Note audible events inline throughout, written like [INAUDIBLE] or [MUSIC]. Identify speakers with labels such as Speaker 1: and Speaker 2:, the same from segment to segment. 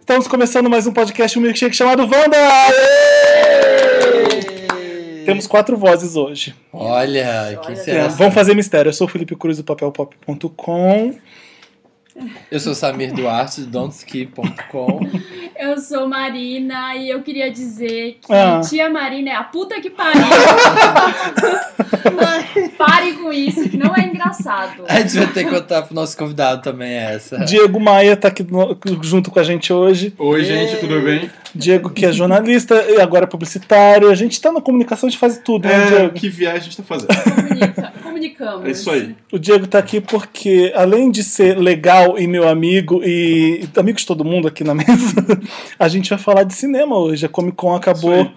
Speaker 1: estamos começando mais um podcast, um milkshake chamado Wanda! Temos quatro vozes hoje.
Speaker 2: Olha, quem
Speaker 3: Olha.
Speaker 2: será?
Speaker 1: É, vamos fazer mistério. Eu sou o Felipe Cruz do papelpop.com.
Speaker 2: Eu sou Samir Duarte, do don'tski.com.
Speaker 3: Eu sou Marina e eu queria dizer que
Speaker 1: Ah.
Speaker 3: tia Marina é a puta que pariu. Pare com isso, que não é engraçado.
Speaker 2: A gente vai ter que contar pro nosso convidado também
Speaker 4: É.
Speaker 2: essa.
Speaker 1: Diego Maia tá aqui no- junto com a gente hoje.
Speaker 4: Oi,
Speaker 2: Ei.
Speaker 4: gente, tudo bem?
Speaker 1: Diego,
Speaker 4: [LAUGHS]
Speaker 1: que é jornalista e agora é publicitário. A gente tá na comunicação, a gente faz tudo, né,
Speaker 4: É,
Speaker 1: Diego?
Speaker 4: que viagem a gente tá fazendo?
Speaker 3: Comunica- comunicamos.
Speaker 4: É isso aí.
Speaker 1: O Diego tá aqui porque, além de ser legal e meu amigo e amigo de todo mundo aqui na [LAUGHS] mesa, a gente vai falar de cinema hoje. A Comic Con acabou,
Speaker 4: Isso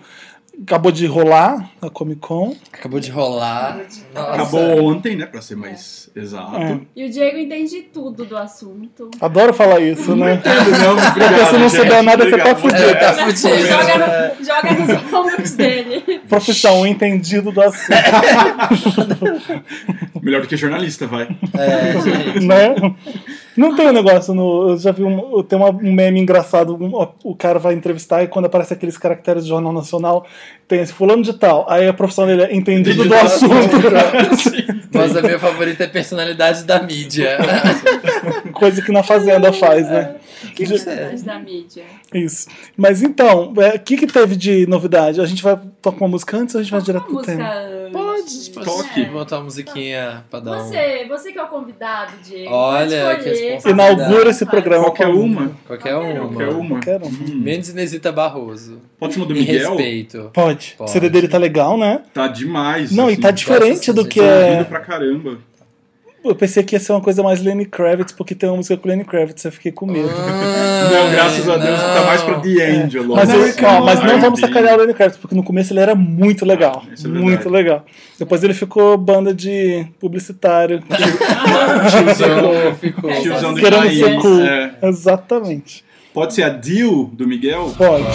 Speaker 1: acabou de rolar a Comic Con.
Speaker 2: Acabou de rolar. Nossa.
Speaker 4: Acabou ontem, né? Pra ser mais exato.
Speaker 1: É.
Speaker 3: E o Diego entende tudo do assunto.
Speaker 1: Adoro falar isso, né?
Speaker 4: Não, obrigado,
Speaker 1: Porque se não
Speaker 4: gente.
Speaker 1: souber nada, você tá
Speaker 4: Obrigado.
Speaker 1: fudido.
Speaker 2: É, tá
Speaker 3: Joga,
Speaker 2: fudido.
Speaker 3: no- joga nos ombros dele.
Speaker 1: [LAUGHS] Profissão, um entendido do assunto,
Speaker 4: Melhor do que jornalista, vai.
Speaker 1: Então,
Speaker 2: É, gente.
Speaker 1: né? Não tem um negócio no. Eu já vi um. Tem uma- um meme engraçado. um- o cara vai entrevistar e quando aparece aqueles caracteres do Jornal Nacional, tem esse fulano de tal. Aí a profissão dele é entendido do assunto.
Speaker 2: Mas a minha favorita é personalidade da
Speaker 4: [LAUGHS]
Speaker 2: mídia.
Speaker 1: [LAUGHS] Coisa que na Fazenda faz, né?
Speaker 2: que você é?
Speaker 3: Personalidade da mídia.
Speaker 1: Isso. Mas então, é, o que, que teve de novidade? A gente vai tocar uma música antes ou a gente vai direto pro tema?
Speaker 3: Música antes.
Speaker 2: Pode,
Speaker 4: Toque.
Speaker 2: pode botar uma musiquinha pra dar um...
Speaker 3: Você, você que é o convidado, Diego.
Speaker 2: Olha,
Speaker 3: pode
Speaker 2: que
Speaker 3: escolher.
Speaker 2: responsabilidade.
Speaker 1: Inaugura esse programa.
Speaker 4: Qualquer é uma.
Speaker 2: Qualquer uma.
Speaker 4: um. Qualquer uma.
Speaker 1: Qualquer um. uma.
Speaker 4: Hum.
Speaker 2: Menos Inesita Barroso.
Speaker 4: Pode ser uma do
Speaker 2: Em
Speaker 4: Miguel?
Speaker 2: respeito.
Speaker 1: Pode. O
Speaker 2: Pode.
Speaker 1: CD dele tá legal, né?
Speaker 4: Tá demais.
Speaker 1: Não, e
Speaker 4: assim.
Speaker 1: tá diferente
Speaker 2: gosto
Speaker 1: do
Speaker 2: desse
Speaker 1: que
Speaker 2: jeito.
Speaker 1: é.
Speaker 4: Ouvindo pra caramba.
Speaker 1: Eu pensei que ia ser uma coisa mais Lenny Kravitz, porque tem uma música com Lenny Kravitz, eu fiquei com medo.
Speaker 4: [LAUGHS] Ah, não, graças a Deus,
Speaker 2: não.
Speaker 4: tá mais pra The Angel.
Speaker 1: É. Mas, eu-
Speaker 4: assim,
Speaker 1: ó, mas não
Speaker 4: R&B.
Speaker 1: vamos sacanear o Lenny Kravitz, porque no começo ele era muito legal.
Speaker 4: Ah, isso é
Speaker 1: muito
Speaker 4: verdade.
Speaker 1: legal. Depois ele ficou banda de publicitário. [LAUGHS]
Speaker 2: Ficou, ficou.
Speaker 4: Tiozão de
Speaker 1: Querendo
Speaker 4: raiz,
Speaker 1: ser cool.
Speaker 4: é.
Speaker 1: Exatamente.
Speaker 4: Pode ser a Deal do Miguel?
Speaker 1: Pode.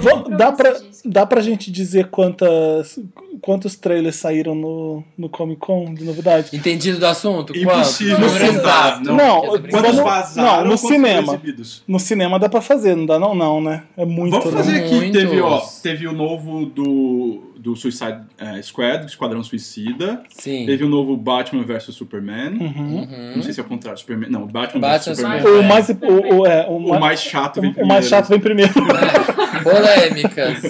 Speaker 1: Vam-
Speaker 3: Então,
Speaker 1: dá,
Speaker 3: vamos
Speaker 1: pra,
Speaker 3: esse disco.
Speaker 1: dá pra gente dizer quantas, quantos trailers saíram no, no Comic Con de novidade?
Speaker 2: Entendido do assunto?
Speaker 4: Impossível
Speaker 2: Quanto? Número
Speaker 4: sentar,
Speaker 2: exato.
Speaker 4: não.
Speaker 1: Não,
Speaker 2: Quer dizer,
Speaker 4: Quantos
Speaker 1: Vamos- não,
Speaker 4: vazaram?
Speaker 1: no
Speaker 4: quantos foram
Speaker 1: cinema.
Speaker 4: exibidos?
Speaker 1: No cinema dá pra fazer, não dá não, não, né? É muito.
Speaker 4: Vamos fazer
Speaker 1: né?
Speaker 4: aqui.
Speaker 2: Muitos.
Speaker 4: Teve, ó, teve o novo do, do Suicide eh, Squad, do Esquadrão Suicida.
Speaker 2: Sim.
Speaker 4: Teve o novo Batman vs Superman.
Speaker 1: Uhum.
Speaker 4: [LAUGHS]
Speaker 2: Uhum.
Speaker 4: Não sei se é o contrário. Superman, não, Batman,
Speaker 2: Batman
Speaker 4: vs Superman.
Speaker 1: O mais, o, o- é, o
Speaker 4: É, O
Speaker 1: mais,
Speaker 4: mais chato vem
Speaker 1: o
Speaker 4: primeiro.
Speaker 1: mais chato vem primeiro. [LAUGHS]
Speaker 2: Polêmicas.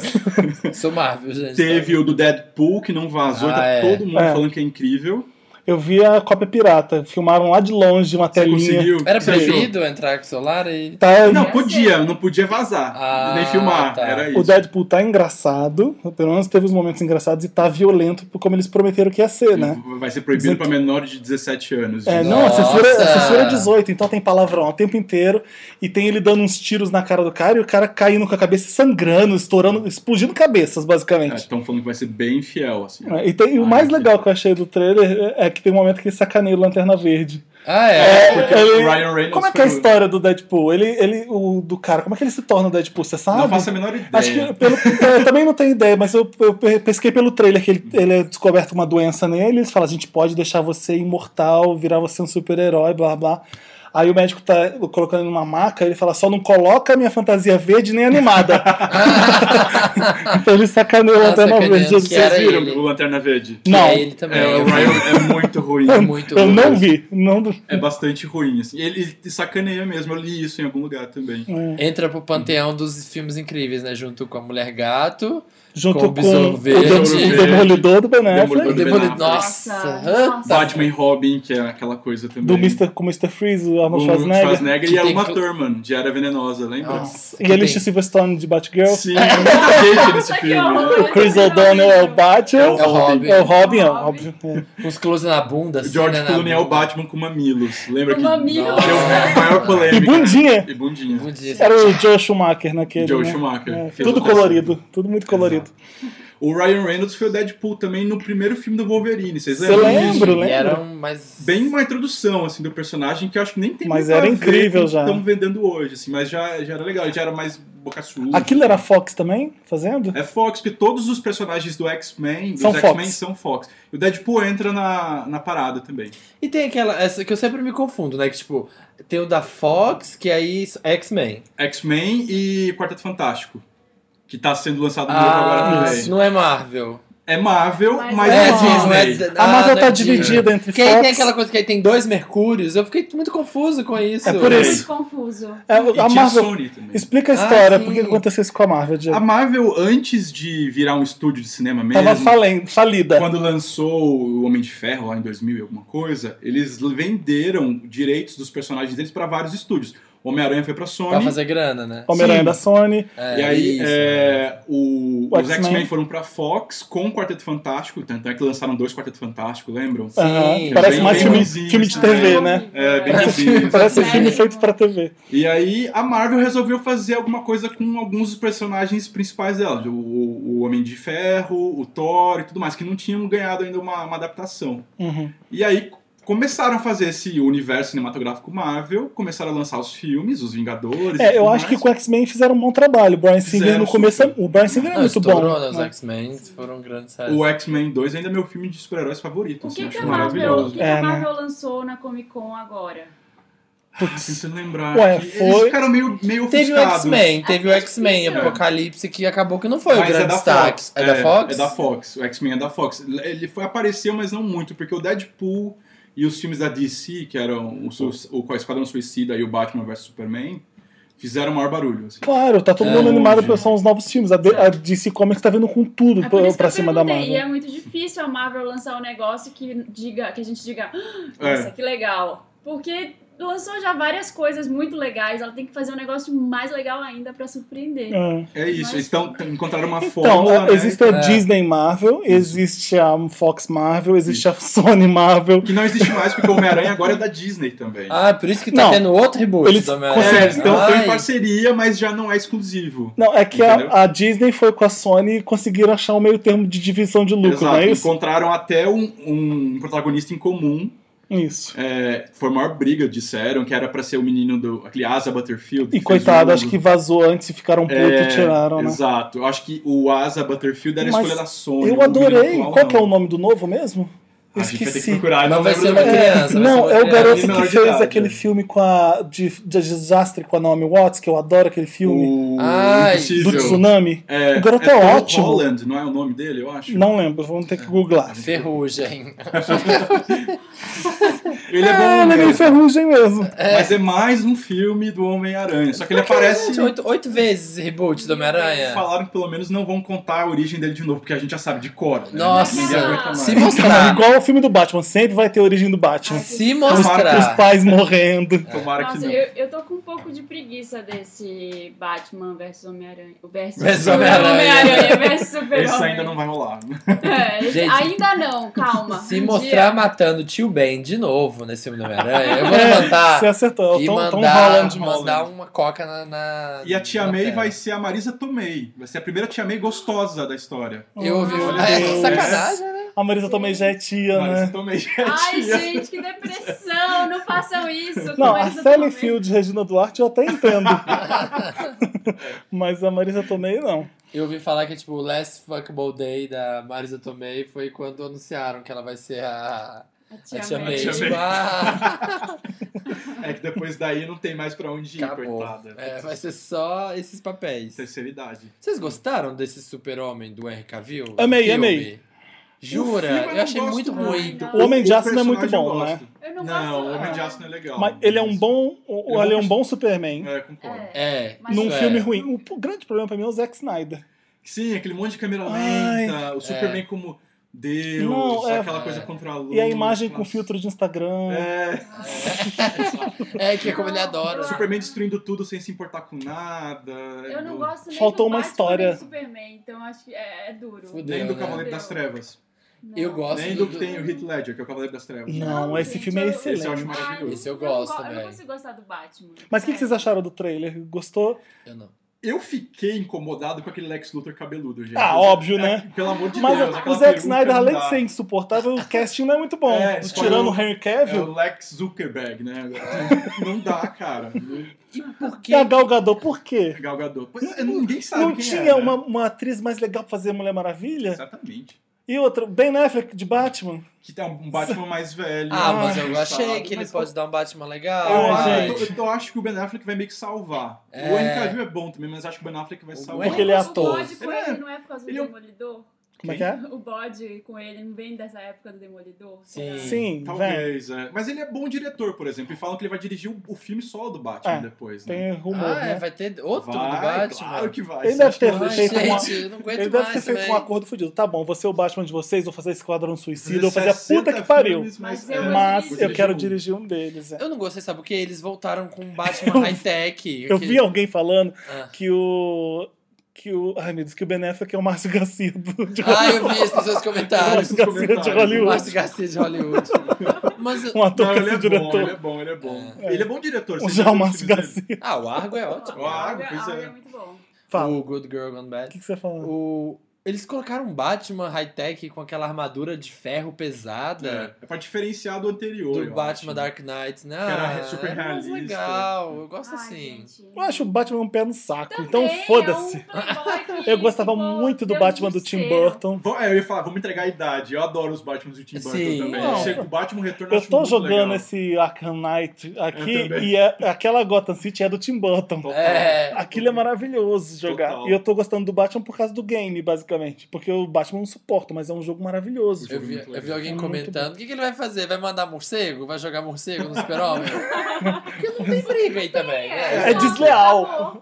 Speaker 2: Sou Marvel, gente. tá?
Speaker 4: Teve um o do Deadpool, que não vazou.
Speaker 2: Ah,
Speaker 4: tá
Speaker 2: é.
Speaker 4: todo mundo
Speaker 1: É.
Speaker 4: falando que é incrível.
Speaker 1: Eu vi a cópia pirata, filmaram lá de longe uma
Speaker 4: Você
Speaker 1: telinha.
Speaker 4: conseguiu?
Speaker 2: Era
Speaker 4: Você achou?
Speaker 2: proibido entrar com o celular e.
Speaker 1: Tá,
Speaker 4: Não, podia. Não podia vazar.
Speaker 2: Ah,
Speaker 4: nem filmar.
Speaker 2: tá.
Speaker 4: Era isso.
Speaker 1: o Deadpool tá engraçado, pelo menos teve os momentos engraçados e tá violento como eles prometeram que ia ser, né?
Speaker 4: Vai ser proibido
Speaker 1: Dizem
Speaker 4: pra menores de 17 anos.
Speaker 1: É,
Speaker 4: de-
Speaker 1: não, a censura, a
Speaker 2: Nossa!
Speaker 1: censura é 18, então tem palavrão o tempo inteiro e tem ele dando uns tiros na cara do cara e o cara caindo com a cabeça sangrando, estourando, explodindo cabeças,
Speaker 4: É,
Speaker 1: basicamente.
Speaker 4: Estão falando que vai ser bem fiel, assim.
Speaker 1: É, E, tem- e o
Speaker 4: Ah,
Speaker 1: mais
Speaker 4: entendi.
Speaker 1: legal que eu achei do trailer é é que tem um momento que ele sacaneia o Lanterna Verde.
Speaker 2: Ah, é.
Speaker 4: Porque
Speaker 1: Ele-
Speaker 4: o Ryan Reynolds
Speaker 1: Como é que é
Speaker 4: foi
Speaker 1: a
Speaker 4: o-
Speaker 1: história do Deadpool? Ele, ele, o do cara, como é que ele se torna o Deadpool? Você sabe?
Speaker 4: Não faço a menor ideia.
Speaker 1: Acho
Speaker 2: É,
Speaker 1: que pelo, é, eu também não tenho ideia, mas eu, eu pe- pesquei pelo trailer que ele,
Speaker 4: Uhum.
Speaker 1: ele é descoberto uma doença nele. Eles falam: a gente pode deixar você imortal, virar você um super-herói, blá blá. Aí o médico tá colocando ele numa maca, ele fala: só não coloca a minha fantasia verde nem animada.
Speaker 2: [LAUGHS]
Speaker 1: então ele sacaneou a
Speaker 2: Ah,
Speaker 1: lanterna
Speaker 2: sacaneando
Speaker 1: verde.
Speaker 2: que era
Speaker 4: Vocês viram
Speaker 2: ele.
Speaker 4: o Lanterna Verde?
Speaker 2: Que
Speaker 1: Não.
Speaker 2: é ele também.
Speaker 4: É, o
Speaker 2: eu-
Speaker 4: Ryan é muito ruim.
Speaker 2: [LAUGHS] é muito
Speaker 1: eu
Speaker 2: ruim.
Speaker 1: não vi. Não...
Speaker 4: É bastante ruim, assim. Ele ele sacaneia mesmo, eu li isso em algum lugar também.
Speaker 1: É.
Speaker 2: Entra pro panteão dos filmes incríveis, né? Junto com a Mulher Gato.
Speaker 1: Junto
Speaker 2: Com
Speaker 1: com,
Speaker 2: o Besouro
Speaker 1: o,
Speaker 2: Verde.
Speaker 1: Dem- o Demolidor do Ben
Speaker 2: O
Speaker 1: Affleck,
Speaker 4: Demolidor Ben
Speaker 2: Demolidor.
Speaker 4: Affleck.
Speaker 2: Nossa.
Speaker 3: Nossa.
Speaker 2: hã?
Speaker 4: Batman e Robin, que é aquela coisa também.
Speaker 1: do Mr. com o Mr. Freeze, o
Speaker 4: O
Speaker 1: Arnold Schwarzenegger.
Speaker 4: Schwarzenegger
Speaker 2: Que Ah.
Speaker 4: e a
Speaker 2: tem
Speaker 4: Uma
Speaker 2: tu-
Speaker 4: Thurman, de Era Venenosa, lembra?
Speaker 2: Nossa,
Speaker 1: E a Alicia
Speaker 2: tem-
Speaker 1: Silverstone de Batgirl.
Speaker 4: Sim, é muita gente nesse
Speaker 2: [LAUGHS]
Speaker 3: Nossa, que
Speaker 4: filme.
Speaker 3: horror.
Speaker 4: né?
Speaker 1: O Chris O'Donnell é o Batman.
Speaker 4: É o
Speaker 2: É o Robin.
Speaker 1: É o Robin, é
Speaker 3: Robin.
Speaker 1: óbvio. É.
Speaker 2: Os close na bunda.
Speaker 4: O
Speaker 2: assim,
Speaker 4: George
Speaker 2: né, na
Speaker 4: Clooney é o
Speaker 2: bunda.
Speaker 4: Batman com mamilos. Lembra
Speaker 3: Com
Speaker 4: que
Speaker 3: mamilos.
Speaker 4: deu a maior polêmica. né?
Speaker 1: E bundinha.
Speaker 4: E bundinha.
Speaker 2: Bom dia.
Speaker 1: um- Era o Joe Schumacher naquele.
Speaker 4: é. Joe
Speaker 1: né?
Speaker 4: Schumacher.
Speaker 1: É,
Speaker 4: Fez
Speaker 1: tudo
Speaker 4: outra
Speaker 1: colorido, tudo muito colorido.
Speaker 4: O Ryan Reynolds foi o Deadpool também no primeiro filme do Wolverine. Vocês
Speaker 1: Você
Speaker 4: lembram?
Speaker 1: lembra?
Speaker 4: disso?
Speaker 1: Lembro, lembro.
Speaker 2: E era um mais.
Speaker 4: Bem uma introdução assim do personagem que eu acho que nem tem
Speaker 1: Mas
Speaker 4: muito
Speaker 1: era
Speaker 4: a ver
Speaker 1: incrível
Speaker 4: com o que
Speaker 1: já.
Speaker 4: Estão vendendo hoje assim, mas já, já era legal, já era mais boca suja.
Speaker 1: Aquilo era Fox também? Fazendo?
Speaker 4: É Fox, porque todos os personagens do X-Men, dos
Speaker 1: São
Speaker 4: X-Men
Speaker 1: Fox.
Speaker 4: são Fox. E o Deadpool entra na, na parada também.
Speaker 2: E tem aquela. Essa que eu sempre me confundo, né? Que tipo, tem o da Fox, que aí é X-Men.
Speaker 4: X-Men e Quarteto Fantástico. Que tá sendo lançado novo agora
Speaker 2: Ah,
Speaker 4: também.
Speaker 2: não é Marvel.
Speaker 4: É Marvel,
Speaker 3: Mas
Speaker 4: mas
Speaker 1: é
Speaker 4: é,
Speaker 1: Marvel,
Speaker 4: Disney.
Speaker 1: a Marvel
Speaker 2: não
Speaker 1: tá
Speaker 2: é Disney.
Speaker 1: dividida entre
Speaker 2: Porque
Speaker 1: Fox.
Speaker 2: aí tem aquela coisa que aí tem dois Mercúrios, eu fiquei muito confuso com isso.
Speaker 1: É por
Speaker 4: Também.
Speaker 1: isso.
Speaker 3: Muito confuso.
Speaker 1: É,
Speaker 4: E
Speaker 1: a
Speaker 4: tinha
Speaker 1: Marvel.
Speaker 4: Sony também.
Speaker 1: Explica a
Speaker 2: Ah,
Speaker 1: história,
Speaker 2: sim.
Speaker 1: por que aconteceu isso com a Marvel, Diego?
Speaker 4: A Marvel, antes de virar um estúdio de cinema mesmo,
Speaker 1: Tava falen- falida.
Speaker 4: quando lançou o Homem de Ferro lá em 2000 e alguma coisa, eles venderam direitos dos personagens deles pra vários estúdios. O Homem-Aranha foi pra
Speaker 2: Pra
Speaker 4: Sony,
Speaker 2: fazer grana, né?
Speaker 1: Homem-Aranha
Speaker 4: Sim.
Speaker 1: da Sony.
Speaker 2: É,
Speaker 4: E aí,
Speaker 2: isso,
Speaker 4: é, o-
Speaker 1: O
Speaker 4: os
Speaker 1: X-Men.
Speaker 4: X-Men foram pra Fox com o Quarteto Fantástico. Tanto é que lançaram dois Quarteto Fantástico, lembram?
Speaker 1: É.
Speaker 2: Sim,
Speaker 1: Aham. Parece
Speaker 4: bem
Speaker 1: mais filme,
Speaker 4: bonzinho,
Speaker 1: filme de
Speaker 4: sim.
Speaker 1: TV, né?
Speaker 4: É, bem
Speaker 3: É.
Speaker 4: bonzinho.
Speaker 1: Parece filme
Speaker 3: É.
Speaker 1: feito pra TV.
Speaker 4: E aí, a Marvel resolveu fazer alguma coisa com alguns dos personagens principais dela. O, o Homem de Ferro, o Thor e tudo mais, que não tinham ganhado ainda uma, uma adaptação.
Speaker 1: Uhum.
Speaker 4: E aí, começaram a fazer esse universo cinematográfico Marvel, começaram a lançar os filmes, os Vingadores e
Speaker 1: É, eu
Speaker 4: tudo
Speaker 1: acho que
Speaker 4: mais.
Speaker 1: com o X-Men fizeram um bom trabalho. O Brian Singer
Speaker 4: Fizeram
Speaker 1: no começo.
Speaker 4: super.
Speaker 1: O Brian Singer é
Speaker 2: Não,
Speaker 1: muito bom.
Speaker 2: estourou, né? Os
Speaker 1: né?
Speaker 2: X-Men foram grandes
Speaker 4: O
Speaker 2: séries.
Speaker 4: X-Men 2 ainda é meu filme de super-heróis favorito.
Speaker 3: O
Speaker 4: assim,
Speaker 3: que, que,
Speaker 4: acho
Speaker 3: a Marvel, o
Speaker 4: maravilhoso.
Speaker 3: que, que
Speaker 1: É, né?
Speaker 3: a Marvel lançou na Comic Con agora?
Speaker 1: Putz.
Speaker 4: Tentando lembrar.
Speaker 1: Ué,
Speaker 4: que Eles
Speaker 1: foi-
Speaker 4: ficaram meio, meio
Speaker 2: Teve o
Speaker 4: ofuscados.
Speaker 2: X-Men, teve o
Speaker 3: Ah, é
Speaker 2: X-Men,
Speaker 3: difícil.
Speaker 2: Apocalipse, que acabou que não foi o
Speaker 4: Mas é
Speaker 2: grande destaque.
Speaker 4: Fox.
Speaker 2: É, da Fox?
Speaker 4: É da Fox. O X-Men é da Fox. Ele foi, apareceu, mas não muito, porque o Deadpool e os filmes da DC, que eram o, Su- o, o Esquadrão Suicida e o Batman vs Superman, fizeram o maior barulho. assim.
Speaker 1: Claro, tá todo
Speaker 2: É,
Speaker 1: mundo animado
Speaker 4: hoje.
Speaker 1: pra são os novos filmes. A, D- a DC Comics tá vindo com tudo
Speaker 3: É por
Speaker 1: pra,
Speaker 3: isso que
Speaker 1: pra
Speaker 3: eu
Speaker 1: cima da
Speaker 3: perguntei, E
Speaker 1: Marvel.
Speaker 3: é muito difícil a Marvel lançar um negócio que, diga, que a gente diga, "Ah,
Speaker 4: É.
Speaker 3: nossa, que legal. Porque lançou já várias coisas muito legais, ela tem que fazer um negócio mais legal ainda pra surpreender.
Speaker 1: É.
Speaker 4: É isso.
Speaker 3: Mas-
Speaker 4: Eles tão, t- encontraram uma
Speaker 1: Então,
Speaker 4: fórmula. né,
Speaker 1: existe a
Speaker 2: É.
Speaker 1: Disney Marvel, existe a Fox Marvel, existe a Sony Marvel.
Speaker 4: Que não existe mais, porque o Homem-Aranha agora é da Disney também.
Speaker 2: Ah, por isso que tá
Speaker 1: Não.
Speaker 2: tendo outro reboot
Speaker 1: Eles
Speaker 2: do Homem-Aranha.
Speaker 4: é, eles estão
Speaker 2: Ai,
Speaker 4: em parceria, mas já não é exclusivo.
Speaker 1: Não, é que
Speaker 4: Entendeu?
Speaker 1: a, a Disney foi com a Sony e conseguiram achar um meio termo de divisão de lucro,
Speaker 4: Exato.
Speaker 1: não é isso?
Speaker 4: Encontraram até um- um protagonista em comum
Speaker 1: Isso.
Speaker 4: É, foi a maior briga, disseram que era pra ser o menino do. aquele Asa Butterfield.
Speaker 1: E
Speaker 4: fez
Speaker 1: coitado,
Speaker 4: o-
Speaker 1: acho que vazou antes e ficaram puto
Speaker 4: É,
Speaker 1: e tiraram, né?
Speaker 4: Exato. Eu acho que o Asa Butterfield era a
Speaker 1: Mas
Speaker 4: escolha da Sony.
Speaker 1: Eu
Speaker 4: o
Speaker 1: adorei.
Speaker 4: menino atual,
Speaker 1: Qual que é
Speaker 4: não.
Speaker 1: o nome do novo mesmo?
Speaker 4: Ah, A gente vai ter que
Speaker 1: Esqueci.
Speaker 4: procurar,
Speaker 2: Mas
Speaker 4: não
Speaker 2: vai
Speaker 4: lembro
Speaker 2: ser
Speaker 4: do nome.
Speaker 2: uma criança, vai
Speaker 1: não,
Speaker 2: ser
Speaker 1: é
Speaker 2: uma
Speaker 1: o
Speaker 2: criança.
Speaker 1: garoto
Speaker 4: Menor
Speaker 1: que
Speaker 4: de
Speaker 1: fez
Speaker 2: tá?
Speaker 4: idade.
Speaker 1: aquele filme com a de, de desastre com a Naomi Watts, que eu adoro aquele filme
Speaker 4: O
Speaker 2: Ai.
Speaker 1: do
Speaker 4: Impossível.
Speaker 1: tsunami.
Speaker 4: É,
Speaker 1: O garoto é
Speaker 4: Tom
Speaker 1: ótimo.
Speaker 4: Holland, não é o nome dele, eu acho.
Speaker 1: Não lembro, vamos ter que googlar.
Speaker 2: Ferrugem.
Speaker 4: Ele é
Speaker 1: Ah,
Speaker 4: bom.
Speaker 1: ele é meio
Speaker 4: mesmo,
Speaker 1: ferrugem mesmo.
Speaker 2: Ah.
Speaker 4: Mas é mais um filme do Homem-Aranha. Só que ele aparece.
Speaker 2: Gente, Oito, oito vezes reboot do Homem-Aranha.
Speaker 4: Falaram que pelo menos não vão contar a origem dele de novo, porque a gente já sabe de cor. Né?
Speaker 2: Nossa,
Speaker 4: Ninguém aguenta mais.
Speaker 2: se
Speaker 1: Cara,
Speaker 2: mostrar,
Speaker 1: igual o filme do Batman, sempre vai ter a origem do Batman.
Speaker 2: se
Speaker 1: Os
Speaker 2: mostrar,
Speaker 1: pais morrendo.
Speaker 4: Tomara que
Speaker 3: Nossa,
Speaker 4: não.
Speaker 3: eu, eu tô com um pouco de preguiça desse Batman versus Homem-Aranha. o Versus
Speaker 2: Versus Homem-Aranha.
Speaker 3: Homem-Aranha versus Super-Homem.
Speaker 4: Esse ainda não vai rolar.
Speaker 3: É, esse-
Speaker 2: Gente,
Speaker 3: ainda não, calma.
Speaker 2: se
Speaker 3: Um
Speaker 2: mostrar
Speaker 3: dia.
Speaker 2: matando o tio Ben de novo nesse filme do Homem-Aranha, eu vou
Speaker 1: É,
Speaker 2: levantar
Speaker 1: Você acertou, é o
Speaker 2: e
Speaker 1: Tom, Tom
Speaker 2: mandar,
Speaker 1: Holland.
Speaker 2: mandar uma coca na, na-
Speaker 4: E a Tia
Speaker 2: na
Speaker 4: May
Speaker 2: perna.
Speaker 4: vai ser a Marisa Tomei. Vai ser a primeira Tia May gostosa da história.
Speaker 2: Eu ouvi.
Speaker 1: Meu
Speaker 2: [LAUGHS] Ah, que
Speaker 1: Deus.
Speaker 2: sacanagem, né?
Speaker 1: A Marisa também já é tia,
Speaker 4: Marisa
Speaker 1: né?
Speaker 4: Tomei já é
Speaker 3: Ai,
Speaker 4: tia.
Speaker 3: gente, que depressão! Não façam isso.
Speaker 1: Não, a
Speaker 3: começa
Speaker 1: Sally
Speaker 3: também.
Speaker 1: Field e Regina Duarte eu até
Speaker 2: [LAUGHS]
Speaker 1: entendo. Mas a Marisa Tomei não.
Speaker 2: Eu ouvi falar que, tipo, o Last Fuckable Day da Marisa Tomei foi quando anunciaram que ela vai ser a,
Speaker 3: A
Speaker 2: a
Speaker 3: tia,
Speaker 2: Tia
Speaker 3: May.
Speaker 2: May.
Speaker 4: Tia
Speaker 2: Tipo,
Speaker 4: May.
Speaker 2: ah,
Speaker 4: É que depois daí não tem mais pra onde ir,
Speaker 2: acabou.
Speaker 4: coitada.
Speaker 2: É, vai ser só esses papéis.
Speaker 4: Terceira idade.
Speaker 2: Vocês gostaram desse super-homem do R. Cavill?
Speaker 1: Amei,
Speaker 2: Filme?
Speaker 1: amei.
Speaker 2: Jura?
Speaker 4: O filme eu
Speaker 2: Eu,
Speaker 4: não
Speaker 2: achei
Speaker 4: gosto
Speaker 2: muito
Speaker 3: muito.
Speaker 2: ruim.
Speaker 3: Ai,
Speaker 1: O Homem de Aço não é muito
Speaker 4: personagem eu
Speaker 1: bom, né?
Speaker 4: gosto.
Speaker 3: Eu não,
Speaker 4: Não,
Speaker 3: gosto.
Speaker 4: o Homem de
Speaker 3: não.
Speaker 4: Aço não é legal.
Speaker 1: Mas ele é um bom,
Speaker 4: Ele é um
Speaker 1: ele é um
Speaker 4: bom
Speaker 1: bom Superman.
Speaker 4: É, concordo.
Speaker 3: É.
Speaker 2: É.
Speaker 3: Mas-
Speaker 1: num
Speaker 2: isso
Speaker 1: filme
Speaker 2: é.
Speaker 1: ruim. O grande problema pra mim é o Zack Snyder.
Speaker 4: Sim, aquele monte de câmera
Speaker 1: Ai. é.
Speaker 4: lenta, o Superman como Deus,
Speaker 1: Não, é-
Speaker 4: aquela coisa
Speaker 2: É.
Speaker 4: contra a luz.
Speaker 1: E a imagem com
Speaker 4: Hum, nossa.
Speaker 1: filtro de Instagram.
Speaker 4: É,
Speaker 2: É, que é como ele
Speaker 1: Ah,
Speaker 2: adora.
Speaker 4: o Superman destruindo tudo sem se importar com nada.
Speaker 3: Eu não gosto nem
Speaker 1: Faltou
Speaker 3: do
Speaker 1: uma
Speaker 3: Batman,
Speaker 1: história.
Speaker 3: nem do Superman, então acho que é, é duro.
Speaker 2: Fudeu.
Speaker 4: Nem do
Speaker 2: né?
Speaker 4: Cavaleiro das Trevas.
Speaker 3: Não.
Speaker 2: Eu gosto.
Speaker 4: Nem
Speaker 2: do-
Speaker 4: do que tem o Heath Ledger, que é o Cavaleiro das Trevas.
Speaker 1: Não,
Speaker 3: Não,
Speaker 1: esse
Speaker 3: gente,
Speaker 1: filme é
Speaker 3: eu-
Speaker 4: Esse eu acho
Speaker 1: excelente.
Speaker 3: Ai,
Speaker 4: maravilhoso.
Speaker 2: Esse eu
Speaker 3: não
Speaker 2: gosto
Speaker 3: go- Eu
Speaker 2: também.
Speaker 3: não consigo gostar do Batman.
Speaker 1: Mas o que, que
Speaker 3: sério.
Speaker 1: vocês acharam do trailer? Gostou?
Speaker 2: Eu não.
Speaker 4: Eu fiquei incomodado com aquele Lex Luthor cabeludo, gente.
Speaker 1: Ah, óbvio, né?
Speaker 4: Pelo amor de
Speaker 1: Mas
Speaker 4: Deus.
Speaker 1: o- o
Speaker 4: aquela
Speaker 1: Zack
Speaker 4: peruca
Speaker 1: Snyder,
Speaker 4: não
Speaker 1: além de
Speaker 4: dá.
Speaker 1: ser insuportável, o casting não é muito bom.
Speaker 4: [LAUGHS] É, isso
Speaker 1: Tirando
Speaker 4: foi
Speaker 1: o Henry
Speaker 4: É
Speaker 1: Cavill
Speaker 4: o Lex Zuckerberg, né? Não dá, cara.
Speaker 1: e a Gal Gadot, é por quê?
Speaker 4: Gal Gadot. Pois é, ninguém sabe
Speaker 1: não
Speaker 4: quem
Speaker 1: tinha
Speaker 4: é, né?
Speaker 1: uma, uma atriz mais legal pra fazer a Mulher Maravilha?
Speaker 4: Exatamente.
Speaker 1: E outra, Ben Affleck de Batman?
Speaker 4: Que tem
Speaker 1: [LAUGHS]
Speaker 4: um Batman mais velho.
Speaker 2: Ah, mas
Speaker 4: mais
Speaker 2: eu
Speaker 4: ajustado,
Speaker 2: achei que ele
Speaker 4: mas-
Speaker 2: pode dar um Batman
Speaker 4: Eu,
Speaker 2: legal.
Speaker 1: Ah,
Speaker 4: acho-
Speaker 2: vai.
Speaker 1: gente.
Speaker 4: eu tô- eu acho que o Ben Affleck vai meio que salvar.
Speaker 2: É.
Speaker 4: O Henry Cavill é bom também, mas acho que o Ben Affleck vai
Speaker 2: O
Speaker 4: salvar.
Speaker 2: Henry
Speaker 1: Porque ele é
Speaker 3: O
Speaker 2: ator.
Speaker 3: bode com
Speaker 4: É.
Speaker 3: ele não é por causa do
Speaker 4: Ele é um-
Speaker 3: Demolidor?
Speaker 1: Como é que é?
Speaker 3: [LAUGHS] O bode com ele não vem dessa época do Demolidor?
Speaker 2: Sim.
Speaker 1: Sim, velho.
Speaker 4: Talvez, é. Mas ele é bom diretor, por exemplo. E falam que ele vai dirigir o, o filme solo do Batman
Speaker 1: É,
Speaker 4: depois, né?
Speaker 1: Tem rumor,
Speaker 2: Ah, é,
Speaker 1: né?
Speaker 2: vai ter outro do
Speaker 4: Vai,
Speaker 2: Batman.
Speaker 4: claro que vai.
Speaker 1: Ele
Speaker 4: Você
Speaker 1: deve
Speaker 4: acha
Speaker 1: ter
Speaker 4: que
Speaker 2: Ai,
Speaker 4: vai?
Speaker 1: feito uma-
Speaker 2: gente, eu não aguento
Speaker 1: Ele deve ter
Speaker 2: mais
Speaker 1: feito
Speaker 2: é também.
Speaker 1: um acordo fudido. Tá bom, você é o Batman de vocês, vou fazer Esquadrão Suicida, eu vou fazer a
Speaker 4: 60
Speaker 1: puta que pariu.
Speaker 4: filmes, é
Speaker 3: Mas eu vou
Speaker 1: Mas
Speaker 3: dirigir.
Speaker 1: eu quero dirigir um deles. é.
Speaker 2: Eu não gostei, sabe o que? Eles voltaram com um Batman high-tech.
Speaker 1: Eu vi alguém falando
Speaker 2: Ah.
Speaker 1: que o. que o. Ai, meu Deus, que o Ben Affleck é o Márcio Garcia [LAUGHS] do. de
Speaker 2: Ah, eu vi as pessoas
Speaker 4: [LAUGHS]
Speaker 1: Hollywood.
Speaker 2: comentários.
Speaker 1: Márcio Garcia [LAUGHS] de Hollywood.
Speaker 2: Márcio Garcia de Hollywood. Mas.
Speaker 1: Um ator
Speaker 4: Não,
Speaker 1: que
Speaker 4: ele
Speaker 1: é
Speaker 4: é
Speaker 1: esse
Speaker 4: bom,
Speaker 1: diretor.
Speaker 4: ele é bom, ele é bom. Ele é bom diretor.
Speaker 1: O
Speaker 4: você
Speaker 1: já o
Speaker 4: viu
Speaker 1: Márcio
Speaker 4: filmes dele?
Speaker 1: Garcia.
Speaker 2: Ah, o Argo é ótimo.
Speaker 4: O Argo,
Speaker 3: a
Speaker 4: pois
Speaker 3: Aura
Speaker 4: é.
Speaker 3: é muito bom.
Speaker 1: Fala.
Speaker 2: O Good Girl Gone
Speaker 1: O
Speaker 2: Bad.
Speaker 1: que, que você tá fala?
Speaker 2: O... Eles colocaram um Batman high-tech com aquela armadura de ferro pesada.
Speaker 4: É, é pra diferenciar do anterior.
Speaker 2: Do
Speaker 4: eu
Speaker 2: Batman
Speaker 4: acho.
Speaker 2: Dark Knight, né?
Speaker 4: era super
Speaker 2: é mais
Speaker 4: realista. né?
Speaker 2: legal, eu gosto
Speaker 3: Ai,
Speaker 2: assim.
Speaker 3: gente.
Speaker 1: Eu acho o Batman um pé no saco,
Speaker 3: Também
Speaker 1: então
Speaker 3: é um
Speaker 1: foda-se. [LAUGHS]
Speaker 3: playboy que,
Speaker 1: Eu gostava
Speaker 3: tipo,
Speaker 1: muito do
Speaker 3: Deus
Speaker 1: Batman do Tim
Speaker 3: céu.
Speaker 1: Burton.
Speaker 4: Vou- é, eu ia falar, vamos entregar a idade. Eu adoro os Batmans do Tim Burton
Speaker 2: Sim.
Speaker 4: também.
Speaker 1: Não.
Speaker 4: Chega o Batman Retorno,
Speaker 1: Eu
Speaker 4: acho
Speaker 1: tô
Speaker 4: muito
Speaker 1: jogando
Speaker 4: legal.
Speaker 1: esse Arkham Knight aqui
Speaker 4: Eu também.
Speaker 1: e é- aquela Gotham City é do Tim Burton.
Speaker 4: Total.
Speaker 2: É.
Speaker 1: Aquilo é maravilhoso jogar.
Speaker 4: Total.
Speaker 1: E eu tô gostando do Batman por causa do game, basicamente. Porque o Batman não suporta, mas é um jogo maravilhoso.
Speaker 2: Eu vi,
Speaker 4: Muito legal.
Speaker 2: eu vi alguém
Speaker 1: Muito
Speaker 2: comentando: o que, que ele vai fazer? Vai mandar morcego? Vai jogar morcego no
Speaker 4: [LAUGHS]
Speaker 2: super-homem? Porque não tem briga aí também. né?
Speaker 1: É
Speaker 3: Não,
Speaker 1: desleal.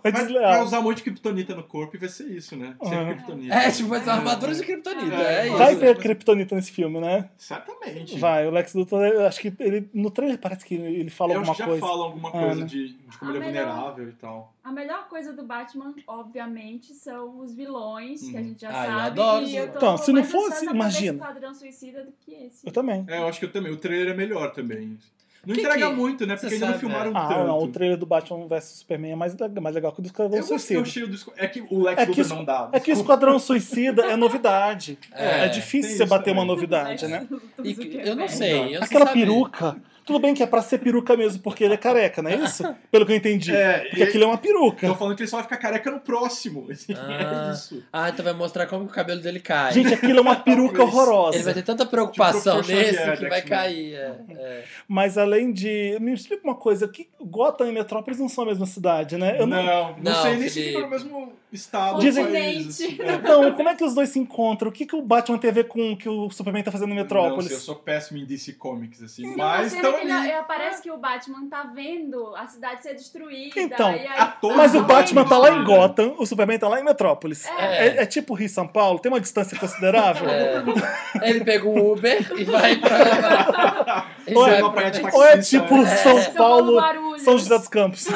Speaker 1: É
Speaker 4: Mas Vai
Speaker 1: desleal.
Speaker 4: usar um monte de kriptonita no corpo e vai ser isso, né? Sempre
Speaker 1: É.
Speaker 4: kryptonita.
Speaker 2: É, tipo, vai ser uma armadura de kriptonita. É,
Speaker 4: É,
Speaker 2: isso.
Speaker 1: Vai ter Kryptonita nesse filme, né?
Speaker 4: Exatamente.
Speaker 1: Vai, o Lex Luthor, eu acho que ele no trailer parece que ele fala
Speaker 4: eu acho
Speaker 1: alguma
Speaker 4: que já
Speaker 1: coisa.
Speaker 4: falam alguma
Speaker 1: É,
Speaker 4: coisa
Speaker 1: né?
Speaker 4: de, de como
Speaker 3: Ah,
Speaker 4: ele é
Speaker 3: melhor.
Speaker 4: vulnerável e tal.
Speaker 3: A melhor coisa do Batman, obviamente, são os vilões, que a
Speaker 4: Uhum.
Speaker 3: gente já
Speaker 2: Ah, eu
Speaker 3: sabe.
Speaker 2: adoro os
Speaker 3: e eu tô
Speaker 1: Então, se não
Speaker 3: mais
Speaker 1: fosse,
Speaker 3: ansiosa pra ver esse
Speaker 1: imagina.
Speaker 3: Esquadrão Suicida do que esse.
Speaker 1: Eu também.
Speaker 4: É, eu acho que eu também. O trailer é melhor também. Não
Speaker 2: Que
Speaker 4: entrega
Speaker 2: que-
Speaker 4: muito, né? Porque
Speaker 2: Você
Speaker 4: ainda não
Speaker 2: sabe, é.
Speaker 4: filmaram
Speaker 1: Ah,
Speaker 4: tanto.
Speaker 1: não, o trailer do Batman vs Superman é mais, lega- mais legal que o do Esquadrão
Speaker 4: Eu gostei, eu
Speaker 1: Suicida.
Speaker 4: achei o do... Esqu- É que o Lex
Speaker 1: É que
Speaker 4: Luthor
Speaker 1: isso-
Speaker 4: não dá.
Speaker 1: É que o Esquadrão Suicida é novidade.
Speaker 2: É,
Speaker 1: É,
Speaker 4: tem
Speaker 1: difícil você
Speaker 4: isso
Speaker 1: bater uma
Speaker 4: também.
Speaker 1: [LAUGHS] novidade,
Speaker 3: [LAUGHS]
Speaker 1: né?
Speaker 2: E que- eu não sei. Eu não
Speaker 1: Aquela
Speaker 2: sabe.
Speaker 1: peruca. Tudo bem que é pra ser peruca mesmo, porque ele é careca, não é isso? Pelo que eu entendi.
Speaker 4: É,
Speaker 1: Porque
Speaker 4: e-
Speaker 1: aquilo é uma peruca.
Speaker 4: Estão falando que ele só vai ficar careca no próximo. [LAUGHS]
Speaker 2: Ah.
Speaker 4: é isso.
Speaker 2: Ah, então vai mostrar como que o cabelo dele cai.
Speaker 1: Gente, aquilo é uma peruca
Speaker 2: ele vai
Speaker 1: horrorosa.
Speaker 2: ter tanta preocupação
Speaker 4: Tipo, professor
Speaker 2: nesse
Speaker 4: Xavier,
Speaker 2: que vai
Speaker 4: X-Men.
Speaker 2: cair. é, é.
Speaker 1: Mas além de. Me explica uma coisa: que Gotham e Metrópolis não são a mesma cidade, né? Eu não-
Speaker 4: não, não,
Speaker 2: Não,
Speaker 4: sei nem se
Speaker 2: Felipe.
Speaker 4: fica no mesmo estado.
Speaker 1: Dizem-
Speaker 4: país, assim.
Speaker 1: Então, como é que os dois se encontram? O que, que o Batman tem a ver com o que o Superman tá fazendo em
Speaker 4: Não sei, eu
Speaker 1: Metrópolis?
Speaker 4: sou péssimo em DC Comics, assim.
Speaker 3: Tem uma
Speaker 4: mas
Speaker 3: cena
Speaker 4: estão
Speaker 3: que ele-
Speaker 4: ali.
Speaker 3: ele aparece que o Batman tá vendo a cidade ser destruída.
Speaker 1: Então,
Speaker 3: e aí,
Speaker 4: a torre-
Speaker 1: Mas o
Speaker 3: um
Speaker 4: Ah,
Speaker 1: Batman tá lá em
Speaker 4: mentira.
Speaker 1: Gotham, o Superman tá lá em Metrópolis.
Speaker 3: É.
Speaker 1: É, é tipo Rio e São Paulo, tem uma distância considerável.
Speaker 4: Então,
Speaker 2: É. Ele pega um Uber e vai pra. e
Speaker 1: Ou é
Speaker 2: vai
Speaker 4: uma praia de
Speaker 1: Ou é
Speaker 4: Taxista,
Speaker 1: tipo
Speaker 4: né?
Speaker 1: São Paulo,
Speaker 3: Guarulhos.
Speaker 1: São José dos Campos.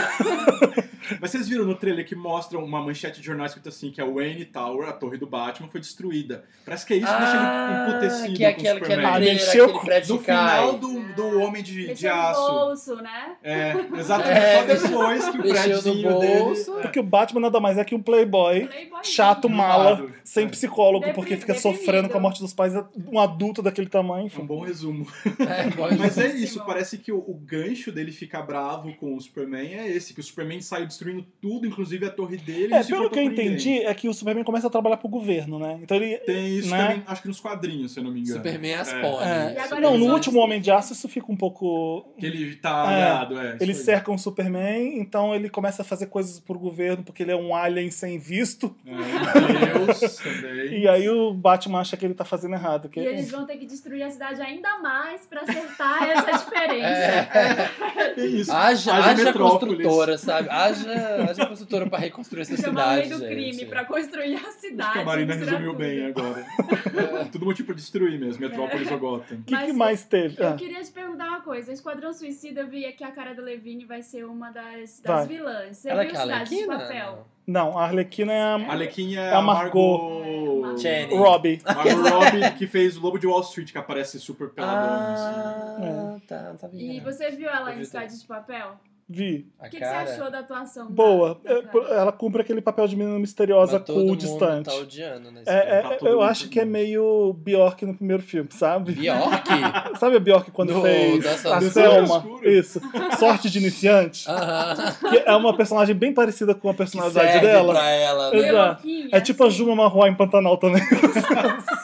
Speaker 4: Mas vocês viram no trailer que mostram uma manchete de jornal escrito assim, que a Wayne Tower, a torre do Batman, foi destruída. Parece que é isso que deixa ele
Speaker 2: Ah,
Speaker 4: emputecido
Speaker 2: que é
Speaker 4: com o
Speaker 2: aquele que é
Speaker 4: Superman.
Speaker 2: no
Speaker 1: Ah,
Speaker 2: trailer,
Speaker 1: mexeu
Speaker 2: aquele
Speaker 1: com-
Speaker 2: prédio
Speaker 4: do
Speaker 2: que cai.
Speaker 4: final do, do Homem de, de
Speaker 3: Mexeu Ah, no
Speaker 4: Aço.
Speaker 3: é bolso, né?
Speaker 4: É, exatamente.
Speaker 2: É,
Speaker 4: Só depois que
Speaker 2: Mexeu
Speaker 4: o
Speaker 2: no
Speaker 4: prédiozinho dele... é
Speaker 2: bolso.
Speaker 1: Porque o Batman nada mais é que um playboy
Speaker 3: Playboy.
Speaker 1: chato, mala,
Speaker 4: Mimado.
Speaker 2: É.
Speaker 1: sem psicólogo,
Speaker 3: Depri-
Speaker 1: porque fica
Speaker 3: deprimido.
Speaker 1: sofrendo com a morte dos pais, um adulto daquele tamanho.
Speaker 4: É um bom resumo.
Speaker 2: É, pode-
Speaker 4: Mas é isso, parece que o, o gancho dele ficar bravo com o Superman é esse, que o Superman saiu destruindo tudo, inclusive a torre dele. e
Speaker 1: É,
Speaker 4: não se
Speaker 1: pelo
Speaker 4: importou
Speaker 1: que eu
Speaker 4: com ninguém.
Speaker 1: entendi, é que o Superman começa a trabalhar pro governo, né? Então ele.
Speaker 4: Tem isso
Speaker 1: Né?
Speaker 4: também, acho que nos quadrinhos, se eu não me engano.
Speaker 2: Superman as
Speaker 4: É.
Speaker 2: pone.
Speaker 1: É.
Speaker 3: E agora
Speaker 1: Não,
Speaker 3: eles
Speaker 1: no
Speaker 3: vão-
Speaker 1: último Homem de Aço isso fica um pouco.
Speaker 4: Que ele tá
Speaker 1: É,
Speaker 4: aliado, é.
Speaker 1: Eles
Speaker 4: isso aí.
Speaker 1: cercam o Superman, então ele começa a fazer coisas pro governo, porque ele é um alien sem visto.
Speaker 4: É, e Deus
Speaker 1: [LAUGHS]
Speaker 4: também.
Speaker 1: E aí o Batman acha que ele tá fazendo errado. Que...
Speaker 3: E eles vão ter que destruir a cidade ainda mais pra acertar
Speaker 1: [LAUGHS]
Speaker 3: essa diferença.
Speaker 2: É.
Speaker 4: É isso.
Speaker 2: Haja,
Speaker 4: Haja
Speaker 2: haja
Speaker 4: Metrópolis.
Speaker 2: construtora, sabe? Haja, haja construtora pra reconstruir essa
Speaker 3: Chama a
Speaker 2: cidade.
Speaker 3: é lei do crime
Speaker 2: gente.
Speaker 3: pra construir a
Speaker 4: Acho
Speaker 3: cidade.
Speaker 4: que a Marina
Speaker 3: misturar
Speaker 4: resumiu
Speaker 3: tudo.
Speaker 4: bem
Speaker 2: [LAUGHS]
Speaker 4: é. agora. Tudo motivo pra destruir mesmo, Metrópolis ou Gotham.
Speaker 1: O que, que
Speaker 3: Mas-
Speaker 1: mais teve?
Speaker 3: Eu
Speaker 1: Ah,
Speaker 3: queria te perguntar uma coisa. Esquadrão Suicida, eu vi aqui a cara da Levine vai ser uma das,
Speaker 1: Vai.
Speaker 3: das vilãs. Você
Speaker 2: Ela é
Speaker 3: viu
Speaker 2: aquela
Speaker 3: Cidade de
Speaker 2: Arlequina?
Speaker 3: Papel?
Speaker 1: Não, a Arlequina é a
Speaker 4: A Alequinha é
Speaker 1: a
Speaker 4: a
Speaker 1: Margot.
Speaker 4: Margot...
Speaker 3: É.
Speaker 2: Jenny.
Speaker 1: Robbie.
Speaker 2: [LAUGHS]
Speaker 4: Margot Robbie, que fez o Lobo de Wall Street, que aparece super peladona. assim.
Speaker 2: Ah, tá, tá
Speaker 3: E
Speaker 2: bem.
Speaker 3: você viu ela
Speaker 2: Eu
Speaker 3: em
Speaker 2: vi
Speaker 3: Cidade de Papel?
Speaker 1: vi.
Speaker 2: A
Speaker 3: O que, que
Speaker 2: cara
Speaker 3: você achou da atuação? da-
Speaker 1: Boa.
Speaker 3: da
Speaker 1: É,
Speaker 3: cara?
Speaker 1: ela cumpre aquele papel de menina misteriosa,
Speaker 2: mas todo
Speaker 1: é cool,
Speaker 2: mundo
Speaker 1: distante.
Speaker 2: tá odiando nesse
Speaker 1: É, é,
Speaker 4: Tá todo
Speaker 1: eu
Speaker 4: mundo
Speaker 1: acho que é
Speaker 4: bom.
Speaker 1: meio Bjork no primeiro filme, sabe?
Speaker 2: Bjork?
Speaker 1: Sabe a Bjork [LAUGHS] quando
Speaker 2: No-
Speaker 1: fez
Speaker 2: dessa-
Speaker 1: a
Speaker 2: [LAUGHS]
Speaker 4: Do
Speaker 1: Selma?
Speaker 4: tá Escuro.
Speaker 1: Isso. Sorte de iniciante.
Speaker 2: Aham.
Speaker 1: Que é uma personagem bem parecida com a
Speaker 2: Que
Speaker 1: personalidade
Speaker 2: serve
Speaker 1: dela.
Speaker 4: tá?
Speaker 2: pra ela, né?
Speaker 3: Meio
Speaker 1: Exato.
Speaker 3: louquinha,
Speaker 1: É tipo a
Speaker 3: assim.
Speaker 1: Juma Marroa em Pantanal também. [LAUGHS]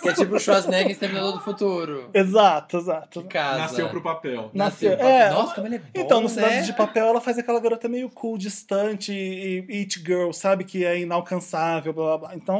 Speaker 2: Que é tipo o Schwarzenegger Exterminador do Futuro.
Speaker 1: exato, exato.
Speaker 2: Que casa.
Speaker 4: Nasceu pro papel.
Speaker 1: Nasceu.
Speaker 2: Nasceu.
Speaker 1: É.
Speaker 2: Nossa, como ele é bom,
Speaker 1: Então, no Cidade
Speaker 2: né?
Speaker 1: de Papel, ela faz aquela garota meio cool, distante, e e it girl, sabe? Que é inalcançável, blá blá blá. Então,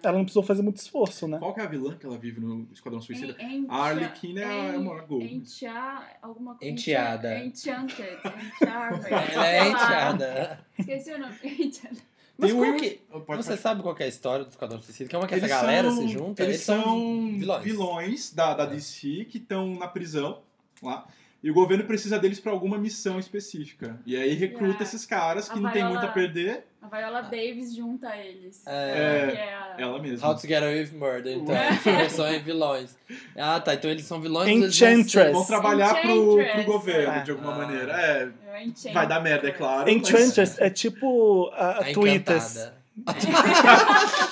Speaker 1: ela não precisou fazer muito esforço, né?
Speaker 4: Qual que é a vilã que ela vive no Esquadrão Suicida?
Speaker 3: En- encha-
Speaker 4: A Arlequina é a
Speaker 3: en-
Speaker 4: Mora Gold.
Speaker 3: Encha... Alguma coisa.
Speaker 2: Enteada.
Speaker 3: Enchanted. Encharmed.
Speaker 2: [LAUGHS] Ela é
Speaker 3: sei lá.
Speaker 1: [LAUGHS]
Speaker 2: enteada.
Speaker 3: Esqueci o nome. [LAUGHS] Enteada.
Speaker 2: Mas
Speaker 4: Tem o
Speaker 2: qual
Speaker 4: Will-
Speaker 2: que-
Speaker 4: Pode- pode
Speaker 2: Você
Speaker 4: falar.
Speaker 2: sabe qual que é a história do Esquadrão Suicida? Que é uma que essa galera se junta.
Speaker 4: Eles, são
Speaker 2: vilões. É.
Speaker 4: vilões, da, da DC que estão na prisão lá. E o governo precisa deles pra alguma missão específica. E aí recruta
Speaker 3: Yeah.
Speaker 4: esses caras que
Speaker 3: A
Speaker 4: não tem muito a
Speaker 3: Viola-
Speaker 4: perder.
Speaker 3: A Viola Davis junta eles.
Speaker 2: É.
Speaker 3: Que é a-
Speaker 4: Ela mesma.
Speaker 2: How to Get Away with Murder, então.
Speaker 4: Ué.
Speaker 1: É.
Speaker 2: Versão em vilões. Ah, tá. Então eles são vilões.
Speaker 1: Enchantress.
Speaker 4: Vão
Speaker 2: Eles vão ser-
Speaker 4: trabalhar pro, pro
Speaker 3: Enchantress.
Speaker 4: governo,
Speaker 1: Ah.
Speaker 4: de alguma
Speaker 2: Ah.
Speaker 4: maneira. É,
Speaker 3: é Enchanted.
Speaker 4: vai dar merda, é claro. Tá
Speaker 1: Enchanters é tipo a, a
Speaker 2: A
Speaker 1: Twitters.
Speaker 2: Encantada.
Speaker 4: mas-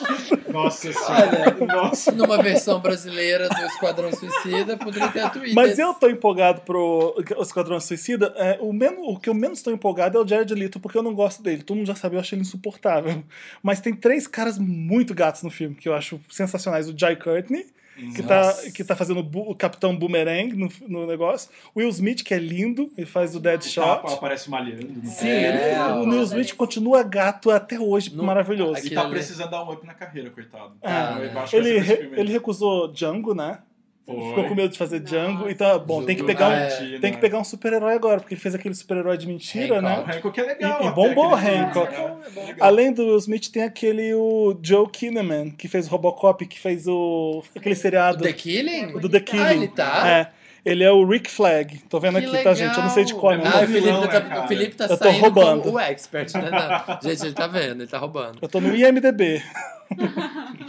Speaker 2: [LAUGHS]
Speaker 4: Nossa
Speaker 2: Olha.
Speaker 4: senhora. Nossa.
Speaker 2: Numa versão brasileira do Esquadrão Suicida, poderia ter a Twitters.
Speaker 1: Mas eu tô empolgado pro Esquadrão Suicida. é, o, men- o que eu menos tô empolgado é o Jared Leto, porque eu não gosto dele. Todo mundo já sabe, eu acho ele insuportável. Mas tem três caras muito gatos no filme, que eu acho sensacionais. O Jai Courtney, que tá,
Speaker 2: Nossa.
Speaker 1: que tá fazendo o bu- o Capitão Boomerang no, no negócio. Will Smith, que é lindo, ele faz o Deadshot.
Speaker 4: Tá, aparece malhando. né?
Speaker 1: Sim,
Speaker 2: É,
Speaker 1: ele-
Speaker 2: ó.
Speaker 1: o Will Smith continua gato até hoje,
Speaker 2: No-
Speaker 1: maravilhoso.
Speaker 4: Ele
Speaker 2: Aquele
Speaker 4: tá
Speaker 2: ali.
Speaker 4: precisando dar um up na carreira, coitado.
Speaker 1: Ah,
Speaker 4: Eu acho que
Speaker 1: Ele,
Speaker 4: vai
Speaker 1: re-
Speaker 4: ser esse filme aí.
Speaker 1: ele recusou Django, né?
Speaker 4: Foi.
Speaker 1: Ficou com medo de fazer
Speaker 3: Nossa.
Speaker 1: Django. Então, bom, tem que pegar um,
Speaker 2: Ah,
Speaker 4: Tarantino,
Speaker 1: tem que
Speaker 4: é.
Speaker 1: pegar um super-herói agora, porque ele fez aquele super-herói de mentira,
Speaker 4: O
Speaker 1: né?
Speaker 2: Hancock.
Speaker 4: Hancock é legal.
Speaker 1: E- e
Speaker 4: até,
Speaker 1: bombou
Speaker 4: aquele
Speaker 1: o
Speaker 4: filme,
Speaker 1: Hancock.
Speaker 4: né?
Speaker 3: é
Speaker 2: É um
Speaker 1: Além do Will Smith, tem aquele o Joe Kinnaman, que fez Robocop, que fez o aquele seriado
Speaker 2: The Killing?
Speaker 1: do The Killing.
Speaker 2: Ah, ele tá?
Speaker 1: É. Ele é o Rick Flag. Tô vendo
Speaker 2: Que
Speaker 1: aqui, tá,
Speaker 2: legal.
Speaker 1: gente? Eu não sei de qual.
Speaker 4: É
Speaker 1: eu
Speaker 4: um
Speaker 2: Ah,
Speaker 1: nunca
Speaker 2: o
Speaker 1: vi,
Speaker 2: Felipe,
Speaker 1: não.
Speaker 4: vilão,
Speaker 2: tá,
Speaker 4: né, cara?
Speaker 2: o Felipe tá
Speaker 1: Eu tô
Speaker 2: saindo
Speaker 1: roubando.
Speaker 2: como o expert, né? Não. Gente, ele tá vendo, ele tá roubando.
Speaker 1: Eu tô no IMDB.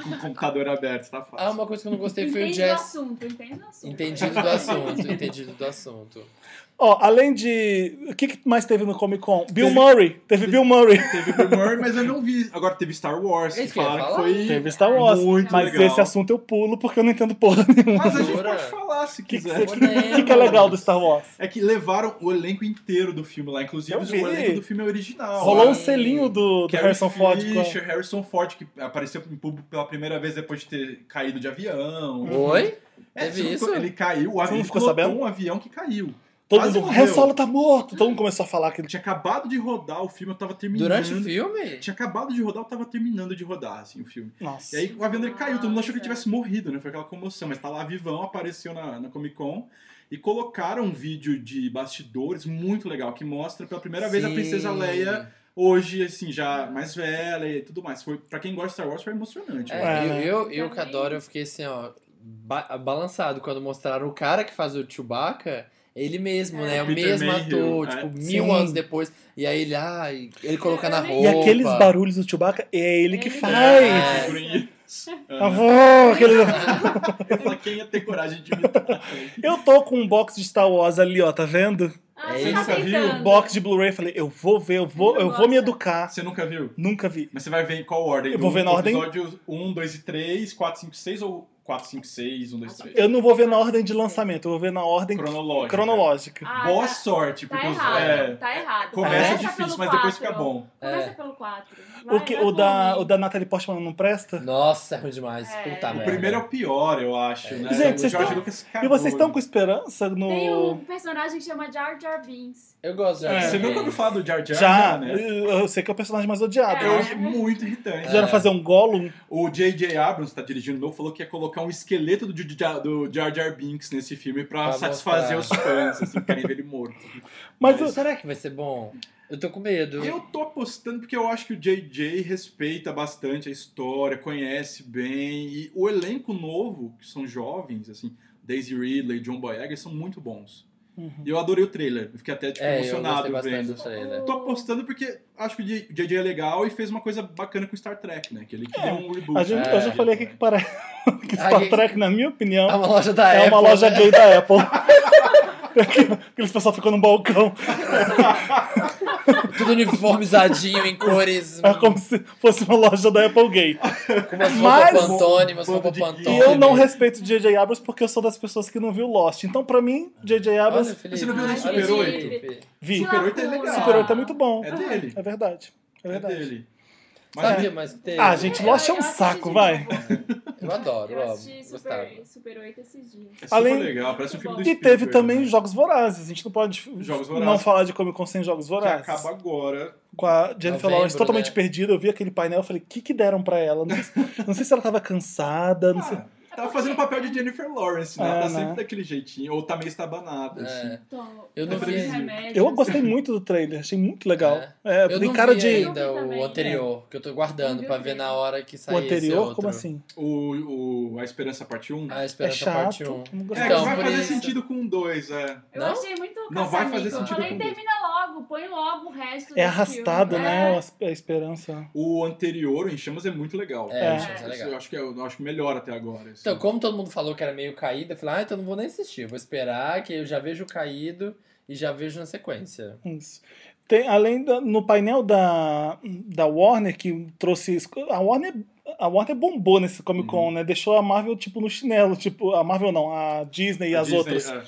Speaker 4: Com o computador aberto, tá fácil.
Speaker 2: Ah, uma coisa que eu não gostei foi o
Speaker 3: Entende o
Speaker 2: Jess.
Speaker 3: assunto, entende o assunto. Ah,
Speaker 2: Entendido do assunto, entendido do assunto.
Speaker 1: Ó, além de. O que, que mais teve no Comic Con? Bill Murray. Teve Bill Murray.
Speaker 4: Teve Bill Murray, mas eu não vi. Agora teve Star Wars,
Speaker 2: É
Speaker 4: que
Speaker 2: isso que eu ia
Speaker 4: falaram que
Speaker 2: falar.
Speaker 4: foi.
Speaker 1: [LAUGHS] Teve Star Wars.
Speaker 4: Muito
Speaker 1: mas
Speaker 4: legal.
Speaker 1: esse assunto eu pulo porque eu não entendo porra nenhuma.
Speaker 4: Mas a gente
Speaker 2: Jura?
Speaker 4: pode falar se
Speaker 1: [LAUGHS] O que, que,
Speaker 4: quiser.
Speaker 1: você- que- que que é legal do Star Wars?
Speaker 4: É que levaram o elenco inteiro do filme lá, inclusive
Speaker 1: Eu vi.
Speaker 4: o elenco do filme original.
Speaker 1: Rolou
Speaker 4: lá.
Speaker 1: um selinho do, do
Speaker 4: Carrie
Speaker 1: Harrison Ford. com a-
Speaker 4: Fisher, Harrison Ford, que apareceu em público pela primeira vez depois de ter caído de avião.
Speaker 1: Uhum.
Speaker 2: Oi?
Speaker 4: É,
Speaker 2: Hum, Teve
Speaker 4: tipo,
Speaker 2: isso?
Speaker 4: Ele caiu, o avião
Speaker 1: não ficou
Speaker 4: pilotou
Speaker 1: sabendo?
Speaker 4: um avião que caiu.
Speaker 1: Todo
Speaker 4: quase
Speaker 1: mundo,
Speaker 4: morreu.
Speaker 1: Han Solo tá morto. Todo mundo começou a falar que
Speaker 4: Eu
Speaker 1: ele
Speaker 4: tinha acabado de rodar o filme, eu tava terminando.
Speaker 2: Durante
Speaker 1: Uhum.
Speaker 2: o filme?
Speaker 4: Tinha acabado de rodar, eu tava terminando de rodar, assim, o filme.
Speaker 1: tinha. Nossa.
Speaker 4: E aí o avião dele caiu, todo mundo achou que ele
Speaker 3: Nossa.
Speaker 4: tivesse morrido, né? Foi aquela comoção, mas tá lá vivão, apareceu na, na Comic Con. E colocaram um vídeo de bastidores muito legal, que mostra pela primeira vez a
Speaker 2: Sim.
Speaker 4: Princesa Leia hoje, assim, já mais velha e tudo mais. Foi, pra quem gosta de Star Wars, foi emocionante. né?
Speaker 2: É,
Speaker 1: É.
Speaker 2: Eu, eu, eu que adoro, eu fiquei assim, ó, ba- balançado quando mostraram o cara que faz o Chewbacca, ele mesmo,
Speaker 3: É.
Speaker 2: né? O
Speaker 4: Peter
Speaker 2: mesmo
Speaker 4: Mayhew,
Speaker 2: ator,
Speaker 4: é.
Speaker 2: tipo, mil
Speaker 1: Sim.
Speaker 2: anos depois. E aí ele, ah, ele coloca na
Speaker 3: E
Speaker 2: roupa.
Speaker 1: E aqueles barulhos do Chewbacca é ele que
Speaker 3: Ele
Speaker 1: faz.
Speaker 2: faz.
Speaker 4: Os figurinhas.
Speaker 1: Tá bom, aquele-
Speaker 4: É, pra quem ia ter coragem de imitar. né?
Speaker 1: Eu tô com um box de Star Wars ali, ó, tá vendo? Um
Speaker 3: Ah,
Speaker 2: É
Speaker 3: você tá
Speaker 4: isso, viu?
Speaker 3: tentando.
Speaker 1: Box de Blu-ray, falei, eu vou ver, eu vou,
Speaker 3: Ele
Speaker 1: eu vou me
Speaker 3: gosta.
Speaker 1: educar.
Speaker 4: Você nunca viu?
Speaker 1: Nunca vi.
Speaker 4: Mas você vai ver em qual ordem?
Speaker 1: Eu vou ver na ordem-
Speaker 4: Episódio 1, 2 e 3, 4, 5, 6 ou 4, 5, 6, 1, 2, 3?
Speaker 1: Eu não vou ver na ordem de lançamento, eu vou ver na ordem
Speaker 4: Cronológico.
Speaker 1: cronológica.
Speaker 3: Ah,
Speaker 4: Boa
Speaker 3: tá-
Speaker 4: sorte,
Speaker 3: Tá
Speaker 4: porque os-
Speaker 3: errado,
Speaker 4: é,
Speaker 3: tá errado.
Speaker 4: começa
Speaker 2: É?
Speaker 4: difícil,
Speaker 3: pelo
Speaker 4: mas depois
Speaker 3: quatro.
Speaker 4: fica bom.
Speaker 3: Começa
Speaker 2: É.
Speaker 3: pelo 4.
Speaker 1: O, que, o, da, o da Natalie Portman não presta?
Speaker 2: Nossa, é ruim demais.
Speaker 3: É.
Speaker 2: Puta
Speaker 3: O
Speaker 4: O
Speaker 2: merda.
Speaker 4: primeiro é o pior, eu acho.
Speaker 2: É.
Speaker 4: Né?
Speaker 1: Gente,
Speaker 4: o
Speaker 1: vocês
Speaker 4: George
Speaker 1: estão-
Speaker 4: Lucas
Speaker 1: E
Speaker 4: cagou.
Speaker 1: vocês estão com esperança no.
Speaker 3: Tem um personagem que chama Jar Jar Binks.
Speaker 2: Eu gosto de
Speaker 1: É.
Speaker 4: Você nunca ouviu
Speaker 2: Binks.
Speaker 4: falar do Jar Jar?
Speaker 1: Já,
Speaker 4: né?
Speaker 1: eu sei que é o personagem mais odiado.
Speaker 4: Eu
Speaker 1: né?
Speaker 4: achei muito irritante.
Speaker 1: Quiseram
Speaker 2: É.
Speaker 1: fazer um Gollum?
Speaker 4: O J.J. Abrams, que tá dirigindo novo, falou que ia colocar um esqueleto do, J- J- do Jar Jar Binks nesse filme pra,
Speaker 2: Pra
Speaker 4: satisfazer
Speaker 2: mostrar.
Speaker 4: os fãs, assim, que querem ver ele morto.
Speaker 1: Mas eu-
Speaker 2: Será que vai ser bom? Eu tô com medo.
Speaker 4: Eu tô apostando porque eu acho que o JJ respeita bastante a história, conhece bem. E o elenco novo, que são jovens, assim, Daisy Ridley, John Boyega, são muito bons.
Speaker 1: Uhum.
Speaker 4: E eu adorei o trailer, eu fiquei até tipo,
Speaker 2: é, eu
Speaker 4: emocionado
Speaker 2: gostei bastante né? do
Speaker 4: vendo.
Speaker 1: É
Speaker 2: trailer.
Speaker 4: Tô apostando porque acho que o JJ é legal e fez uma coisa bacana com Star Trek, né? Que ele que
Speaker 1: É,
Speaker 4: deu um reboot.
Speaker 1: A gente,
Speaker 2: É.
Speaker 1: eu já falei aqui que parece [LAUGHS] que
Speaker 2: Ah,
Speaker 1: Star
Speaker 2: que-
Speaker 1: Trek, na minha opinião,
Speaker 2: É uma loja
Speaker 4: Ah,
Speaker 2: da
Speaker 1: é
Speaker 2: Apple.
Speaker 1: uma loja
Speaker 2: né?
Speaker 1: [LAUGHS] gay da Apple. Aqueles pessoal ficam num balcão.
Speaker 2: Tudo uniformizadinho em cores.
Speaker 1: É como se fosse uma loja da Applegate.
Speaker 2: Com umas
Speaker 1: Mas-
Speaker 2: roupas Pantone, umas
Speaker 4: Bando
Speaker 2: roupas
Speaker 4: de
Speaker 2: Pantone.
Speaker 1: E eu não
Speaker 2: né?
Speaker 1: respeito J.J. Abrams porque eu sou das pessoas que não viu Lost. Então, pra mim, J.J. Abrams,
Speaker 2: Olha, Felipe,
Speaker 4: Você não viu
Speaker 2: olha,
Speaker 4: nem Super
Speaker 2: Felipe.
Speaker 1: vi.
Speaker 4: Super 8 é legal.
Speaker 1: Super 8 é muito bom.
Speaker 4: É dele.
Speaker 1: É verdade. [LAUGHS] É
Speaker 4: É
Speaker 1: verdade.
Speaker 4: dele. Mas
Speaker 2: Sabia, mas teve.
Speaker 1: Ah, gente, Lost é um
Speaker 3: Eu assisti
Speaker 1: saco,
Speaker 3: de
Speaker 1: vai.
Speaker 3: novo.
Speaker 2: Eu adoro, eu
Speaker 3: Eu
Speaker 2: amo.
Speaker 3: assisti
Speaker 2: Gostava.
Speaker 3: Super, Super 8 esses dias.
Speaker 4: é super
Speaker 1: Além-
Speaker 4: legal, parece um filme do
Speaker 1: E
Speaker 4: Spielberg.
Speaker 1: teve também
Speaker 4: né?
Speaker 1: Jogos Vorazes. A gente não pode
Speaker 4: Jogos
Speaker 1: não
Speaker 4: Vorazes.
Speaker 1: falar de Comic Con sem Jogos
Speaker 4: Que
Speaker 1: Vorazes.
Speaker 4: acaba agora.
Speaker 1: Com a Jennifer
Speaker 2: Novembro,
Speaker 1: Lawrence totalmente
Speaker 2: né?
Speaker 1: perdida. Eu vi aquele painel, eu falei, o que que deram pra ela? Não sei, não sei se ela tava cansada, não sei.
Speaker 4: Ah, tava fazendo papel de Jennifer Lawrence, né?
Speaker 1: É,
Speaker 4: Ela tá
Speaker 1: né?
Speaker 4: sempre daquele jeitinho. Ou tá meio estabanada, assim.
Speaker 2: É.
Speaker 3: Então,
Speaker 2: Eu
Speaker 4: não
Speaker 3: todos
Speaker 4: vi.
Speaker 3: os remédios.
Speaker 1: Eu gostei muito do trailer, achei muito legal.
Speaker 2: É.
Speaker 1: É,
Speaker 2: Eu
Speaker 1: tem
Speaker 2: não
Speaker 1: cara
Speaker 2: vi
Speaker 1: de.
Speaker 2: ainda
Speaker 3: Eu também,
Speaker 2: o anterior, que eu tô guardando
Speaker 3: Eu
Speaker 2: pra
Speaker 3: vi
Speaker 2: ver
Speaker 3: o
Speaker 2: na hora que
Speaker 1: O
Speaker 2: sair esse
Speaker 1: anterior,
Speaker 2: outro.
Speaker 1: como assim?
Speaker 4: O, o A Esperança Parte 1.
Speaker 2: Ah,
Speaker 1: É
Speaker 2: Esperança Parte
Speaker 1: chato.
Speaker 2: 1.
Speaker 1: não
Speaker 4: É,
Speaker 1: gostei.
Speaker 4: que
Speaker 2: Então,
Speaker 4: vai
Speaker 2: por
Speaker 4: fazer
Speaker 2: isso.
Speaker 4: sentido com o 2, é.
Speaker 3: Eu
Speaker 2: Não?
Speaker 3: achei muito
Speaker 4: Não vai fazer
Speaker 3: caça-níquel.
Speaker 4: sentido
Speaker 3: Eu falei,
Speaker 4: com isso.
Speaker 3: termina logo, põe logo o resto
Speaker 4: um
Speaker 3: do
Speaker 1: É arrastado,
Speaker 3: filme.
Speaker 1: né?
Speaker 3: É.
Speaker 1: A a esperança.
Speaker 4: O anterior, o Em Chamas, é muito legal.
Speaker 2: É,
Speaker 1: É.
Speaker 2: o Chaves é legal.
Speaker 4: Eu acho que é- eu acho melhor até agora. assim.
Speaker 2: Então, como todo mundo falou que era meio caído, eu falei, ah, então não vou nem assistir. eu Vou esperar que eu já vejo o caído e já vejo na sequência.
Speaker 1: Isso. Tem, além da, no painel da, da Warner, que trouxe. isso- A Warner, a Warner bombou nesse Comic
Speaker 2: Uhum.
Speaker 1: Con, né? Deixou a Marvel, tipo, no chinelo. Tipo, a Marvel não, a Disney e
Speaker 4: A
Speaker 1: as
Speaker 4: Disney,
Speaker 1: outras.
Speaker 4: é.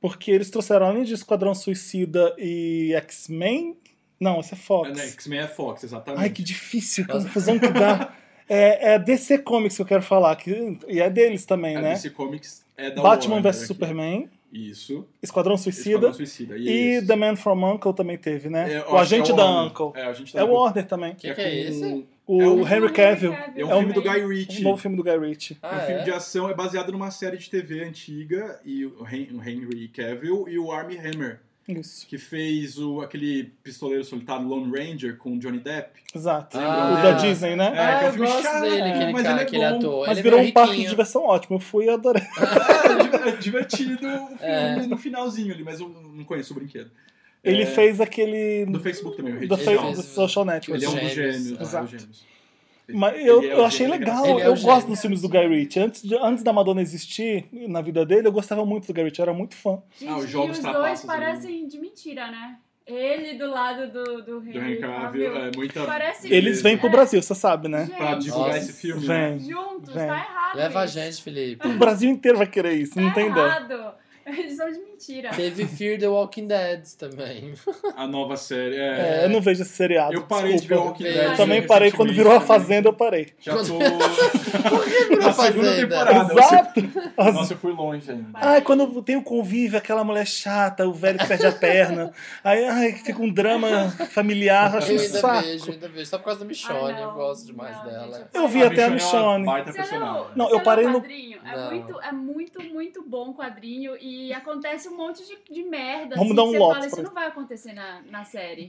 Speaker 1: Porque eles trouxeram, além de Esquadrão Suicida e X-Men. Não, essa é
Speaker 4: É,
Speaker 1: Fox.
Speaker 4: né, X-Men é Fox, exatamente.
Speaker 1: Ai, que difícil, que
Speaker 2: Nossa.
Speaker 1: confusão que
Speaker 4: [LAUGHS]
Speaker 1: dá. É, é a DC Comics que eu quero falar, que, e é deles também,
Speaker 4: a
Speaker 1: né?
Speaker 4: DC Comics é da
Speaker 1: Batman
Speaker 4: Warner
Speaker 1: vs
Speaker 4: aqui.
Speaker 1: Superman,
Speaker 4: Isso.
Speaker 1: Esquadrão Suicida
Speaker 4: Esquadrão Suicida.
Speaker 1: e
Speaker 4: isso.
Speaker 1: The Man from Uncle também teve, né?
Speaker 4: É, eu
Speaker 1: o
Speaker 4: acho que é
Speaker 1: Agente da
Speaker 4: Warner.
Speaker 1: Uncle.
Speaker 4: É, o Agente da
Speaker 1: É o
Speaker 4: Uncle.
Speaker 1: Warner também.
Speaker 2: Que que é esse?
Speaker 1: O
Speaker 4: É um
Speaker 1: Henry Cavill.
Speaker 4: É um
Speaker 1: É um-
Speaker 4: filme do Guy
Speaker 1: Um
Speaker 4: Ritchie.
Speaker 1: novo filme do Guy Ritchie.
Speaker 4: É um
Speaker 2: Ah,
Speaker 4: filme
Speaker 2: é?
Speaker 4: de ação, é baseado numa série de TV antiga, e o Hen- o Henry Cavill e o Armie Hammer,
Speaker 1: Isso,
Speaker 4: que fez o, aquele pistoleiro solitário Lone Ranger com o Johnny
Speaker 1: [LAUGHS]
Speaker 4: Depp.
Speaker 1: exato.
Speaker 2: Ah.
Speaker 1: o da Disney, né?
Speaker 4: É,
Speaker 2: ah,
Speaker 4: que é um
Speaker 2: eu
Speaker 4: filme
Speaker 2: gosto
Speaker 4: chato,
Speaker 2: dele, aquele
Speaker 4: mas
Speaker 2: cara,
Speaker 4: ele é
Speaker 2: aquele
Speaker 4: bom.
Speaker 2: ator.
Speaker 1: Mas
Speaker 2: ele é
Speaker 1: virou
Speaker 2: meio
Speaker 1: um parque de
Speaker 2: riquinho.
Speaker 1: diversão ótimo. Eu fui e adorei.
Speaker 4: É, é divertido o filme
Speaker 2: É.
Speaker 4: no finalzinho ali, mas eu não conheço o brinquedo.
Speaker 1: Ele
Speaker 4: É,
Speaker 1: fez aquele.
Speaker 4: Do Facebook também, o
Speaker 1: do,
Speaker 4: Rede
Speaker 2: Face-
Speaker 1: Facebook, do
Speaker 4: Social.
Speaker 2: fez-
Speaker 1: Social Network.
Speaker 4: é Ele é um dos
Speaker 2: Gêmeos,
Speaker 4: gêmeos. né,
Speaker 1: exato.
Speaker 4: os gêmeos.
Speaker 1: Mas
Speaker 4: Ele
Speaker 1: eu,
Speaker 4: é um o
Speaker 1: eu achei
Speaker 4: gênio
Speaker 1: legal,
Speaker 2: Ele é
Speaker 1: eu
Speaker 2: o
Speaker 1: gosto
Speaker 2: gênio.
Speaker 1: dos filmes do Guy Ritchie. Antes, de- antes da Madonna existir na vida dele, eu gostava muito do Guy Ritchie, eu era muito fã.
Speaker 3: Gente,
Speaker 4: Ah, os jogos
Speaker 3: e os
Speaker 4: trapaços
Speaker 3: dois
Speaker 4: ali.
Speaker 3: parecem de mentira, né? Ele do lado do, do
Speaker 4: Do
Speaker 3: Henry
Speaker 4: Henry Cavill,
Speaker 3: Cavill.
Speaker 4: é muita...
Speaker 3: Parece-
Speaker 1: Eles vêm pro
Speaker 3: É.
Speaker 1: Brasil, você sabe, né?
Speaker 3: Gente,
Speaker 4: Pra divulgar
Speaker 2: Nossa.
Speaker 4: esse filme, né?
Speaker 1: Vem.
Speaker 3: Juntos,
Speaker 1: Vem.
Speaker 3: tá errado.
Speaker 2: Leva a
Speaker 3: isso.
Speaker 2: gente, Felipe.
Speaker 1: O Brasil inteiro vai querer isso, não
Speaker 3: tá
Speaker 1: tem ideia.
Speaker 3: errado. [LAUGHS] Eles são de mentira.
Speaker 2: Teve Fear the Walking Dead
Speaker 4: [LAUGHS]
Speaker 2: também.
Speaker 4: A nova série. É.
Speaker 1: É, eu não vejo esse seriado.
Speaker 4: eu parei de ver
Speaker 1: desculpa.
Speaker 4: Walking
Speaker 2: Eu
Speaker 4: Dead.
Speaker 1: Também parei quando virou a Fazenda, eu parei.
Speaker 4: Já tô.
Speaker 2: virou
Speaker 4: Na segunda
Speaker 2: Fazenda?
Speaker 4: temporada.
Speaker 1: Exato!
Speaker 4: Eu-
Speaker 1: As-
Speaker 4: Nossa, eu fui longe ainda.
Speaker 1: Ai, quando tem o convívio, aquela mulher chata, o velho que perde a perna. Aí ai, fica um drama familiar, eu acho um
Speaker 2: Eu ainda
Speaker 1: saco.
Speaker 2: vejo, eu ainda vejo. Só por causa da Michonne,
Speaker 3: Ah,
Speaker 2: eu
Speaker 3: não.
Speaker 2: gosto demais
Speaker 3: Não,
Speaker 2: dela.
Speaker 3: gente,
Speaker 1: Eu vi até a Michonne.
Speaker 4: É uma baita
Speaker 3: Você não,
Speaker 4: personagem.
Speaker 1: Não,
Speaker 3: você
Speaker 1: eu parei
Speaker 3: é
Speaker 1: no-
Speaker 3: quadrinho.
Speaker 2: Não.
Speaker 3: É, muito, é muito, muito bom o quadrinho e acontece um monte de, de merda.
Speaker 1: Vamos
Speaker 3: assim,
Speaker 1: dar
Speaker 3: que
Speaker 1: um
Speaker 3: você
Speaker 1: lote
Speaker 3: fala,
Speaker 1: pra-
Speaker 3: isso não vai acontecer na, na série.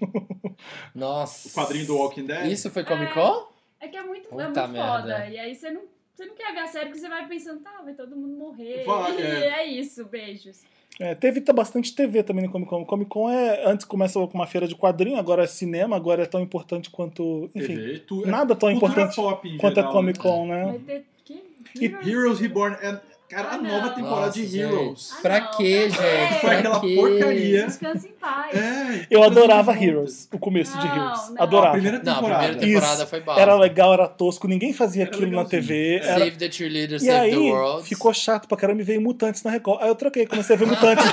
Speaker 2: Nossa.
Speaker 4: O quadrinho do Walking Dead.
Speaker 2: Isso foi Comic
Speaker 1: Ah,
Speaker 2: Con?
Speaker 3: É que é muito,
Speaker 2: Puta
Speaker 3: é muito
Speaker 2: merda.
Speaker 3: foda. E aí você não, você não quer ver a série porque você vai pensando, tá, vai todo mundo morrer.
Speaker 4: Vai,
Speaker 3: e
Speaker 4: é.
Speaker 3: é. isso, beijos.
Speaker 1: É, teve tá, bastante TV também no Comic Con. O Comic Con é. Antes começou com uma feira de quadrinho, agora é cinema, agora é tão importante quanto. Enfim,
Speaker 4: TV, tu, é
Speaker 1: nada tão
Speaker 4: cultura
Speaker 1: importante
Speaker 4: pop em
Speaker 1: quanto a
Speaker 4: geral,
Speaker 1: Comic
Speaker 4: né?
Speaker 1: Con, né?
Speaker 3: Vai ter. Que?
Speaker 1: E-
Speaker 4: Heroes Reborn é, cara, a
Speaker 3: Ah,
Speaker 4: nova
Speaker 3: não.
Speaker 4: temporada
Speaker 2: Nossa,
Speaker 4: de
Speaker 2: gente.
Speaker 4: Heroes.
Speaker 3: Ah,
Speaker 2: Pra
Speaker 3: não,
Speaker 2: quê,
Speaker 3: pra
Speaker 2: gente?
Speaker 3: quê?
Speaker 4: Foi aquela
Speaker 2: Pra quê?
Speaker 4: porcaria.
Speaker 3: Descansa em paz.
Speaker 4: É,
Speaker 1: Eu
Speaker 4: todas
Speaker 1: adorava
Speaker 4: as juntas.
Speaker 1: Heroes, o começo de
Speaker 3: Não,
Speaker 1: Heroes.
Speaker 3: Ah, não.
Speaker 4: A
Speaker 1: Adorava.
Speaker 4: primeira
Speaker 2: Não, a
Speaker 4: temporada.
Speaker 2: primeira temporada
Speaker 1: Isso.
Speaker 2: foi básica.
Speaker 1: Era legal, era tosco, ninguém fazia
Speaker 4: Era
Speaker 1: aquilo na
Speaker 4: legalzinho.
Speaker 1: TV.
Speaker 4: É.
Speaker 1: era-
Speaker 2: Save the Cheerleader,
Speaker 1: E
Speaker 2: Save the
Speaker 1: aí
Speaker 2: World.
Speaker 1: ficou chato pra caramba e veio Mutantes na Record. Aí eu troquei, comecei a
Speaker 4: [LAUGHS]
Speaker 1: ver Mutantes.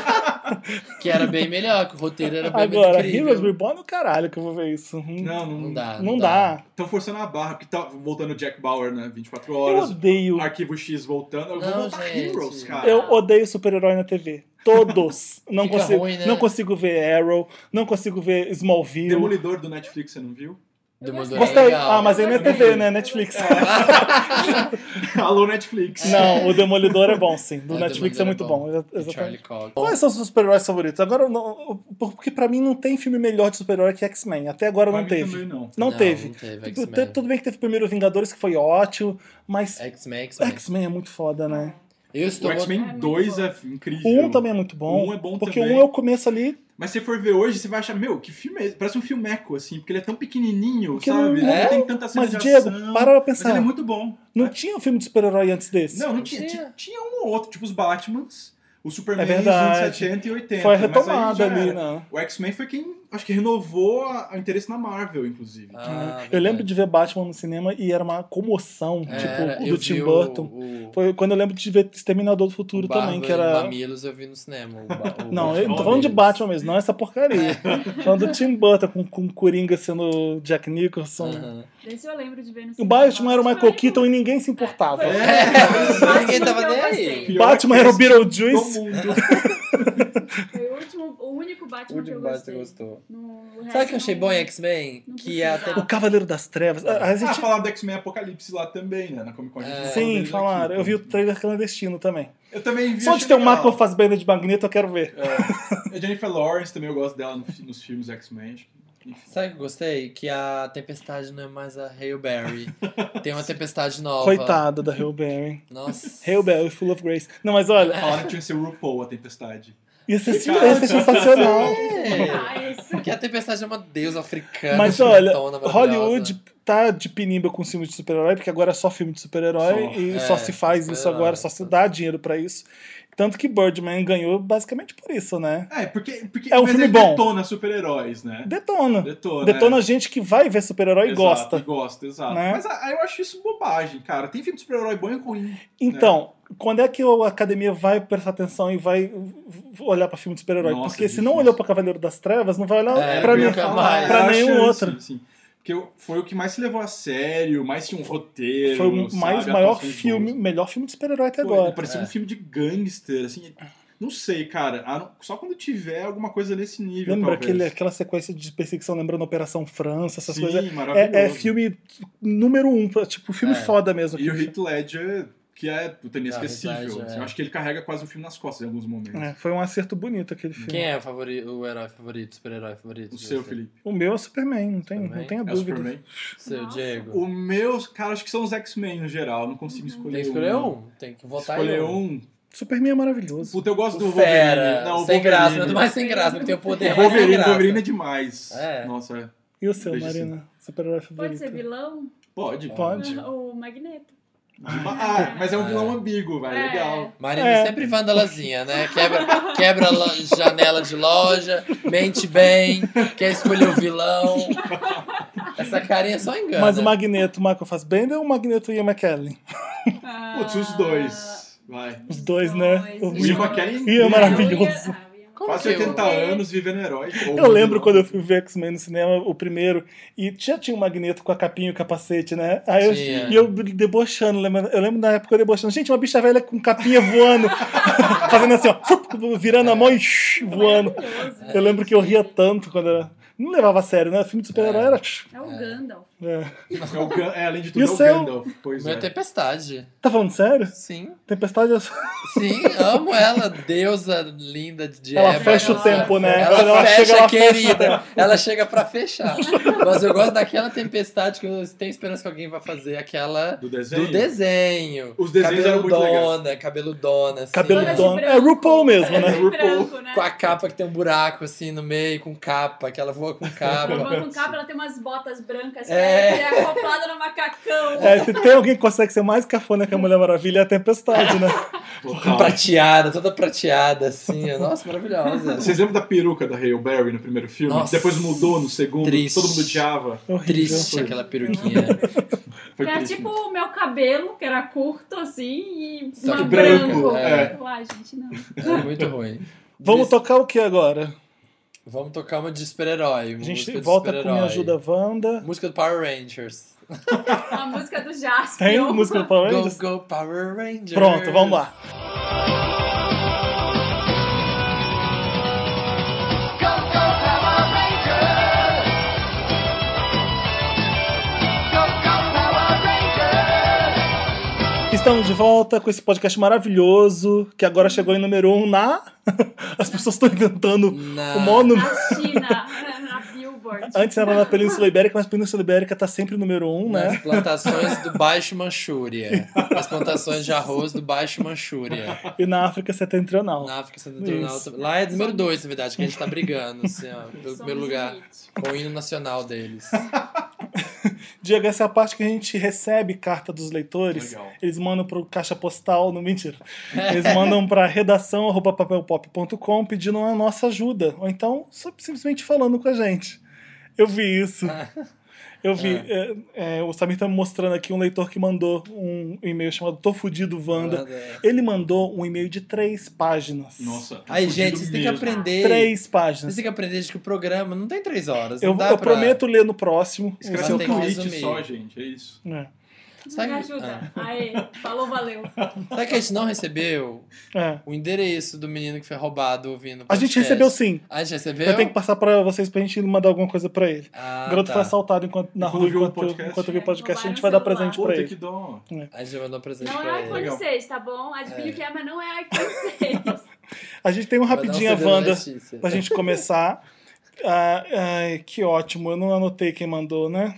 Speaker 2: Que era bem melhor, que o roteiro era bem melhor.
Speaker 1: Agora, Heroes Reborn, o caralho que eu vou ver isso. Hum. Não,
Speaker 4: Não, não,
Speaker 2: Não dá.
Speaker 1: dá.
Speaker 4: Estão forçando a barra, porque tá voltando o Jack Bauer, né? 24
Speaker 1: Eu
Speaker 4: horas.
Speaker 1: odeio.
Speaker 4: Arquivo X voltando. Eu vou
Speaker 2: Não,
Speaker 4: voltar
Speaker 2: gente.
Speaker 4: Heroes, cara.
Speaker 1: Eu odeio super-herói na TV.
Speaker 2: [LAUGHS]
Speaker 1: Todos. Não,
Speaker 2: Fica
Speaker 1: consigo,
Speaker 2: ruim, né?
Speaker 1: não consigo ver Arrow, não consigo ver Smallville.
Speaker 4: Demolidor do Netflix, você não viu? [LAUGHS]
Speaker 2: Demolidor é
Speaker 1: Gostei.
Speaker 2: legal.
Speaker 1: Ah, mas aí não é
Speaker 3: Também.
Speaker 1: TV, né? Netflix.
Speaker 4: Alô, Netflix.
Speaker 1: [LAUGHS] Não, o Demolidor é bom, sim. Do
Speaker 2: É, o
Speaker 1: Netflix é
Speaker 2: Demolidor
Speaker 1: muito
Speaker 2: é
Speaker 1: bom.
Speaker 2: bom.
Speaker 1: Exa-
Speaker 2: Do Charlie
Speaker 1: Exatamente.
Speaker 2: Cox.
Speaker 1: Quais são os seus super-heróis favoritos? Agora, eu não, porque pra mim não tem filme melhor de super-herói que X-Men. Até agora
Speaker 4: Pra
Speaker 1: não
Speaker 4: mim
Speaker 1: teve.
Speaker 4: também não.
Speaker 1: Não, teve.
Speaker 2: Não teve
Speaker 1: Tudo,
Speaker 2: X-Men.
Speaker 1: tudo bem que teve primeiro Vingadores, que foi ótimo, mas
Speaker 2: X-Men, X-Men.
Speaker 1: X-Men é muito foda, né?
Speaker 2: Eu
Speaker 4: O
Speaker 2: estou...
Speaker 4: X-Men
Speaker 3: muito
Speaker 4: 2
Speaker 3: bom.
Speaker 4: é incrível.
Speaker 1: O 1 também é muito bom.
Speaker 4: O um é bom
Speaker 1: porque
Speaker 4: também.
Speaker 1: um é o começo ali,
Speaker 4: Mas se você for ver hoje, você vai achar, meu, que filme é esse? Parece um filmeco, assim, porque ele é tão pequenininho,
Speaker 1: Porque
Speaker 4: sabe?
Speaker 1: não- É?
Speaker 4: Não tem tanta cena
Speaker 1: mas
Speaker 4: de
Speaker 1: Diego, para
Speaker 4: ação.
Speaker 1: pra
Speaker 4: Mas ele é
Speaker 1: pensar.
Speaker 4: muito bom.
Speaker 1: Não tinha um filme de super-herói antes desse?
Speaker 4: Não, não
Speaker 2: Não
Speaker 4: tinha.
Speaker 2: tinha.
Speaker 4: Ti- Tinha um ou outro, tipo os Batmans, o Superman
Speaker 1: É verdade.
Speaker 4: dos anos 70 e 80.
Speaker 1: Foi a
Speaker 4: mas aí
Speaker 1: retomada
Speaker 4: já
Speaker 1: ali,
Speaker 4: era.
Speaker 1: né?
Speaker 4: O X-Men foi quem acho que renovou a- o interesse na Marvel, inclusive.
Speaker 2: Ah,
Speaker 1: eu lembro
Speaker 2: verdade.
Speaker 1: de ver Batman no cinema e era uma comoção,
Speaker 2: É, Era,
Speaker 1: tipo,
Speaker 2: eu
Speaker 1: do Tim
Speaker 2: vi o-
Speaker 1: Burton.
Speaker 2: o-
Speaker 1: Foi quando eu lembro de ver Exterminador do Futuro
Speaker 2: o
Speaker 1: também,
Speaker 2: Barba
Speaker 1: que era.
Speaker 2: e né? Mamilos eu vi no cinema. o ba- o
Speaker 1: [LAUGHS] Não,
Speaker 2: Batman
Speaker 1: eu não tô falando de
Speaker 2: Mamilos.
Speaker 1: Batman mesmo, não
Speaker 2: [LAUGHS]
Speaker 1: essa porcaria. Tô falando do Tim Burton com, com Coringa sendo Jack Nicholson.
Speaker 2: Aham.
Speaker 3: Desse eu lembro de ver no
Speaker 1: O
Speaker 3: cinema.
Speaker 1: Batman era o
Speaker 3: Acho
Speaker 1: Michael
Speaker 3: que
Speaker 1: Keaton e ninguém se importava.
Speaker 3: É.
Speaker 2: [LAUGHS]
Speaker 4: [LAUGHS]
Speaker 2: É, ninguém tava
Speaker 3: Batman que eu
Speaker 2: nem
Speaker 3: gostei.
Speaker 4: é
Speaker 2: aí.
Speaker 1: O Batman era o
Speaker 4: do
Speaker 1: Beetlejuice.
Speaker 4: mundo.
Speaker 1: [LAUGHS]
Speaker 3: Foi o, último, o único
Speaker 2: O
Speaker 3: Batman que
Speaker 2: último
Speaker 3: eu
Speaker 2: Batman
Speaker 3: gostei.
Speaker 2: gostou.
Speaker 3: No resto,
Speaker 2: Sabe o que eu achei
Speaker 3: não-
Speaker 2: bom em X-Men?
Speaker 3: não
Speaker 2: Que é até
Speaker 3: precisava.
Speaker 1: O Cavaleiro das Trevas. A- a
Speaker 4: Ah,
Speaker 1: gente-
Speaker 4: falaram do X-Men Apocalipse lá também, né? Na Comic Con. a gente
Speaker 2: É.
Speaker 4: falou
Speaker 1: Sim,
Speaker 4: deles
Speaker 1: falaram.
Speaker 4: aqui. então.
Speaker 1: Eu vi o trailer clandestino também.
Speaker 4: Eu também vi.
Speaker 1: Só de
Speaker 4: achei
Speaker 1: ter o
Speaker 4: legal.
Speaker 1: Michael Fassbender de Magneto, eu quero ver.
Speaker 4: É. A Jennifer Lawrence também, eu gosto dela no fi- nos filmes X-Men. acho que- enfim.
Speaker 2: Sabe o que eu gostei? Que a tempestade não é mais a Hail
Speaker 1: [LAUGHS]
Speaker 2: Berry. Tem uma tempestade nova.
Speaker 1: Coitada da Hail Berry.
Speaker 2: Nossa.
Speaker 1: Hail Berry, full of grace. Não,
Speaker 2: [LAUGHS]
Speaker 1: mas olha,
Speaker 4: Falaram que tinha que ser o RuPaul, a Tempestade.
Speaker 1: ia ser,
Speaker 4: Que
Speaker 1: ia ser sensacional.
Speaker 2: É.
Speaker 3: Ah, isso.
Speaker 2: Que a tempestade é uma deusa africana.
Speaker 1: Mas olha,
Speaker 2: bonitona, maravilhosa.
Speaker 1: Hollywood tá de pinimba com filme de super-herói, porque agora é só filme de super-herói
Speaker 4: Só.
Speaker 1: e
Speaker 2: É,
Speaker 1: só se faz isso
Speaker 2: super-herói,
Speaker 1: agora, só se dá dinheiro pra isso. Tanto que Birdman ganhou basicamente por isso, né?
Speaker 4: É, porque, porque
Speaker 1: É um
Speaker 4: mas
Speaker 1: filme
Speaker 4: ele
Speaker 1: bom.
Speaker 4: detona super-heróis, né?
Speaker 1: Detona.
Speaker 4: Detona.
Speaker 1: Detona
Speaker 4: é.
Speaker 1: a gente que vai ver super-herói e
Speaker 4: Exato, é.
Speaker 1: gosta.
Speaker 4: E gosta, exato.
Speaker 1: Né?
Speaker 4: Mas aí eu acho isso bobagem, cara. Tem filme de super-herói bom e ruim.
Speaker 1: Então, quando é que a academia vai prestar atenção e vai v- olhar pra filme de super-herói?
Speaker 4: Nossa, é
Speaker 1: Porque se
Speaker 4: difícil.
Speaker 1: não olhou pra Cavaleiro das Trevas, não vai olhar
Speaker 2: É, nunca
Speaker 1: pra, nenhum-
Speaker 4: Porque eu ia
Speaker 2: mais.
Speaker 1: pra
Speaker 4: era a
Speaker 1: nenhum
Speaker 4: chance,
Speaker 1: outro.
Speaker 4: Sim. Porque eu- foi o que mais se levou a sério, mais tinha um roteiro.
Speaker 1: Foi o
Speaker 4: sabe,
Speaker 1: mais
Speaker 4: atuações
Speaker 1: maior
Speaker 4: boas.
Speaker 1: filme, melhor filme de super-herói até
Speaker 4: Foi,
Speaker 1: agora.
Speaker 4: Parecia
Speaker 2: É.
Speaker 4: um filme de gangster, assim. Não sei, cara. A não- Só quando tiver alguma coisa nesse nível,
Speaker 1: Lembra
Speaker 4: talvez.
Speaker 1: aquele, aquela sequência de perseguição lembrando Operação França, essas
Speaker 4: Sim,
Speaker 1: coisas?
Speaker 4: maravilhoso.
Speaker 1: É, é filme número um, tipo, filme
Speaker 2: É.
Speaker 1: foda mesmo.
Speaker 4: E o Heath Ledger, que é
Speaker 2: Ah,
Speaker 4: puta,
Speaker 2: Heath
Speaker 4: inesquecível.
Speaker 2: Ledger,
Speaker 4: assim.
Speaker 2: é.
Speaker 4: Eu acho que ele carrega quase o filme nas costas em alguns momentos.
Speaker 1: É, foi um acerto bonito aquele filme.
Speaker 2: Quem é o, favori- o herói favorito, super-herói favorito?
Speaker 4: O
Speaker 2: de
Speaker 4: seu,
Speaker 2: você?
Speaker 4: Felipe.
Speaker 1: O meu é o Superman, não tem, não
Speaker 2: Superman?
Speaker 1: tenha
Speaker 4: É o
Speaker 1: dúvida.
Speaker 4: Superman.
Speaker 2: O [LAUGHS] seu,
Speaker 3: Nossa.
Speaker 2: Diego.
Speaker 4: O meu, cara, acho que são os X-Men no geral. eu Não consigo escolher
Speaker 2: Tem que escolher um. Tem que votar
Speaker 4: Escolher
Speaker 2: em um.
Speaker 4: um.
Speaker 1: Superman é maravilhoso.
Speaker 4: Puta, eu gosto do
Speaker 2: O
Speaker 4: Wolverine.
Speaker 2: Fera,
Speaker 4: Não, o
Speaker 2: sem graça,
Speaker 4: Wolverine.
Speaker 2: nada mais sem graça, não tem o poder.
Speaker 4: O
Speaker 2: mas sem
Speaker 4: Wolverine,
Speaker 2: graça.
Speaker 4: Wolverine é demais.
Speaker 2: É.
Speaker 4: Nossa, é.
Speaker 1: E o seu,
Speaker 4: Veja
Speaker 1: Marina? Super-herói favorito.
Speaker 3: Pode ser vilão?
Speaker 4: Pode.
Speaker 2: É.
Speaker 1: Pode.
Speaker 3: Ah, O Magneto.
Speaker 4: Dema- Ah, mas é um vilão ambíguo, vai.
Speaker 3: É.
Speaker 4: Legal.
Speaker 2: Marina
Speaker 1: É.
Speaker 2: sempre vandalazinha, né? Quebra, quebra la- janela de loja, mente bem, quer escolher o vilão. Essa carinha só engana.
Speaker 1: Mas o Magneto, o Michael Fassbender ou o Magneto e o McKellen?
Speaker 3: Ah,
Speaker 4: Putz, os
Speaker 2: Ah.
Speaker 4: dois. Vai.
Speaker 1: Os dois, né?
Speaker 3: dois,
Speaker 1: O
Speaker 4: O Ian
Speaker 3: Ian
Speaker 4: McKellen
Speaker 1: Ian é maravilhoso.
Speaker 3: Ah, o Ian-
Speaker 2: Como
Speaker 4: Quase
Speaker 2: que eu-
Speaker 4: 80 anos vivendo herói.
Speaker 1: Eu lembro quando eu fui ver X-Men no cinema, o primeiro, e já tinha o Magneto com a capinha e o capacete, né? Aí eu,
Speaker 2: Tinha.
Speaker 1: e eu debochando, lembra- eu lembro na época eu debochando. Gente, uma bicha velha com capinha voando, [LAUGHS] fazendo assim, ó, fup, virando a mão e
Speaker 2: É.
Speaker 1: shh, voando.
Speaker 3: Maravilhoso.
Speaker 1: Eu lembro que eu ria tanto quando era. Não levava a sério, né? Filme de super-herói
Speaker 2: É.
Speaker 1: era.
Speaker 3: É o Gandalf.
Speaker 1: É.
Speaker 4: É, o Gan- é, além de
Speaker 1: E
Speaker 4: tudo,
Speaker 1: o
Speaker 4: é o
Speaker 1: seu?
Speaker 4: Gandalf. Pois
Speaker 2: Meu
Speaker 4: é.
Speaker 2: tempestade.
Speaker 1: Tá falando sério?
Speaker 2: Sim.
Speaker 1: Tempestade é.
Speaker 2: Sim, amo ela, deusa linda de
Speaker 1: Ela
Speaker 2: Eva.
Speaker 1: fecha o
Speaker 3: nossa.
Speaker 1: tempo, né?
Speaker 2: Ela,
Speaker 1: Quando
Speaker 2: fecha,
Speaker 1: ela
Speaker 2: querida.
Speaker 1: fecha.
Speaker 2: Ela chega pra fechar. Mas eu gosto daquela tempestade que eu tenho esperança que alguém vai fazer. Aquela
Speaker 4: Do
Speaker 2: do
Speaker 4: desenho?
Speaker 2: desenho.
Speaker 4: Os desenhos eram muito
Speaker 2: Cabeludona, cabeludona, assim.
Speaker 1: Cabelo
Speaker 3: Toda de
Speaker 1: dono. É
Speaker 3: branco.
Speaker 1: RuPaul mesmo,
Speaker 3: Toda
Speaker 1: né?
Speaker 3: de
Speaker 4: RuPaul.
Speaker 3: branco, né?
Speaker 2: Com a capa que tem um buraco assim no meio, com capa, que ela voa com
Speaker 3: Ela
Speaker 2: capa.
Speaker 3: voa com capa, ela tem umas botas brancas. que
Speaker 2: É.
Speaker 3: ela É acoplada no
Speaker 1: [LAUGHS]
Speaker 3: macacão.
Speaker 1: É, se tem alguém que consegue ser mais cafona que a Mulher Maravilha, é a Tempestade, né?
Speaker 4: Total.
Speaker 2: prateada, toda prateada, assim. ó. Nossa, maravilhosa.
Speaker 4: Vocês lembram da peruca da Hale Berry no primeiro filme?
Speaker 2: Nossa.
Speaker 4: Depois mudou no segundo,
Speaker 2: Triste.
Speaker 4: todo mundo odiava.
Speaker 2: [LAUGHS]
Speaker 1: Horrível.
Speaker 2: Triste
Speaker 4: foi.
Speaker 2: aquela peruquinha.
Speaker 4: Foi
Speaker 3: era
Speaker 4: triste.
Speaker 3: tipo o meu cabelo, que era curto assim, e
Speaker 2: Só
Speaker 3: uma
Speaker 2: que
Speaker 4: branco,
Speaker 3: branco.
Speaker 2: é.
Speaker 3: Uai, gente, não.
Speaker 2: É muito ruim.
Speaker 1: Vamos tocar o que agora?
Speaker 2: Vamos tocar uma de super-herói.
Speaker 1: A gente volta com Me Ajuda Wanda.
Speaker 2: Música do Power Rangers.
Speaker 3: A música do Jasper.
Speaker 1: Tem música do Power
Speaker 2: Go,
Speaker 1: Rangers?
Speaker 2: go, Power Rangers.
Speaker 1: é. [LAUGHS] Pronto, vamos lá. Estamos de volta com esse podcast maravilhoso, que agora chegou em número 1 um na... [LAUGHS] As pessoas estão inventando
Speaker 2: Na...
Speaker 1: o maior número.
Speaker 3: Na China, é, na Billboard.
Speaker 1: Antes era na Península Ibérica, mas a Península Ibérica tá sempre número 1, um,
Speaker 2: Nas
Speaker 1: né?
Speaker 2: plantações do Baixo Manchúria. As plantações de arroz do Baixo Manchúria.
Speaker 1: E na África tá Setentrional.
Speaker 2: Na África Setentrional.
Speaker 1: Isso.
Speaker 2: Lá é número 2, na verdade, que a gente tá brigando, assim, ó, pelo
Speaker 3: Somos
Speaker 2: primeiro lugar.
Speaker 3: elite.
Speaker 2: Com o hino nacional deles.
Speaker 1: Diego, essa é a parte que a gente recebe carta dos leitores.
Speaker 4: Legal.
Speaker 1: Eles mandam pro caixa postal, não mentira. Eles mandam pra redação arroba papelpop.com pedindo a nossa ajuda. Ou então, só simplesmente falando com a gente. Eu vi
Speaker 2: [LAUGHS]
Speaker 1: isso. Eu vi. é, é, o Samir tá me mostrando aqui um leitor que mandou um e-mail chamado Tô Fudido Wanda. Ele mandou um e-mail de três páginas.
Speaker 4: Nossa. tá
Speaker 2: Aí,
Speaker 4: fudido
Speaker 2: gente, vocês têm que
Speaker 4: mesmo.
Speaker 2: aprender.
Speaker 1: Três
Speaker 2: Vocês
Speaker 1: páginas.
Speaker 2: têm que aprender de que o programa não tem três horas.
Speaker 1: Eu,
Speaker 2: não dá
Speaker 1: eu
Speaker 2: pra...
Speaker 1: prometo ler no próximo. o
Speaker 4: Escreve
Speaker 1: seu
Speaker 4: um
Speaker 2: tem que
Speaker 1: tweet.
Speaker 4: tweet
Speaker 2: resumir.
Speaker 4: só, gente. É isso.
Speaker 1: É.
Speaker 2: Sabe-
Speaker 3: Me ajuda.
Speaker 1: Ah.
Speaker 3: Aí, falou, valeu.
Speaker 2: Será que a gente não recebeu
Speaker 1: É.
Speaker 2: o endereço do menino que foi roubado ouvindo o
Speaker 1: A gente
Speaker 2: podcast?
Speaker 1: recebeu sim.
Speaker 2: A gente recebeu?
Speaker 1: Eu tenho que passar pra vocês pra gente mandar alguma coisa pra ele.
Speaker 2: Ah,
Speaker 1: o garoto
Speaker 2: tá.
Speaker 1: foi assaltado enquanto, na
Speaker 4: Enquanto
Speaker 1: rua
Speaker 4: viu o
Speaker 1: enquanto,
Speaker 4: podcast.
Speaker 1: enquanto viu o
Speaker 3: É,
Speaker 1: podcast. A gente vai
Speaker 3: roubaram
Speaker 1: dar
Speaker 3: o
Speaker 1: presente
Speaker 3: celular.
Speaker 1: pra
Speaker 4: Puta
Speaker 1: ele.
Speaker 4: que dó.
Speaker 2: A gente mandou um presente
Speaker 1: Tipo,
Speaker 3: Não
Speaker 2: pra
Speaker 3: é
Speaker 2: ele.
Speaker 3: iPhone
Speaker 4: Legal.
Speaker 3: 6, tá bom? Adivinha
Speaker 2: É.
Speaker 3: o que é, mas não é iPhone 6.
Speaker 1: A gente tem um
Speaker 2: Vai dar um
Speaker 1: rapidinho,
Speaker 2: CD da
Speaker 1: Wanda,
Speaker 2: Letícia.
Speaker 1: pra gente começar. Ah, ai, que ótimo. Eu não anotei quem mandou, né?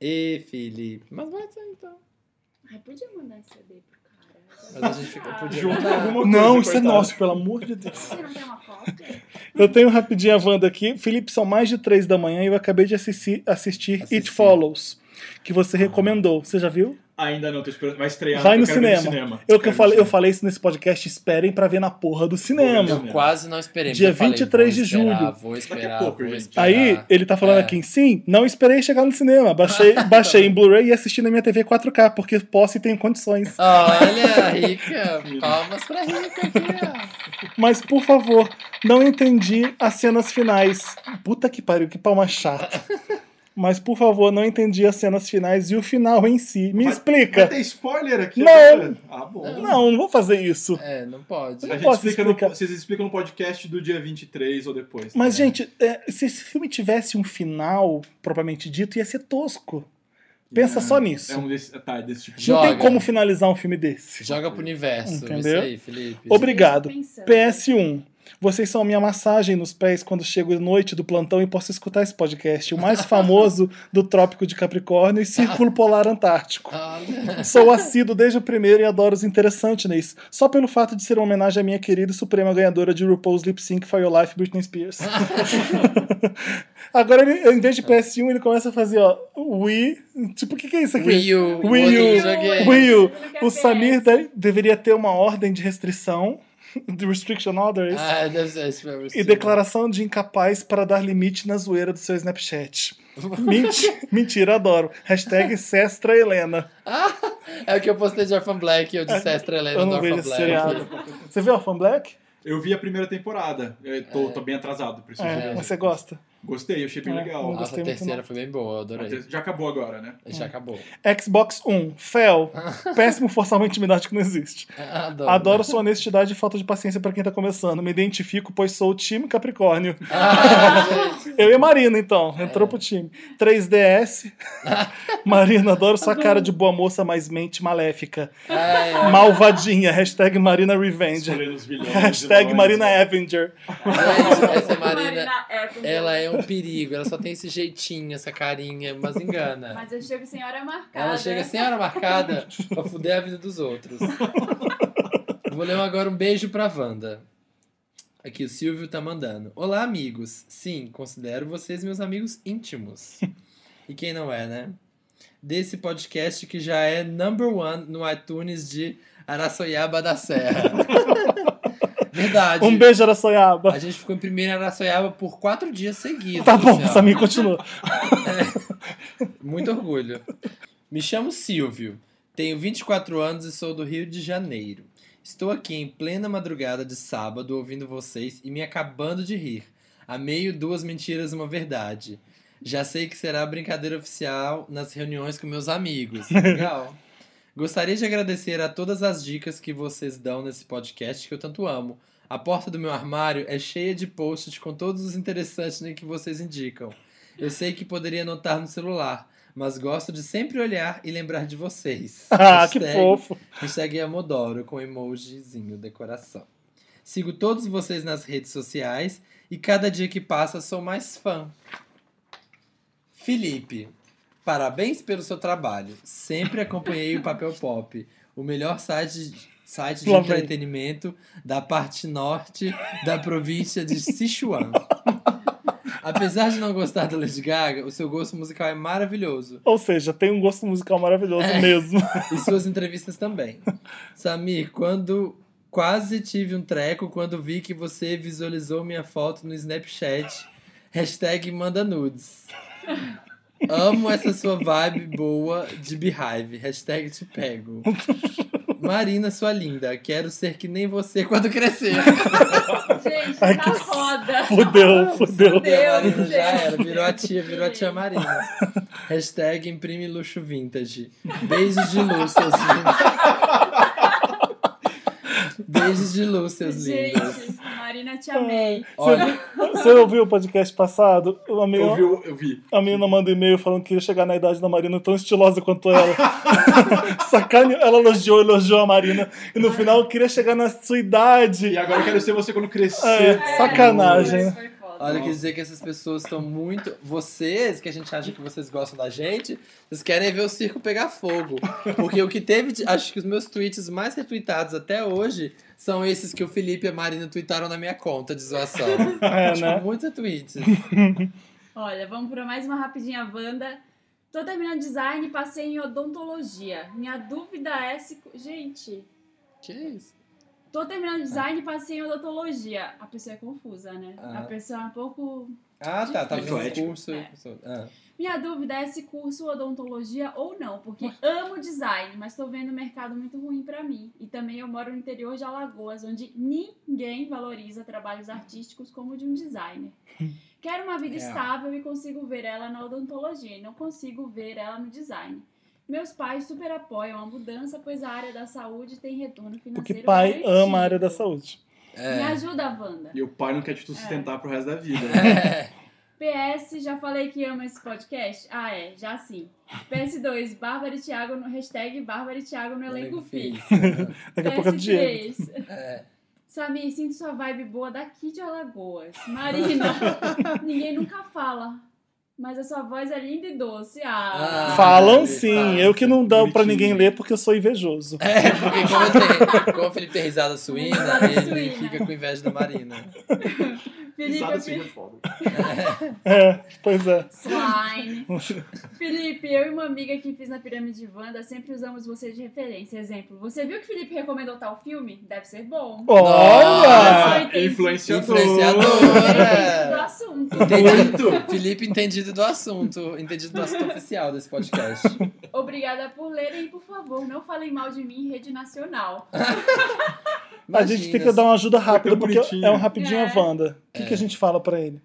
Speaker 2: E Felipe. Mas vai ser então.
Speaker 3: [LAUGHS] Ai, podia mandar esse CD pro cara.
Speaker 2: Mas a gente fica podia
Speaker 4: Junto
Speaker 2: mandar.
Speaker 4: alguma coisa,
Speaker 1: Não, isso é
Speaker 4: coitado.
Speaker 1: nosso, pelo amor de Deus.
Speaker 3: Você não tem uma cópia?
Speaker 1: Eu tenho um rapidinho, Wanda, aqui. Felipe, são mais de três da manhã e eu acabei de assisti- assistir It
Speaker 2: Assisti.
Speaker 1: Follows, que você recomendou. Você já viu?
Speaker 4: Ainda não, tô esperando. Vai estrear.
Speaker 1: Vai
Speaker 4: eu
Speaker 1: no
Speaker 4: quero ver
Speaker 1: cinema. Eu, que eu,
Speaker 4: quero
Speaker 1: falei,
Speaker 4: ver
Speaker 1: eu
Speaker 4: no cinema.
Speaker 1: falei isso nesse podcast, esperem pra ver na porra do cinema.
Speaker 2: Eu quase não esperei. mas
Speaker 1: Dia
Speaker 2: eu falei,
Speaker 1: 23 de
Speaker 2: vou esperar,
Speaker 1: julho.
Speaker 2: Vou
Speaker 4: a
Speaker 2: esperar,
Speaker 4: pouco,
Speaker 2: vou
Speaker 4: gente.
Speaker 2: esperar.
Speaker 1: Aí, ele tá falando
Speaker 2: É.
Speaker 1: aqui, sim, não esperei chegar no cinema. Baixei, baixei em Blu-ray e assisti na minha TV 4K, porque posso e tenho condições.
Speaker 2: Olha, Rica. Palmas pra Rica aqui,
Speaker 1: Mas, por favor, não entendi as cenas finais. Puta que pariu, que palma chata. Mas, por favor, não entendi as cenas finais e o final em si. Me
Speaker 4: Vai- Vai
Speaker 1: explica.
Speaker 4: ter spoiler aqui?
Speaker 1: Não.
Speaker 4: agora? Ah, bom.
Speaker 1: Não, não vou fazer isso.
Speaker 2: ó. É, não pode.
Speaker 1: Não
Speaker 4: A gente
Speaker 1: posso
Speaker 4: explica no,
Speaker 1: explicar.
Speaker 4: vocês explicam no podcast do dia 23 ou depois. tá?
Speaker 1: Mas, gente, é, se esse filme tivesse um final, propriamente dito, ia ser tosco. Pensa
Speaker 4: É,
Speaker 1: só nisso.
Speaker 4: É um desse, tá, é desse tipo de
Speaker 1: Não
Speaker 2: Joga.
Speaker 1: tem como finalizar um filme desse.
Speaker 2: Joga pro universo.
Speaker 1: Entendeu?
Speaker 2: Isso aí, Felipe.
Speaker 1: [LAUGHS] Obrigado.
Speaker 3: Eu tô pensando.
Speaker 1: PS1. Vocês são minha massagem nos pés quando chego à noite do plantão e posso escutar esse podcast, o mais famoso do Trópico de Capricórnio e Círculo Polar Antártico.
Speaker 2: Olha.
Speaker 1: Sou assíduo desde o primeiro e adoro os interessantes, Neis. Só pelo fato de ser uma homenagem à minha querida e suprema ganhadora de RuPaul's Lip Sync for Your Life, Britney Spears. Agora, ele, em vez de PS1, ele começa a fazer, ó, Wii. Tipo, o que, que é isso aqui?
Speaker 2: Wii U. o
Speaker 1: Wii
Speaker 2: outro
Speaker 1: U.
Speaker 2: eu joguei.
Speaker 1: Wii U.
Speaker 3: Eu não quero
Speaker 1: O Samir
Speaker 3: PS.
Speaker 1: de- deveria ter uma ordem de restrição, de restriction order, é isso?
Speaker 2: Ah, deve ser. esse foi o
Speaker 1: E
Speaker 2: seu.
Speaker 1: declaração de incapaz para dar limite na zoeira do seu Snapchat. Mentira, mentira adoro. Hashtag Sestra Helena.
Speaker 2: Ah, é o que eu postei de Orphan Black e eu disse Extra
Speaker 1: Eu
Speaker 2: Helena do
Speaker 1: não vejo
Speaker 2: Orphan
Speaker 1: esse
Speaker 2: Black. Ah,
Speaker 1: seriado. Você viu Orphan Black?
Speaker 4: Eu vi a primeira temporada. Eu tô, tô bem atrasado, preciso
Speaker 1: É,
Speaker 4: ver.
Speaker 1: mas você gosta?
Speaker 4: Gostei, achei bem
Speaker 1: É,
Speaker 4: legal.
Speaker 1: não
Speaker 2: Nossa,
Speaker 1: gostei
Speaker 2: a
Speaker 1: muito,
Speaker 2: terceira
Speaker 1: não. É.
Speaker 2: foi bem boa, eu adorei.
Speaker 4: Já acabou agora, né?
Speaker 2: Já acabou.
Speaker 1: Xbox One, [LAUGHS] Fel, péssimo forçar uma intimidade que não existe.
Speaker 2: Ah, Adoro. [LAUGHS]
Speaker 1: Adoro sua honestidade e falta de paciência para quem tá começando. Me identifico, pois sou o time Capricórnio.
Speaker 2: Ah,
Speaker 1: Eu e a Marina, então. Entrou pro time. [LAUGHS] 3DS. Marina, adoro sua cara de boa moça, mas mente maléfica.
Speaker 2: é, é.
Speaker 1: Malvadinha. Hashtag Marina Revenge.
Speaker 4: Escolhendo os
Speaker 1: [LAUGHS]
Speaker 4: vilões.
Speaker 1: Hashtag
Speaker 4: vilões.
Speaker 1: Marina Avenger.
Speaker 2: Gente, essa Marina,
Speaker 3: Evan.
Speaker 2: ela é um perigo. Ela só tem esse jeitinho, essa carinha, mas engana.
Speaker 3: Mas eu chego sem hora marcada.
Speaker 2: é Ela chega sem hora marcada pra fuder a vida dos
Speaker 1: [LAUGHS]
Speaker 2: outros. Vou ler agora um beijo pra Wanda. Aqui o Silvio tá mandando. Olá, amigos. Sim, considero vocês meus amigos íntimos. E quem não é, né? Desse podcast que já é number one no iTunes de Araçoiaba da Serra.
Speaker 1: [LAUGHS]
Speaker 2: Verdade.
Speaker 1: Um beijo, Araçoiaba.
Speaker 2: A gente ficou em primeiro em Araçoiaba por quatro dias seguidos. assim,
Speaker 1: Tá bom,
Speaker 2: Luciano.
Speaker 1: Samir, continua.
Speaker 2: Muito orgulho. Me chamo Silvio, tenho 24 anos e sou do Rio de Janeiro. Estou aqui em plena madrugada de sábado ouvindo vocês e me acabando de rir. A meio duas mentiras e uma verdade. Já sei que será a brincadeira oficial nas reuniões com meus
Speaker 1: [LAUGHS]
Speaker 2: amigos. Legal. Gostaria de agradecer a todas as dicas que vocês dão nesse podcast que eu tanto amo. A porta do meu armário é cheia de posts com todos os interessantes né, que vocês indicam. Eu sei que poderia anotar no celular, mas gosto de sempre olhar e lembrar de vocês.
Speaker 1: [LAUGHS] Ah, que
Speaker 2: Hashtag-
Speaker 1: fofo.
Speaker 2: Hashtag Amodoro com emojizinho decoração. Sigo todos vocês nas redes sociais e cada dia que passa sou mais fã. Felipe, parabéns pelo seu trabalho. Sempre acompanhei o Papel Pop, o melhor site, site de
Speaker 1: Lá vem.
Speaker 2: entretenimento da parte norte da província de Sichuan. Apesar de não gostar da Lady Gaga, o seu gosto musical é maravilhoso.
Speaker 1: Ou seja, tem um gosto musical maravilhoso mesmo. [LAUGHS]
Speaker 2: E suas entrevistas também. Samir, quando quase tive um treco quando vi que você visualizou minha foto no Snapchat. Hashtag manda nudes. Amo essa sua vibe boa de Beehive. Hashtag te pego. Marina, sua linda. Quero ser que nem você quando crescer.
Speaker 3: Gente, tá
Speaker 1: Ai,
Speaker 3: na
Speaker 1: que
Speaker 3: roda.
Speaker 1: [LAUGHS]
Speaker 3: [LAUGHS]
Speaker 1: Fudeu, fudeu.
Speaker 3: Deus,
Speaker 2: a Marina já
Speaker 3: gente.
Speaker 2: era. Virou a tia, virou a tia
Speaker 3: [LAUGHS]
Speaker 2: Marina. Hashtag imprime luxo vintage. Beijos de luz, seus
Speaker 3: [LAUGHS]
Speaker 2: lindos. Beijos de luz, seus lindos.
Speaker 3: Gente, Marina, te amei.
Speaker 2: Olha,
Speaker 1: Você ouviu o podcast passado? A
Speaker 4: Eu
Speaker 1: menina,
Speaker 4: vi, eu vi.
Speaker 1: a menina manda e-mail falando que ia chegar na idade da Marina tão estilosa quanto ela. Sacane, ela elogiou, elogiou a Marina. E no final queria chegar na sua
Speaker 4: E [LAUGHS]
Speaker 1: idade.
Speaker 4: agora eu quero ser você quando crescer.
Speaker 1: É, sacanagem.
Speaker 3: Foi foda.
Speaker 2: olha, quer dizer que essas pessoas estão muito. Vocês, que a gente acha que vocês gostam da gente, vocês querem ver o circo pegar fogo. Porque o que teve. de- Acho que os meus tweets mais retweetados até hoje são esses que o Felipe e a Marina tweetaram na minha conta de
Speaker 3: [LAUGHS]
Speaker 2: zoação.
Speaker 1: É,
Speaker 2: tipo,
Speaker 1: né?
Speaker 2: muitos tweets.
Speaker 3: Olha, vamos para mais uma rapidinha Wanda. Tô terminando design e passei em odontologia. Minha dúvida é se. Gente,
Speaker 2: Que isso?
Speaker 3: tô terminando design e passei em odontologia. A pessoa é confusa, né?
Speaker 2: Ah.
Speaker 3: A pessoa é um pouco.
Speaker 2: Ah, tá. Tá fazendo
Speaker 4: Eclético.
Speaker 2: curso.
Speaker 3: É.
Speaker 2: Ah.
Speaker 3: Minha dúvida é se curso odontologia ou não, porque amo design, mas tô vendo o mercado muito ruim pra mim. E também eu moro no interior de Alagoas, onde ninguém valoriza trabalhos artísticos como o de um
Speaker 2: [LAUGHS]
Speaker 3: designer. Quero uma vida
Speaker 2: É.
Speaker 3: estável e consigo ver ela na odontologia e não consigo ver ela no design. Meus pais super apoiam a mudança, pois a área da saúde tem retorno financeiro.
Speaker 1: Porque pai
Speaker 3: garantido.
Speaker 1: ama a área da saúde.
Speaker 2: É.
Speaker 3: Me ajuda, Wanda.
Speaker 4: E o pai não quer te sustentar pro resto da vida. né?
Speaker 2: É.
Speaker 3: PS, já falei que ama esse podcast? Ah, é, já sim. PS2, Bárbara e Thiago no hashtag Bárbara e Thiago no elenco fixo.
Speaker 1: Daqui a pouco é do Diego.
Speaker 3: PS3,
Speaker 2: É.
Speaker 3: Samir, sinto sua vibe boa daqui de Alagoas.
Speaker 2: [LAUGHS]
Speaker 3: Marina, ninguém nunca fala, mas a sua voz é linda e doce. Ah,
Speaker 2: Ah,
Speaker 1: Falam
Speaker 2: ele
Speaker 1: sim,
Speaker 2: fala.
Speaker 1: eu que não dou pra ninguém
Speaker 4: Bonitinho.
Speaker 1: ler porque eu sou invejoso.
Speaker 2: [LAUGHS] É, porque como, eu tenho- como o Felipe tem risada suína,
Speaker 3: Risada
Speaker 2: ele
Speaker 3: suína.
Speaker 2: fica com inveja da Marina.
Speaker 3: Felipe,
Speaker 4: Risada assim
Speaker 3: eu
Speaker 4: é foda.
Speaker 1: É, pois é.
Speaker 3: Swine. Felipe, eu e uma amiga que fiz na pirâmide de Wanda sempre usamos você de referência. Exemplo, você viu que Felipe recomendou tal filme? Deve ser bom.
Speaker 1: Olha!
Speaker 3: Nossa. entendi.
Speaker 4: Ah, influenciador.
Speaker 3: Entendido do
Speaker 2: Influenciadora!
Speaker 3: assunto.
Speaker 2: Entendido. Felipe entendido do assunto, entendido do assunto oficial desse podcast.
Speaker 3: Obrigada por lerem e, por favor, não falem mal de mim em rede nacional.
Speaker 1: A gente tem que dar um uma ajuda rápida,
Speaker 4: Foi tão
Speaker 1: porque
Speaker 4: bonitinho.
Speaker 1: é um rapidinho
Speaker 3: É.
Speaker 1: a Wanda. O que, que a gente fala pra ele?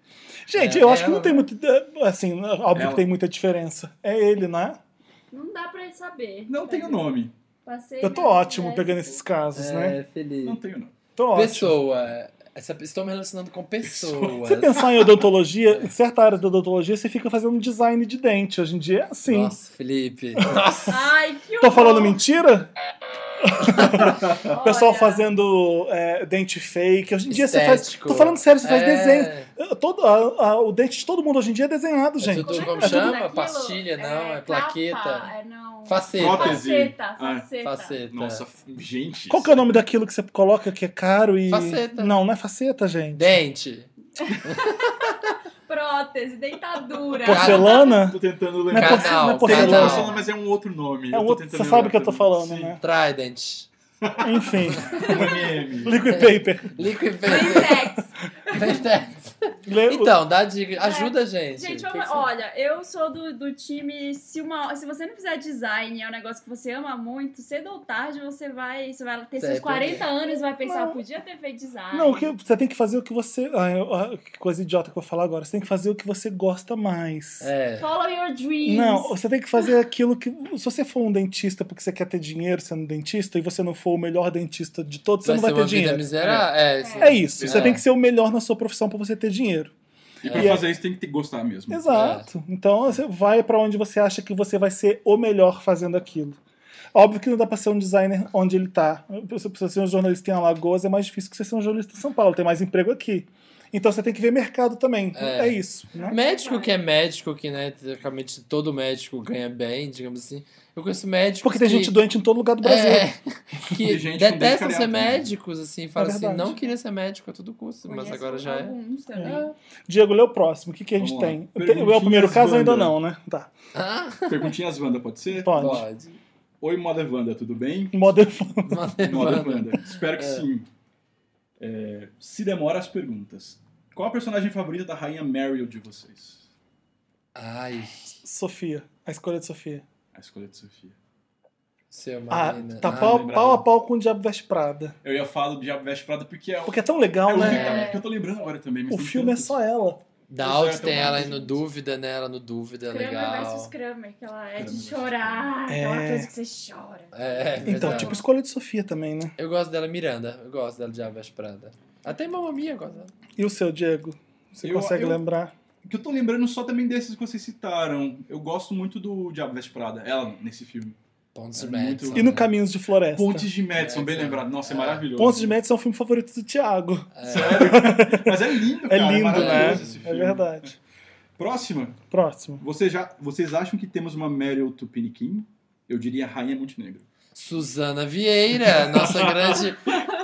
Speaker 1: Gente,
Speaker 2: É, um-
Speaker 1: eu acho que
Speaker 2: ela-
Speaker 1: não tem muito. é, Assim, óbvio
Speaker 4: Ela.
Speaker 1: que tem muita diferença. É ele, né?
Speaker 3: Não dá pra saber. Tá
Speaker 4: Não tenho nome.
Speaker 3: Passei
Speaker 1: Eu tô
Speaker 3: na
Speaker 1: ótimo
Speaker 3: teste.
Speaker 1: pegando esses casos,
Speaker 2: É,
Speaker 1: né?
Speaker 4: Não
Speaker 2: Felipe.
Speaker 4: tenho nome.
Speaker 1: Tô ótimo.
Speaker 2: Pessoa. Essa, estou me relacionando com pessoas.
Speaker 1: Se pensar em odontologia, em certa área da odontologia, você fica fazendo design de dente. Hoje em dia, assim.
Speaker 2: Nossa, Felipe.
Speaker 3: Ai, que
Speaker 1: Tô
Speaker 3: horror.
Speaker 1: falando mentira?
Speaker 3: Olha,
Speaker 1: O pessoal fazendo é, dente fake. Hoje em dia você faz.
Speaker 2: Estético.
Speaker 1: Tô falando sério, você faz
Speaker 2: É.
Speaker 1: desenho. Todo, a- a- o dente de todo mundo hoje em dia é desenhado,
Speaker 2: É
Speaker 1: gente.
Speaker 2: tudo-
Speaker 3: que
Speaker 2: Como
Speaker 3: é o nome
Speaker 2: chama?
Speaker 3: daquilo?
Speaker 2: Pastilha, não, é
Speaker 3: capa,
Speaker 2: plaqueta.
Speaker 3: É, não.
Speaker 2: Faceta.
Speaker 4: Prótese.
Speaker 3: Faceta,
Speaker 4: Ah,
Speaker 3: faceta.
Speaker 2: Faceta.
Speaker 4: Nossa, f- gente.
Speaker 1: Qual que é o nome daquilo que você coloca que é caro e.
Speaker 2: Faceta.
Speaker 1: Não, não é faceta, gente.
Speaker 2: Dente.
Speaker 3: Prótese, dentadura.
Speaker 1: Porcelana?
Speaker 4: Tô tentando
Speaker 1: Não é,
Speaker 4: lembrar.
Speaker 1: porce-
Speaker 2: Canal,
Speaker 1: não
Speaker 2: canal.
Speaker 1: é
Speaker 4: Tem
Speaker 1: porcelana.
Speaker 4: porcelana, mas é um outro nome.
Speaker 1: É
Speaker 4: Eu
Speaker 1: um
Speaker 4: tô
Speaker 1: outro,
Speaker 4: tentando
Speaker 1: você sabe o que eu
Speaker 4: lembrar
Speaker 1: tô falando,
Speaker 4: também.
Speaker 1: né? [LAUGHS]
Speaker 2: Trident. ah, [LAUGHS]
Speaker 1: Enfim,
Speaker 4: Sim, um MM.
Speaker 1: liquid paper.
Speaker 2: Liquid
Speaker 3: Frentex.
Speaker 2: Vapor.
Speaker 1: Lê o-
Speaker 2: Então, dá dica. Ajuda a [LAUGHS] gente.
Speaker 3: É. Gente,
Speaker 2: O que
Speaker 3: vamos,
Speaker 2: que você-
Speaker 3: olha, eu sou do, do time. Se, uma, se você não fizer design, é um negócio que você ama muito, cedo ou tarde você vai, você vai ter
Speaker 2: Você
Speaker 3: seus
Speaker 2: vai perder.
Speaker 3: 40 anos e vai pensar,
Speaker 1: Não.
Speaker 3: eu podia ter feito design.
Speaker 1: Não, o que você tem que fazer o que você. Ah, eu- ah, que coisa idiota que eu vou falar agora. Você tem que fazer o que você gosta mais.
Speaker 2: É.
Speaker 3: Follow your dreams.
Speaker 1: Não, você tem que fazer aquilo que. Se você for um dentista porque você quer ter dinheiro sendo dentista e você não for o melhor dentista de todos, você não vai
Speaker 2: ser
Speaker 1: ter
Speaker 2: uma vida
Speaker 1: dinheiro.
Speaker 2: miserável. É, sim.
Speaker 1: É isso. Você
Speaker 2: É.
Speaker 1: tem que ser o melhor na sua profissão pra você ter dinheiro.
Speaker 4: E pra
Speaker 1: É.
Speaker 4: fazer isso tem que ter- gostar mesmo.
Speaker 2: É.
Speaker 1: Exato. Então você vai pra onde você acha que você vai ser o melhor fazendo aquilo. Óbvio que não dá pra ser um designer onde ele tá. Se você ser um jornalista em Alagoas, é mais difícil que você ser um jornalista em São Paulo. Tem mais emprego aqui. Então você tem que ver mercado também.
Speaker 2: É.
Speaker 1: É, isso. Né?
Speaker 2: Médico que é médico, que né, tecnicamente todo médico ganha bem, digamos assim. Eu conheço médicos
Speaker 1: Porque tem
Speaker 2: que,
Speaker 1: gente doente em todo lugar do Brasil. [LAUGHS]
Speaker 2: É, que
Speaker 4: E gente com
Speaker 2: detestam ser
Speaker 4: dente cariado, né?
Speaker 2: médicos, assim, fala assim,
Speaker 1: É verdade.
Speaker 2: não queria ser médico a todo custo, mas agora já é.
Speaker 3: alguns também.
Speaker 1: Diego, lê o próximo. O que, que a gente
Speaker 4: Vamos lá.
Speaker 1: tem? Eu- É o primeiro
Speaker 4: Perguntinhas,
Speaker 1: caso ainda
Speaker 4: Wanda.
Speaker 1: não, né? Tá.
Speaker 2: Ah,
Speaker 4: Perguntinhas Wanda, pode ser?
Speaker 1: Pode.
Speaker 2: pode.
Speaker 4: Oi, Moda Wanda, tudo
Speaker 1: [LAUGHS]
Speaker 4: bem?
Speaker 1: Moda
Speaker 4: Moda
Speaker 2: Manda.
Speaker 4: Wanda. Espero que sim. É, se demora as perguntas. Qual a personagem favorita da rainha Meryl de vocês?
Speaker 2: Ai,
Speaker 1: Sofia. A escolha de Sofia.
Speaker 4: A escolha de Sofia.
Speaker 2: seu
Speaker 1: Ah,
Speaker 2: Marina.
Speaker 1: tá
Speaker 2: Ah,
Speaker 1: pau,
Speaker 4: lembrava.
Speaker 1: pau a pau com o Diabo Veste Prada.
Speaker 4: Eu ia falar do Diabo Veste Prada porque é o,
Speaker 1: Porque é tão
Speaker 4: é
Speaker 1: legal,
Speaker 4: o
Speaker 1: né?
Speaker 4: único também, porque eu tô lembrando agora também. mas
Speaker 1: O
Speaker 4: tem
Speaker 1: filme é
Speaker 4: tantos.
Speaker 1: só ela.
Speaker 2: Daud
Speaker 4: Exato,
Speaker 2: tem
Speaker 4: é uma
Speaker 2: ela aí
Speaker 4: coisa
Speaker 2: no
Speaker 4: muito-
Speaker 2: Dúvida, né? Ela no Dúvida é
Speaker 3: Kramer versus
Speaker 2: legal.
Speaker 3: Kramer, que ela é
Speaker 4: Kramer
Speaker 3: de
Speaker 4: versus
Speaker 3: chorar,
Speaker 1: É.
Speaker 3: aquela coisa que você chora.
Speaker 2: É, é
Speaker 1: Então,
Speaker 2: verdade.
Speaker 1: tipo, escolha de Sofia também, né?
Speaker 2: Eu gosto dela Miranda, eu gosto dela de Aves Prada. Até Mamma Mia eu gosto dela.
Speaker 1: E o seu, Diego? Você
Speaker 4: Eu-
Speaker 1: consegue
Speaker 4: eu-
Speaker 1: lembrar?
Speaker 4: O que eu tô lembrando só também desses que vocês citaram. Eu gosto muito do Diabo Veste Prada, ela nesse filme.
Speaker 2: Pontos de
Speaker 4: É muito-
Speaker 2: Madison,
Speaker 1: E no
Speaker 2: né?
Speaker 1: Caminhos de Floresta? Pontes
Speaker 4: Pontes de Madison, bem
Speaker 2: Madison.
Speaker 4: lembrado. Nossa, é,
Speaker 2: É.
Speaker 4: maravilhoso.
Speaker 1: de Madison é um filme favorito do Thiago.
Speaker 4: Sério? Mas é lindo,
Speaker 1: É
Speaker 4: cara.
Speaker 1: lindo, né?
Speaker 4: maravilhoso esse
Speaker 1: É
Speaker 4: filme.
Speaker 1: verdade.
Speaker 4: Próxima.
Speaker 1: Próximo.
Speaker 4: Você já, vocês acham que temos uma Meryl Tupiniquim? Eu diria Rainha Montenegro.
Speaker 2: Suzana Vieira, nossa grande.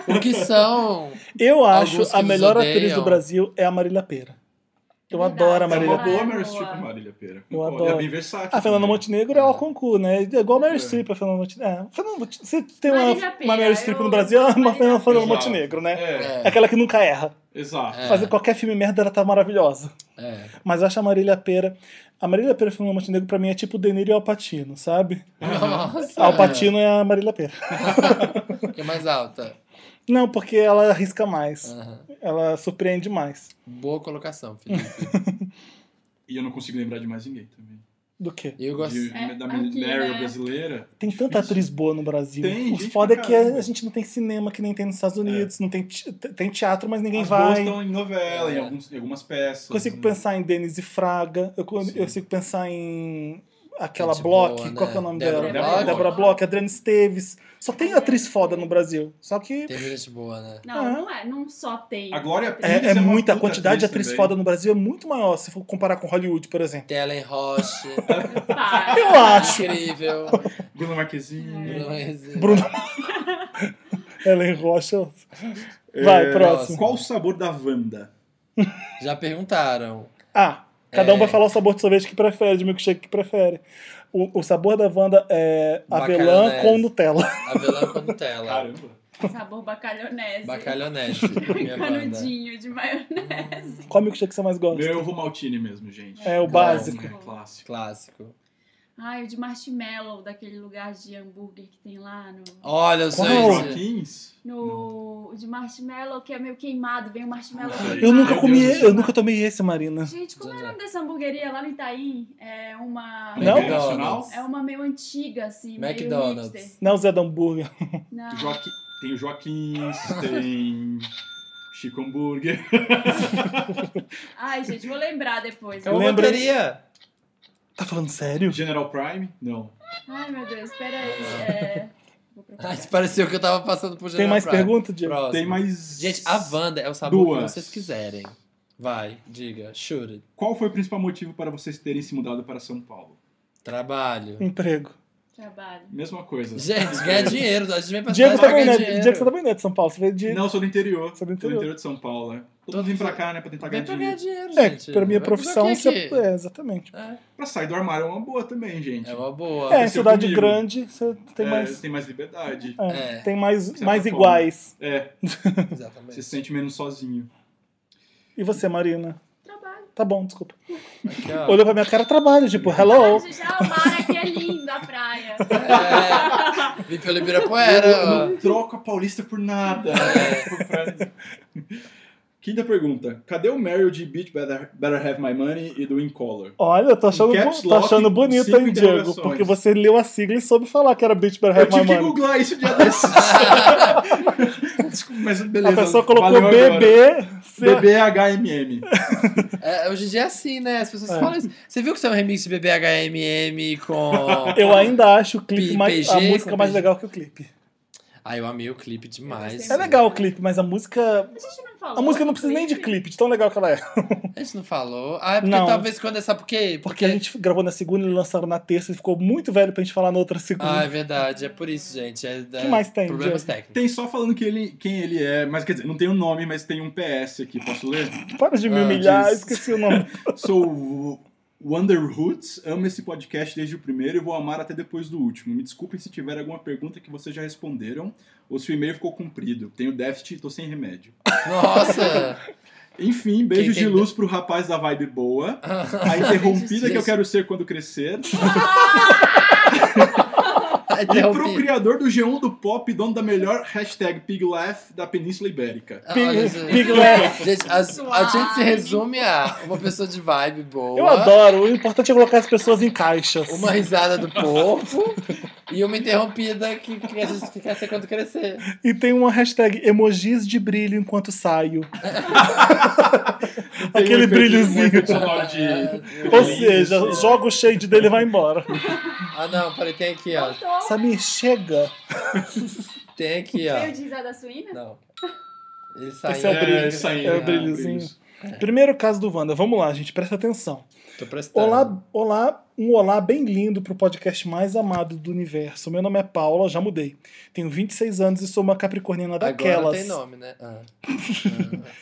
Speaker 2: O que são?
Speaker 1: Eu
Speaker 2: Alguns
Speaker 1: acho
Speaker 2: que
Speaker 1: a
Speaker 2: nos
Speaker 1: melhor
Speaker 2: odeiam.
Speaker 1: atriz do Brasil é a Marília Pera. Eu
Speaker 3: Verdade.
Speaker 1: adoro a
Speaker 4: É uma
Speaker 1: Marília
Speaker 3: Ah,
Speaker 1: Pera.
Speaker 4: boa
Speaker 3: é
Speaker 4: Meryl
Speaker 3: boa.
Speaker 4: Streep, Marília Pera.
Speaker 1: Eu
Speaker 4: Ela é
Speaker 1: adoro.
Speaker 4: bem versátil.
Speaker 1: A Fernanda
Speaker 4: também.
Speaker 1: Montenegro é ao concurso, né? É igual a Meryl
Speaker 4: É.
Speaker 1: Streep, a Fernanda Montenegro. É, Fernanda Monte- se tem uma,
Speaker 3: Marília Pera,
Speaker 1: uma Meryl Streep
Speaker 3: eu-
Speaker 1: no Brasil, é uma
Speaker 3: Marília
Speaker 1: Fernanda, Fernanda
Speaker 4: Pera.
Speaker 1: Montenegro, né?
Speaker 4: É,
Speaker 1: É. Aquela que nunca erra.
Speaker 4: exato.
Speaker 2: É.
Speaker 1: Fazer qualquer filme merda, ela tá maravilhosa.
Speaker 2: É.
Speaker 1: Mas eu acho a Marília Pera... A Marília Pera e a Fernanda Montenegro, pra mim, é tipo o De Niro e o Alpatino, sabe?
Speaker 2: Nossa.
Speaker 1: A Alpatino é a Marília Pera.
Speaker 2: Que é mais alta.
Speaker 1: Não, porque ela arrisca mais.
Speaker 2: Aham.
Speaker 4: É.
Speaker 1: Ela surpreende mais.
Speaker 2: Boa colocação, Felipe.
Speaker 4: E eu não consigo lembrar de mais ninguém também.
Speaker 1: Do quê?
Speaker 2: Eu gosto.
Speaker 4: De-
Speaker 3: É,
Speaker 4: da
Speaker 3: aqui,
Speaker 4: Meryl
Speaker 3: né?
Speaker 4: brasileira.
Speaker 1: Tem tanta
Speaker 4: Difícil.
Speaker 1: atriz boa no Brasil.
Speaker 4: Tem,
Speaker 1: o
Speaker 4: gente
Speaker 1: foda é
Speaker 4: pra
Speaker 1: que a
Speaker 4: caramba. É.
Speaker 1: gente não tem cinema que nem tem nos Estados Unidos. Não tem, te- tem teatro, mas ninguém
Speaker 4: As boas
Speaker 1: vai.
Speaker 4: estão em novela, em,
Speaker 2: É.
Speaker 4: alguns- em algumas peças.
Speaker 1: Eu consigo
Speaker 4: né?
Speaker 1: pensar em Denise Fraga. Eu, co-
Speaker 4: Sim.
Speaker 1: eu consigo pensar em aquela
Speaker 2: Gente
Speaker 1: Block.
Speaker 2: boa,
Speaker 1: Qual
Speaker 2: né?
Speaker 1: que é o nome
Speaker 2: Débora
Speaker 1: dela?
Speaker 4: Bloch.
Speaker 1: Débora Bloch, Adriana Esteves. Só tem atriz foda no Brasil. Só que
Speaker 2: Tem gente boa, né?
Speaker 3: Não,
Speaker 1: Ah.
Speaker 3: não é, não só tem.
Speaker 4: A Glória Pires
Speaker 1: é, é
Speaker 4: uma
Speaker 1: muita. A
Speaker 4: puta
Speaker 1: quantidade de atriz
Speaker 4: atriz também.
Speaker 1: foda no Brasil é muito maior se for comparar com Hollywood, por exemplo.
Speaker 2: Tem Ellen Roche.
Speaker 3: Para.
Speaker 1: é. Eu acho.
Speaker 2: incrível.
Speaker 4: Bruna Marquezine.
Speaker 2: Bruno Rezende.
Speaker 4: [LAUGHS]
Speaker 1: Bruno. Ellen Rocha. Vai,
Speaker 4: É,
Speaker 1: próximo.
Speaker 4: Qual o sabor da Wanda?
Speaker 2: Já perguntaram.
Speaker 1: Ah, cada um
Speaker 2: É.
Speaker 1: vai falar o sabor de sorvete que prefere, de milkshake que prefere. O, o sabor da Wanda é avelã
Speaker 2: Bacaronese.
Speaker 1: com Nutella. [LAUGHS]
Speaker 2: Avelã com Nutella.
Speaker 4: Caramba.
Speaker 3: Sabor bacalhonese.
Speaker 2: Bacalhonete. Minha banda.
Speaker 3: [LAUGHS] Canudinho de maionese.
Speaker 1: Qual milkshake você mais gosta?
Speaker 4: Meu, eu vou Maltini mesmo, gente.
Speaker 1: É, o básico.
Speaker 4: É, clássico.
Speaker 2: Clássico.
Speaker 3: Ai, o de marshmallow, daquele lugar de hambúrguer que tem lá no...
Speaker 2: Olha, eu sou
Speaker 1: Qual? é Não.
Speaker 2: esse.
Speaker 4: Joaquins?
Speaker 3: no... O de marshmallow, que é meio queimado, vem o marshmallow
Speaker 4: Não sei.
Speaker 3: queimado.
Speaker 1: Eu nunca
Speaker 4: Meu
Speaker 1: comi,
Speaker 4: Deus do
Speaker 1: eu nunca tomei esse, Marina.
Speaker 3: Gente, como é o
Speaker 2: Já, já.
Speaker 3: nome dessa hamburgueria lá no Itaim? É uma...
Speaker 1: Não?
Speaker 4: Internacional?
Speaker 3: É uma meio antiga, assim,
Speaker 2: McDonald's.
Speaker 3: meio hipster.
Speaker 1: Não é o Zé do Hambúrguer.
Speaker 3: Não.
Speaker 4: Joaqui- Tem o
Speaker 1: [LAUGHS]
Speaker 4: Joaquins, tem Chico Hambúrguer.
Speaker 3: Ai, gente, vou lembrar depois.
Speaker 2: É uma
Speaker 1: Lembra-
Speaker 2: bateria.
Speaker 1: Tá falando sério?
Speaker 4: General Prime? Não.
Speaker 3: Ai, meu Deus, peraí.
Speaker 1: Ah.
Speaker 3: É... Vou procurar.
Speaker 2: Ai, pareceu que eu tava passando por
Speaker 1: Tem mais perguntas, Diego?
Speaker 2: Próximo.
Speaker 4: Tem mais.
Speaker 2: Gente, a Wanda é o sabor
Speaker 4: Duas.
Speaker 2: que vocês quiserem. Vai, diga. Shoot it.
Speaker 4: Qual foi o principal motivo para vocês terem se mudado para São Paulo?
Speaker 2: Trabalho.
Speaker 1: Emprego.
Speaker 3: Trabalho.
Speaker 4: Mesma coisa.
Speaker 2: Gente, ganha dinheiro. A gente vem pra
Speaker 1: Diego,
Speaker 2: cidade
Speaker 1: você
Speaker 2: pra
Speaker 1: também não
Speaker 2: ganhar
Speaker 1: é,
Speaker 2: dinheiro.
Speaker 1: Diego, você também não é de São Paulo. Você veio de.
Speaker 4: Não, sou do interior.
Speaker 1: Sou do
Speaker 4: Sou
Speaker 1: interior.
Speaker 4: de São Paulo, né? Todo
Speaker 2: Todo
Speaker 4: mundo vem pra
Speaker 2: mundo-
Speaker 4: cá, né? Pra tentar ganhar
Speaker 2: Vem pra ganhar
Speaker 4: dinheiro.
Speaker 2: dinheiro,
Speaker 1: É,
Speaker 2: gente.
Speaker 1: pela minha
Speaker 2: Vai
Speaker 1: profissão,
Speaker 2: fazer o
Speaker 1: você.
Speaker 2: quê
Speaker 1: É, exatamente.
Speaker 2: aqui?
Speaker 4: Pra sair do armário é uma boa também, gente.
Speaker 2: É uma boa.
Speaker 1: É, em
Speaker 4: Aconteceu
Speaker 1: cidade
Speaker 4: comigo.
Speaker 1: grande, você tem
Speaker 4: É,
Speaker 1: mais.
Speaker 4: tem mais liberdade.
Speaker 2: É,
Speaker 1: Tem mais,
Speaker 4: Você
Speaker 1: mais
Speaker 4: tá falando.
Speaker 1: iguais.
Speaker 4: É, você
Speaker 2: exatamente.
Speaker 4: se sente menos sozinho.
Speaker 1: E você, Marina?
Speaker 3: Trabalho.
Speaker 1: Tá bom, desculpa.
Speaker 2: Aqui,
Speaker 4: Tá.
Speaker 2: ó.
Speaker 1: Olhou pra minha cara, trabalho, tipo,
Speaker 3: Ai,
Speaker 1: hello.
Speaker 3: gente, ah, o mar aqui é lindo, a praia.
Speaker 2: É, vim pelo
Speaker 4: Eu
Speaker 2: Ibirapuera.
Speaker 4: não troco a paulista por nada. Por pra- [LAUGHS] Quinta pergunta. Cadê o Meryl de Beat Better, Better Have My Money e do In Color?
Speaker 1: Olha, eu tô achando,
Speaker 4: Em caps
Speaker 1: bo- tô
Speaker 4: lock,
Speaker 1: achando
Speaker 4: com
Speaker 1: bonito,
Speaker 4: cinco
Speaker 1: hein, Diego?
Speaker 4: interrogações.
Speaker 1: Porque você leu a sigla e soube falar que era Beach Better
Speaker 4: Eu
Speaker 1: Have My
Speaker 4: tive que
Speaker 1: Money.
Speaker 4: googlar isso dia desses. [LAUGHS] Desculpa, mas
Speaker 1: A
Speaker 4: beleza.
Speaker 1: pessoa colocou
Speaker 4: valeu agora.
Speaker 1: BB. C-
Speaker 4: BBHMM.
Speaker 2: É, hoje em dia é assim, né? As pessoas
Speaker 1: É.
Speaker 2: falam isso. Você viu que isso é um remix de BBHMM com.
Speaker 1: Eu ainda acho o clipe mais, a
Speaker 2: PG,
Speaker 1: música mais
Speaker 2: PG.
Speaker 1: legal que o clipe.
Speaker 2: Ah, eu amei o clipe demais.
Speaker 3: gostei
Speaker 1: É legal o clipe, mas a música.
Speaker 3: A gente não é falou.
Speaker 1: A música
Speaker 3: do
Speaker 1: não precisa nem de clipe, de tão legal que ela é.
Speaker 2: A gente não falou. Ah, é porque
Speaker 1: Não.
Speaker 2: talvez quando essa. Por quê?
Speaker 1: Porque a gente gravou na segunda e lançaram na terça e ficou muito velho pra gente falar na outra
Speaker 2: Ah,
Speaker 1: segunda.
Speaker 2: é verdade. É por isso, gente. É da...
Speaker 1: O que mais tem,
Speaker 2: Problemas
Speaker 1: Diego?
Speaker 2: técnicos.
Speaker 4: Tem só falando que ele, quem ele é, mas quer dizer, não tem o nome, mas tem um PS aqui, posso ler?
Speaker 1: [LAUGHS] Para de me
Speaker 2: Ah,
Speaker 1: humilhar,
Speaker 4: diz.
Speaker 1: esqueci o nome.
Speaker 4: Sou o Wonderhoots, amo esse podcast desde o primeiro e vou amar até depois do último. Me desculpem se tiver alguma pergunta que vocês já responderam ou se o e-mail ficou comprido. Tenho déficit e tô sem remédio.
Speaker 2: Nossa!
Speaker 4: Enfim, beijo
Speaker 2: Quem tem
Speaker 4: de luz pro rapaz da vibe boa.
Speaker 2: [LAUGHS]
Speaker 4: A interrompida que eu quero ser quando crescer. E pro
Speaker 2: Interrompi.
Speaker 4: criador do G1 do pop, dono da melhor hashtag PigLaugh da Península Ibérica.
Speaker 2: Ah,
Speaker 1: Pig-
Speaker 2: olha, gente.
Speaker 1: Pig Laugh.
Speaker 2: Gente, as- a, gente se resume a uma pessoa de vibe boa.
Speaker 1: Eu adoro, o importante é colocar as pessoas em caixas.
Speaker 2: Uma risada do povo e uma interrompida que, que a gente quer ser quando crescer.
Speaker 1: E tem uma hashtag emojis de brilho enquanto saio.
Speaker 4: Tem
Speaker 1: [LAUGHS] Aquele
Speaker 4: efeito-
Speaker 1: brilhozinho.
Speaker 4: um efeito sonoro
Speaker 1: [LAUGHS]
Speaker 4: de-
Speaker 2: É.
Speaker 1: Ou
Speaker 4: Isso.
Speaker 1: seja, joga o shade dele e vai embora.
Speaker 2: Ah, não, peraí, tem aqui, ó.
Speaker 3: Voltou.
Speaker 1: Samir, chega.
Speaker 2: Tem aqui,
Speaker 3: Veio
Speaker 2: ó.
Speaker 3: de risada suína?
Speaker 2: Não. Ele saiu.
Speaker 1: Esse é o brilho.
Speaker 4: É, saindo,
Speaker 1: É o
Speaker 4: né,
Speaker 1: brilhozinho.
Speaker 4: brilho.
Speaker 2: É.
Speaker 1: Primeiro caso do Wanda, vamos lá, gente, presta atenção.
Speaker 2: Tô prestando.
Speaker 1: Olá, olá, um olá bem lindo pro podcast mais amado do universo. Meu nome é Paula, já mudei. Tenho 26 anos e sou uma capricorniana
Speaker 2: Agora
Speaker 1: daquelas.
Speaker 2: tem nome, né? Ah.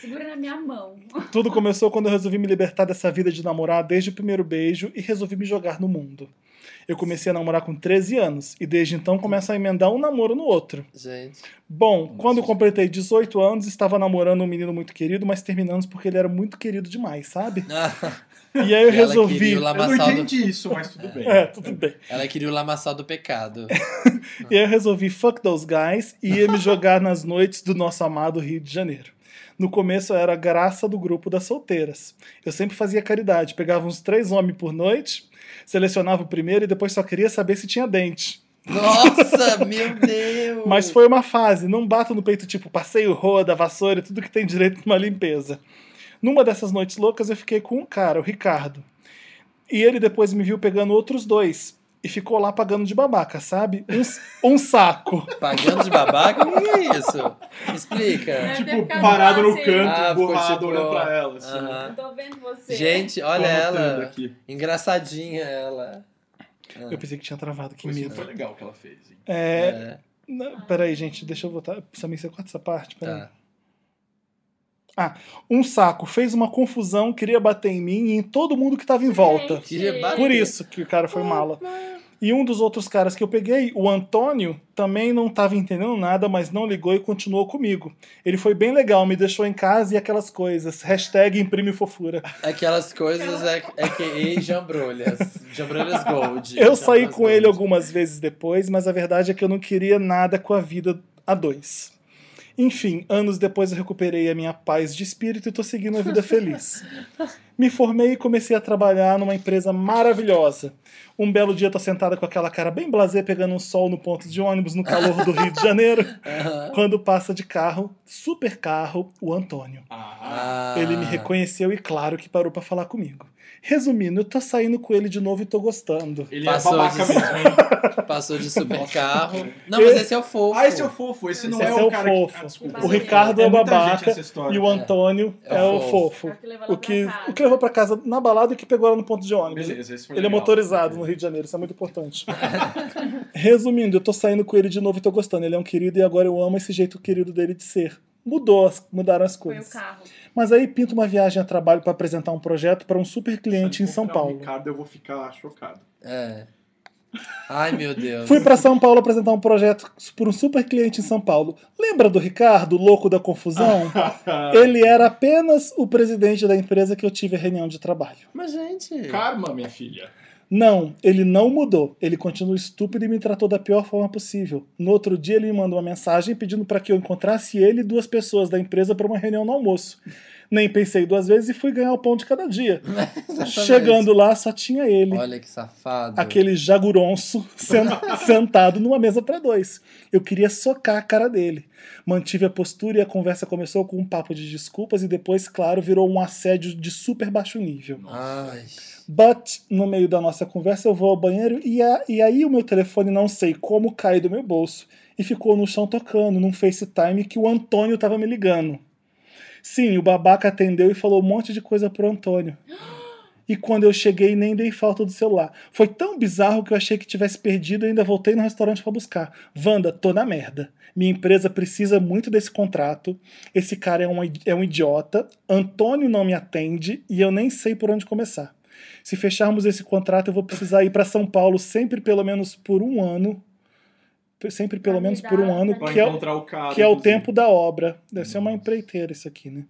Speaker 3: Segura na minha mão.
Speaker 1: Tudo começou quando eu resolvi me libertar dessa vida de namorar desde o primeiro beijo e resolvi me jogar no mundo. Eu comecei a namorar com 13 anos e desde então começo a emendar um namoro no outro.
Speaker 2: Gente.
Speaker 1: Bom,
Speaker 4: Nossa.
Speaker 1: quando eu completei 18 anos, estava namorando um menino muito querido, mas terminamos porque ele era muito querido demais, sabe?
Speaker 2: [LAUGHS] Ah,
Speaker 1: E aí eu
Speaker 2: ela
Speaker 1: resolvi.
Speaker 2: queria o
Speaker 4: Eu não
Speaker 2: lamaçal do
Speaker 4: entendi isso, mas tudo
Speaker 1: [LAUGHS]
Speaker 4: bem.
Speaker 1: É, tudo bem.
Speaker 2: Ela queria o lamaçal do pecado.
Speaker 1: E aí eu resolvi fuck those guys e ia me jogar nas noites do nosso amado Rio de Janeiro. No começo eu era a graça do grupo das solteiras. Eu sempre fazia caridade, pegava uns três homens por noite, selecionava o primeiro e depois só queria saber se tinha dente.
Speaker 2: Nossa, meu Deus!
Speaker 1: Mas foi uma fase, não bato no peito tipo passeio, roda, vassoura, tudo que tem direito numa limpeza. Numa dessas noites loucas eu fiquei com um cara, o Ricardo. E ele depois me viu pegando outros dois. E ficou lá pagando de babaca, sabe? Um s- um saco.
Speaker 2: Pagando de babaca? O que é isso? Explica.
Speaker 3: Deve ter
Speaker 4: Tipo,
Speaker 3: ficado
Speaker 4: parado no
Speaker 3: lá, assim.
Speaker 4: canto,
Speaker 2: Ah, ficou
Speaker 4: borrado,
Speaker 2: tipo,
Speaker 4: olhando pra ela. Assim.
Speaker 2: Aham.
Speaker 3: Eu tô vendo você.
Speaker 2: Gente,
Speaker 4: Tô
Speaker 2: olha
Speaker 4: anotando
Speaker 2: ela.
Speaker 4: Aqui.
Speaker 2: Engraçadinha ela. Ah,
Speaker 1: Eu pensei que tinha travado, que
Speaker 4: Pô, isso não
Speaker 1: medo.
Speaker 4: foi legal que ela fez. Hein?
Speaker 1: É,
Speaker 2: é,
Speaker 1: não, peraí, gente, deixa eu voltar. Samir, você corta essa parte? Peraí.
Speaker 2: tá.
Speaker 1: Um saco fez uma confusão, queria bater em mim e em todo mundo que tava em volta.
Speaker 3: Gente.
Speaker 2: Queria bater.
Speaker 1: Por isso que o cara foi mala. E um dos outros caras que eu peguei, o Antônio, também não tava entendendo nada, mas não ligou e continuou comigo. Ele foi bem legal, me deixou em casa e aquelas coisas. Hashtag imprime fofura.
Speaker 2: Aquelas coisas é, é que ei, jambrolhas. Jambrolhas Gold.
Speaker 1: Eu
Speaker 2: Jambrolhas
Speaker 1: saí com
Speaker 2: Gold.
Speaker 1: ele algumas vezes depois, mas a verdade é que eu não queria nada com a vida a dois. Enfim, anos depois eu recuperei a minha paz de espírito e tô seguindo a vida feliz. Me formei e comecei a trabalhar numa empresa maravilhosa. Um belo dia eu tô sentada com aquela cara bem blasé pegando um sol no ponto de ônibus no calor do Rio de Janeiro,
Speaker 2: Aham.
Speaker 1: quando passa de carro, super carro, o Antônio.
Speaker 4: Ah,
Speaker 2: Ah.
Speaker 1: Ele me reconheceu e claro que parou pra falar comigo. Resumindo, eu tô saindo com ele de novo e tô gostando.
Speaker 4: ele
Speaker 2: Passou
Speaker 4: é babaca
Speaker 2: de-
Speaker 4: mesmo,
Speaker 2: [LAUGHS]
Speaker 4: hein?
Speaker 2: Passou de super carro. Não, mas esse é o fofo.
Speaker 4: Ah, esse é o fofo, esse não
Speaker 1: Esse
Speaker 4: é,
Speaker 1: é
Speaker 4: o
Speaker 1: o
Speaker 4: cara
Speaker 1: fofo.
Speaker 4: que... Ah, desculpa.
Speaker 1: O Ricardo é o
Speaker 4: muita gente
Speaker 1: babaca
Speaker 4: essa história.
Speaker 1: E o Antônio é,
Speaker 2: É o
Speaker 1: o fofo.
Speaker 3: É o que leva lá
Speaker 1: O que,
Speaker 3: pra casa.
Speaker 1: o que é levou pra casa na balada e o que pegou ela no ponto de ônibus.
Speaker 4: Beleza, esse foi
Speaker 1: Ele é
Speaker 4: legal.
Speaker 1: motorizado no Rio de Janeiro, isso é muito importante. [LAUGHS] Resumindo, eu tô saindo com ele de novo e tô gostando. Ele é um querido e agora eu amo esse jeito querido dele de ser. Mudou, as- mudaram as
Speaker 3: Foi o
Speaker 1: coisas.
Speaker 3: carro.
Speaker 1: Mas aí pinta uma viagem a trabalho pra apresentar um projeto pra um super cliente em
Speaker 4: Se eu
Speaker 1: São
Speaker 4: encontrar o
Speaker 1: Paulo.
Speaker 4: um Ricardo, eu vou ficar
Speaker 1: [LAUGHS]
Speaker 4: chocado.
Speaker 2: É. Ai, meu Deus.
Speaker 1: Fui pra São Paulo apresentar um projeto por um super cliente em São Paulo. Lembra do Ricardo, louco da confusão?
Speaker 4: Ah.
Speaker 1: Ele era apenas o presidente da empresa que eu tive a reunião de trabalho.
Speaker 2: Mas, gente.
Speaker 4: Karma, minha filha.
Speaker 1: Não, ele não mudou. Ele continua estúpido e me tratou da pior forma possível. No outro dia, ele me mandou uma mensagem pedindo para que eu encontrasse ele e duas pessoas da empresa para uma reunião no almoço. nem pensei duas vezes e fui ganhar o pão de cada dia. Chegando lá, só tinha ele.
Speaker 2: Olha que safado.
Speaker 1: Aquele jaguronço [LAUGHS] sen- sentado numa mesa para dois. Eu queria socar a cara dele. Mantive a postura e a conversa começou com um papo de desculpas e depois, claro, virou um assédio de super baixo nível.
Speaker 2: Ai.
Speaker 1: But, no meio da nossa conversa, eu vou ao banheiro e, a- e aí o meu telefone, não sei como, cai do meu bolso e ficou no chão tocando, num FaceTime que o Antônio tava me ligando. Sim, o babaca atendeu e falou um monte de coisa pro Antônio. [GASPS] E quando eu cheguei, nem dei falta do celular. Foi tão bizarro que eu achei que tivesse perdido e ainda voltei no restaurante pra buscar. Wanda, tô na merda. Minha empresa precisa muito desse contrato. Esse cara é um, i- é um idiota. Antônio não me atende e eu nem sei por onde começar. Se fecharmos esse contrato, eu vou precisar ir para São Paulo sempre pelo menos por um ano. Sempre pelo
Speaker 3: Pra
Speaker 1: menos
Speaker 3: lidar,
Speaker 1: por um ano,
Speaker 3: pra
Speaker 4: Pra
Speaker 1: que é,
Speaker 4: encontrar o cara.
Speaker 1: que é o
Speaker 4: inclusive.
Speaker 1: tempo da obra. Deve ser uma empreiteira isso aqui, né?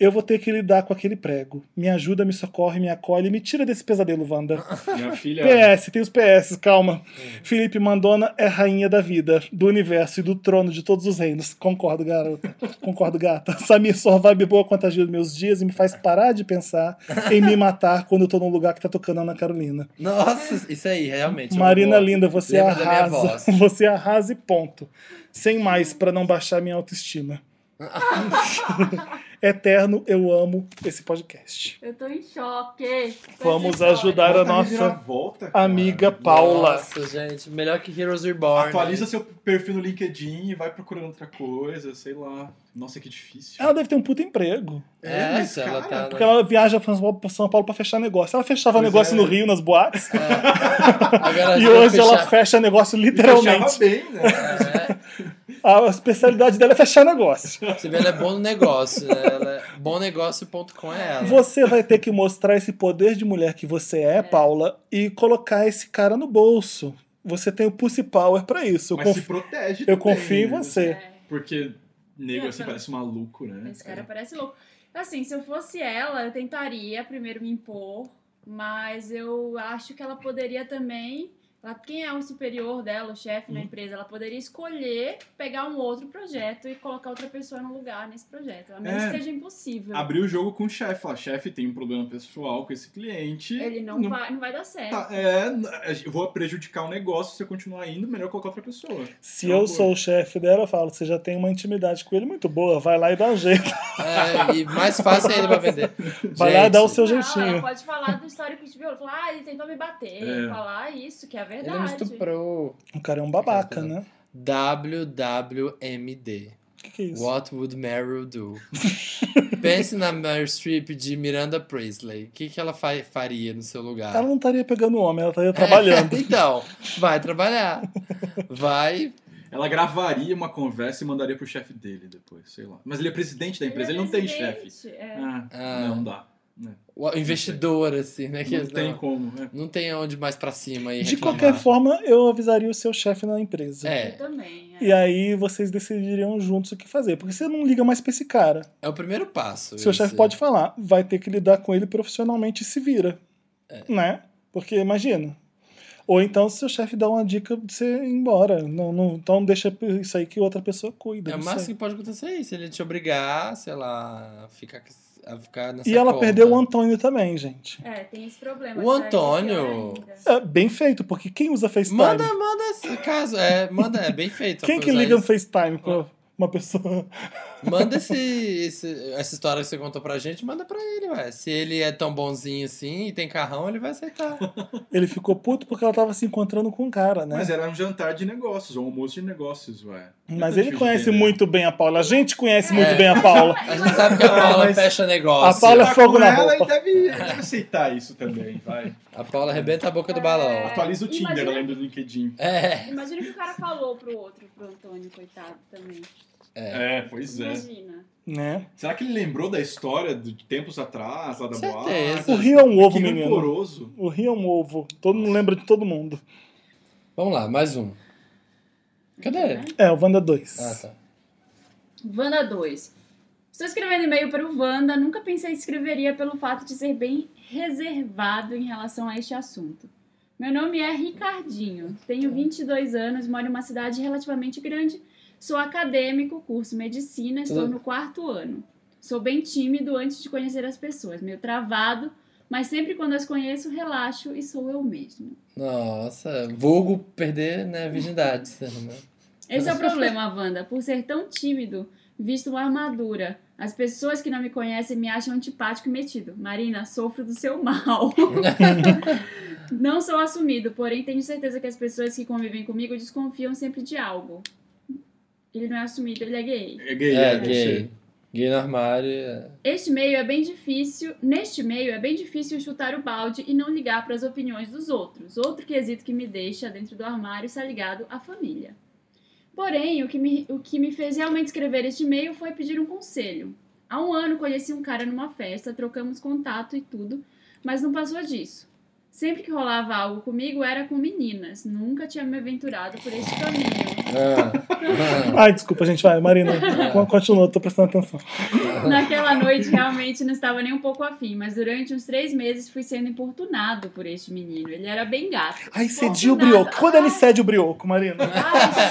Speaker 1: Eu vou ter que lidar com aquele prego. Me ajuda, me socorre, me acolhe, me tira desse pesadelo, Wanda. [LAUGHS]
Speaker 4: Minha filha.
Speaker 1: PS, tem os PS, calma. Felipe Mandona é rainha da vida, do universo e do trono de todos os reinos. Concordo, garota. Concordo, gata. [LAUGHS] Samir, sua vibe boa contagia os meus dias e me faz parar de pensar em me matar quando eu tô num lugar que tá tocando Ana Carolina.
Speaker 2: Nossa, isso aí, realmente. é
Speaker 1: Marina
Speaker 2: eu vou-
Speaker 1: linda, você
Speaker 2: Lembra da minha
Speaker 1: arrasa.
Speaker 2: voz.
Speaker 1: [LAUGHS] Você arrasa e ponto. Sem mais, pra não baixar minha autoestima. Eterno, eu amo esse podcast.
Speaker 3: Eu tô em choque. com
Speaker 1: Vamos
Speaker 3: essa história.
Speaker 1: ajudar a
Speaker 4: Bota
Speaker 1: nossa
Speaker 4: reviravolta, cara.
Speaker 1: amiga Paula.
Speaker 2: Nossa, gente, melhor que Heroes Reborn.
Speaker 4: Atualiza
Speaker 2: né?
Speaker 4: seu perfil no LinkedIn e vai procurando outra coisa, sei lá. Nossa, que difícil.
Speaker 1: Ela deve ter um puto emprego.
Speaker 4: É,
Speaker 2: É,
Speaker 4: mas,
Speaker 2: isso, ela
Speaker 4: cara,
Speaker 2: tá.
Speaker 1: Porque ela viaja pra São Paulo- pra São Paulo pra fechar negócio. Ela fechava
Speaker 4: Pois
Speaker 1: negócio
Speaker 4: é.
Speaker 1: no Rio, nas boates.
Speaker 2: Agora
Speaker 1: E
Speaker 2: já
Speaker 1: hoje
Speaker 2: fechar-
Speaker 1: ela fecha negócio
Speaker 4: E fechava
Speaker 1: literalmente.
Speaker 4: bem, né?
Speaker 2: É,
Speaker 1: A especialidade dela é fechar negócio.
Speaker 2: você vê, ela é bom no negócio, né? Ela é bomnegócio.com é ela.
Speaker 1: Você vai ter que mostrar esse poder de mulher que você é, Paula, e colocar esse cara no bolso. Você tem o Pussy Power pra isso. [LAUGHS] Eu,
Speaker 4: Mas se
Speaker 1: conf-
Speaker 4: protege
Speaker 1: eu
Speaker 4: também,
Speaker 1: confio em
Speaker 4: né?
Speaker 1: você.
Speaker 3: É.
Speaker 4: Porque nego assim parece maluco, né?
Speaker 3: Esse cara é parece louco. Assim, se eu fosse ela, eu tentaria primeiro me impor, mas eu acho que ela poderia também. ela- Quem é o superior dela, o chefe
Speaker 4: Uhum.
Speaker 3: na empresa, ela poderia escolher pegar um outro projeto e colocar outra pessoa no lugar nesse projeto. A menos
Speaker 4: É.
Speaker 3: que seja impossível.
Speaker 4: Abrir o jogo com o chefe, falar, chefe, tem um problema pessoal com esse cliente.
Speaker 3: Ele não, vai, não vai dar certo.
Speaker 4: tá- é, n- eu vou prejudicar o negócio se eu continuar indo, melhor colocar outra pessoa.
Speaker 1: Se
Speaker 4: Não,
Speaker 1: eu
Speaker 4: pô.
Speaker 1: sou o chefe dela, eu falo, você já tem uma intimidade com ele muito boa. Vai lá e dá um jeito.
Speaker 2: É, e mais fácil ainda pra vender.
Speaker 1: Vai lá e dá o
Speaker 2: Gente,
Speaker 1: seu
Speaker 3: Não,
Speaker 1: jeitinho.
Speaker 3: Ah, ela pode falar do histórico de violência, falar, ah, ele tentou me bater,
Speaker 4: É.
Speaker 3: falar isso, que é a
Speaker 2: Ele me
Speaker 3: verdade.
Speaker 2: estuprou.
Speaker 1: O cara é um babaca, né?
Speaker 2: WWMD.
Speaker 1: O que, que é isso?
Speaker 2: What would Meryl do? Pense na Meryl Streep de Miranda Priestley. O que, que ela fa- faria no seu lugar? É,
Speaker 1: Ela não estaria pegando homem, ela estaria
Speaker 2: [LAUGHS]
Speaker 1: trabalhando.
Speaker 2: então, vai trabalhar. Vai.
Speaker 4: Ela gravaria uma conversa e mandaria pro chefe dele depois, sei lá. Mas ele é presidente da
Speaker 3: Ele é
Speaker 4: empresa, ele, não tem
Speaker 3: presidente,
Speaker 4: chefe.
Speaker 3: é.
Speaker 4: Ah,
Speaker 2: Ah.
Speaker 4: Não dá.
Speaker 2: o Investidor, assim, né? que
Speaker 4: Não tem como. né?
Speaker 2: não tem onde mais pra cima. E
Speaker 1: De
Speaker 2: reclamar.
Speaker 1: qualquer forma, eu avisaria o seu chefe na empresa.
Speaker 3: Eu
Speaker 2: É, É,
Speaker 3: também. é.
Speaker 1: E aí vocês decidiriam juntos o que fazer. Porque você não liga mais pra esse cara.
Speaker 2: é o primeiro passo.
Speaker 1: Seu
Speaker 2: isso. É
Speaker 1: chefe pode falar, vai ter que lidar com ele profissionalmente e se vira.
Speaker 2: É.
Speaker 1: Né? Porque imagina. Ou então, se seu chefe dá uma dica de você ir embora. Não, não, então deixa isso aí que outra pessoa cuida.
Speaker 2: É o
Speaker 1: não
Speaker 2: máximo
Speaker 1: sei.
Speaker 2: que pode acontecer é isso. Ele te obrigar, sei lá, a ficar, a ficar nessa
Speaker 1: E ela
Speaker 2: conta.
Speaker 1: perdeu o Antônio também, gente.
Speaker 3: É, tem esse problema.
Speaker 2: O
Speaker 3: isso aí é
Speaker 2: Antônio-
Speaker 3: pior ainda.
Speaker 1: É, bem feito, porque quem usa FaceTime?
Speaker 2: Manda, manda esse caso. É, manda, é bem feito.
Speaker 1: quem
Speaker 2: pra
Speaker 1: que
Speaker 2: usar
Speaker 1: liga no
Speaker 2: isso.
Speaker 1: FaceTime pra uma pessoa? [LAUGHS]
Speaker 2: Manda esse, esse- essa história que você contou pra gente, manda pra ele, ué. Se ele é tão bonzinho assim e tem carrão, ele vai aceitar.
Speaker 1: Ele ficou puto porque ela tava se encontrando com um cara, né?
Speaker 4: Mas era um jantar de negócios, ou um almoço de negócios, ué.
Speaker 1: Mas
Speaker 4: Nunca
Speaker 1: ele
Speaker 4: tive
Speaker 1: conhece
Speaker 4: ideia.
Speaker 1: muito bem a Paula. A gente conhece
Speaker 2: É.
Speaker 1: muito bem a Paula.
Speaker 2: A gente sabe que a Paula fecha negócio.
Speaker 1: Ah, a Paula-
Speaker 4: Tá
Speaker 1: fogo
Speaker 4: com
Speaker 1: na
Speaker 4: ela
Speaker 1: roupa.
Speaker 4: e deve, deve aceitar isso também, vai.
Speaker 2: A Paula arrebenta a boca do
Speaker 3: É,
Speaker 2: balão.
Speaker 4: Atualiza o Tinder,
Speaker 3: Imagina-
Speaker 4: além do LinkedIn.
Speaker 2: É.
Speaker 3: Imagina o que o cara falou pro outro, pro Antônio, coitado também.
Speaker 4: É, pois é.
Speaker 3: Imagina.
Speaker 1: Né?
Speaker 4: Será que ele lembrou da história de tempos atrás, lá da
Speaker 2: Certeza.
Speaker 4: boate?
Speaker 1: O Rio é um ovo,
Speaker 4: Que
Speaker 1: menino.
Speaker 4: rancoroso.
Speaker 1: O Rio é um ovo. Todo mundo lembra de todo mundo.
Speaker 2: Vamos lá, mais um. Cadê?
Speaker 3: Né?
Speaker 1: É, o Wanda 2.
Speaker 2: Ah, tá.
Speaker 3: Wanda 2. Estou escrevendo e-mail para o Wanda. Nunca pensei que escreveria pelo fato de ser bem reservado em relação a este assunto. Meu nome é Ricardinho, tenho 22 anos, moro em uma cidade relativamente grande, sou acadêmico, curso medicina, estou
Speaker 2: Tudo-
Speaker 3: no quarto ano. Sou bem tímido antes de conhecer as pessoas, meio travado, mas sempre quando as conheço, relaxo e sou eu mesmo.
Speaker 2: Nossa, vulgo perder né, a
Speaker 1: [LAUGHS]
Speaker 2: virgindade. né?
Speaker 3: Esse é o problema, Wanda. Por ser tão tímido, visto uma armadura. As pessoas que não me conhecem me acham antipático e metido. Marina, sofro do seu mal. não sou assumido, porém tenho certeza que as pessoas que convivem comigo desconfiam sempre de algo. Ele não é assumido, ele é gay.
Speaker 4: É gay,
Speaker 2: É,
Speaker 4: é,
Speaker 2: gay. Gay no armário. é.
Speaker 3: Este meio é bem difícil, neste meio é bem difícil chutar o balde e não ligar para as opiniões dos outros. Outro quesito que me deixa dentro do armário está ligado à família. Porém, o que me, o que me fez realmente escrever este e-mail foi pedir um conselho. Há um ano conheci um cara numa festa, trocamos contato e tudo, mas não passou disso. Sempre que rolava algo comigo era com meninas, nunca tinha me aventurado por este caminho.
Speaker 2: Ah,
Speaker 1: Ai, desculpa, gente,
Speaker 2: [LAUGHS]
Speaker 1: vai, Marina. con- Continua, tô prestando atenção. [LAUGHS]
Speaker 3: Naquela noite realmente não estava nem um pouco afim, mas durante uns três meses fui sendo importunado por este menino. Ele era bem gato.
Speaker 1: Ai,
Speaker 3: Importunado. Ah,
Speaker 1: cedi o brioco. Quando ele cede o brioco, Marina?
Speaker 3: Ai, muito
Speaker 2: ah.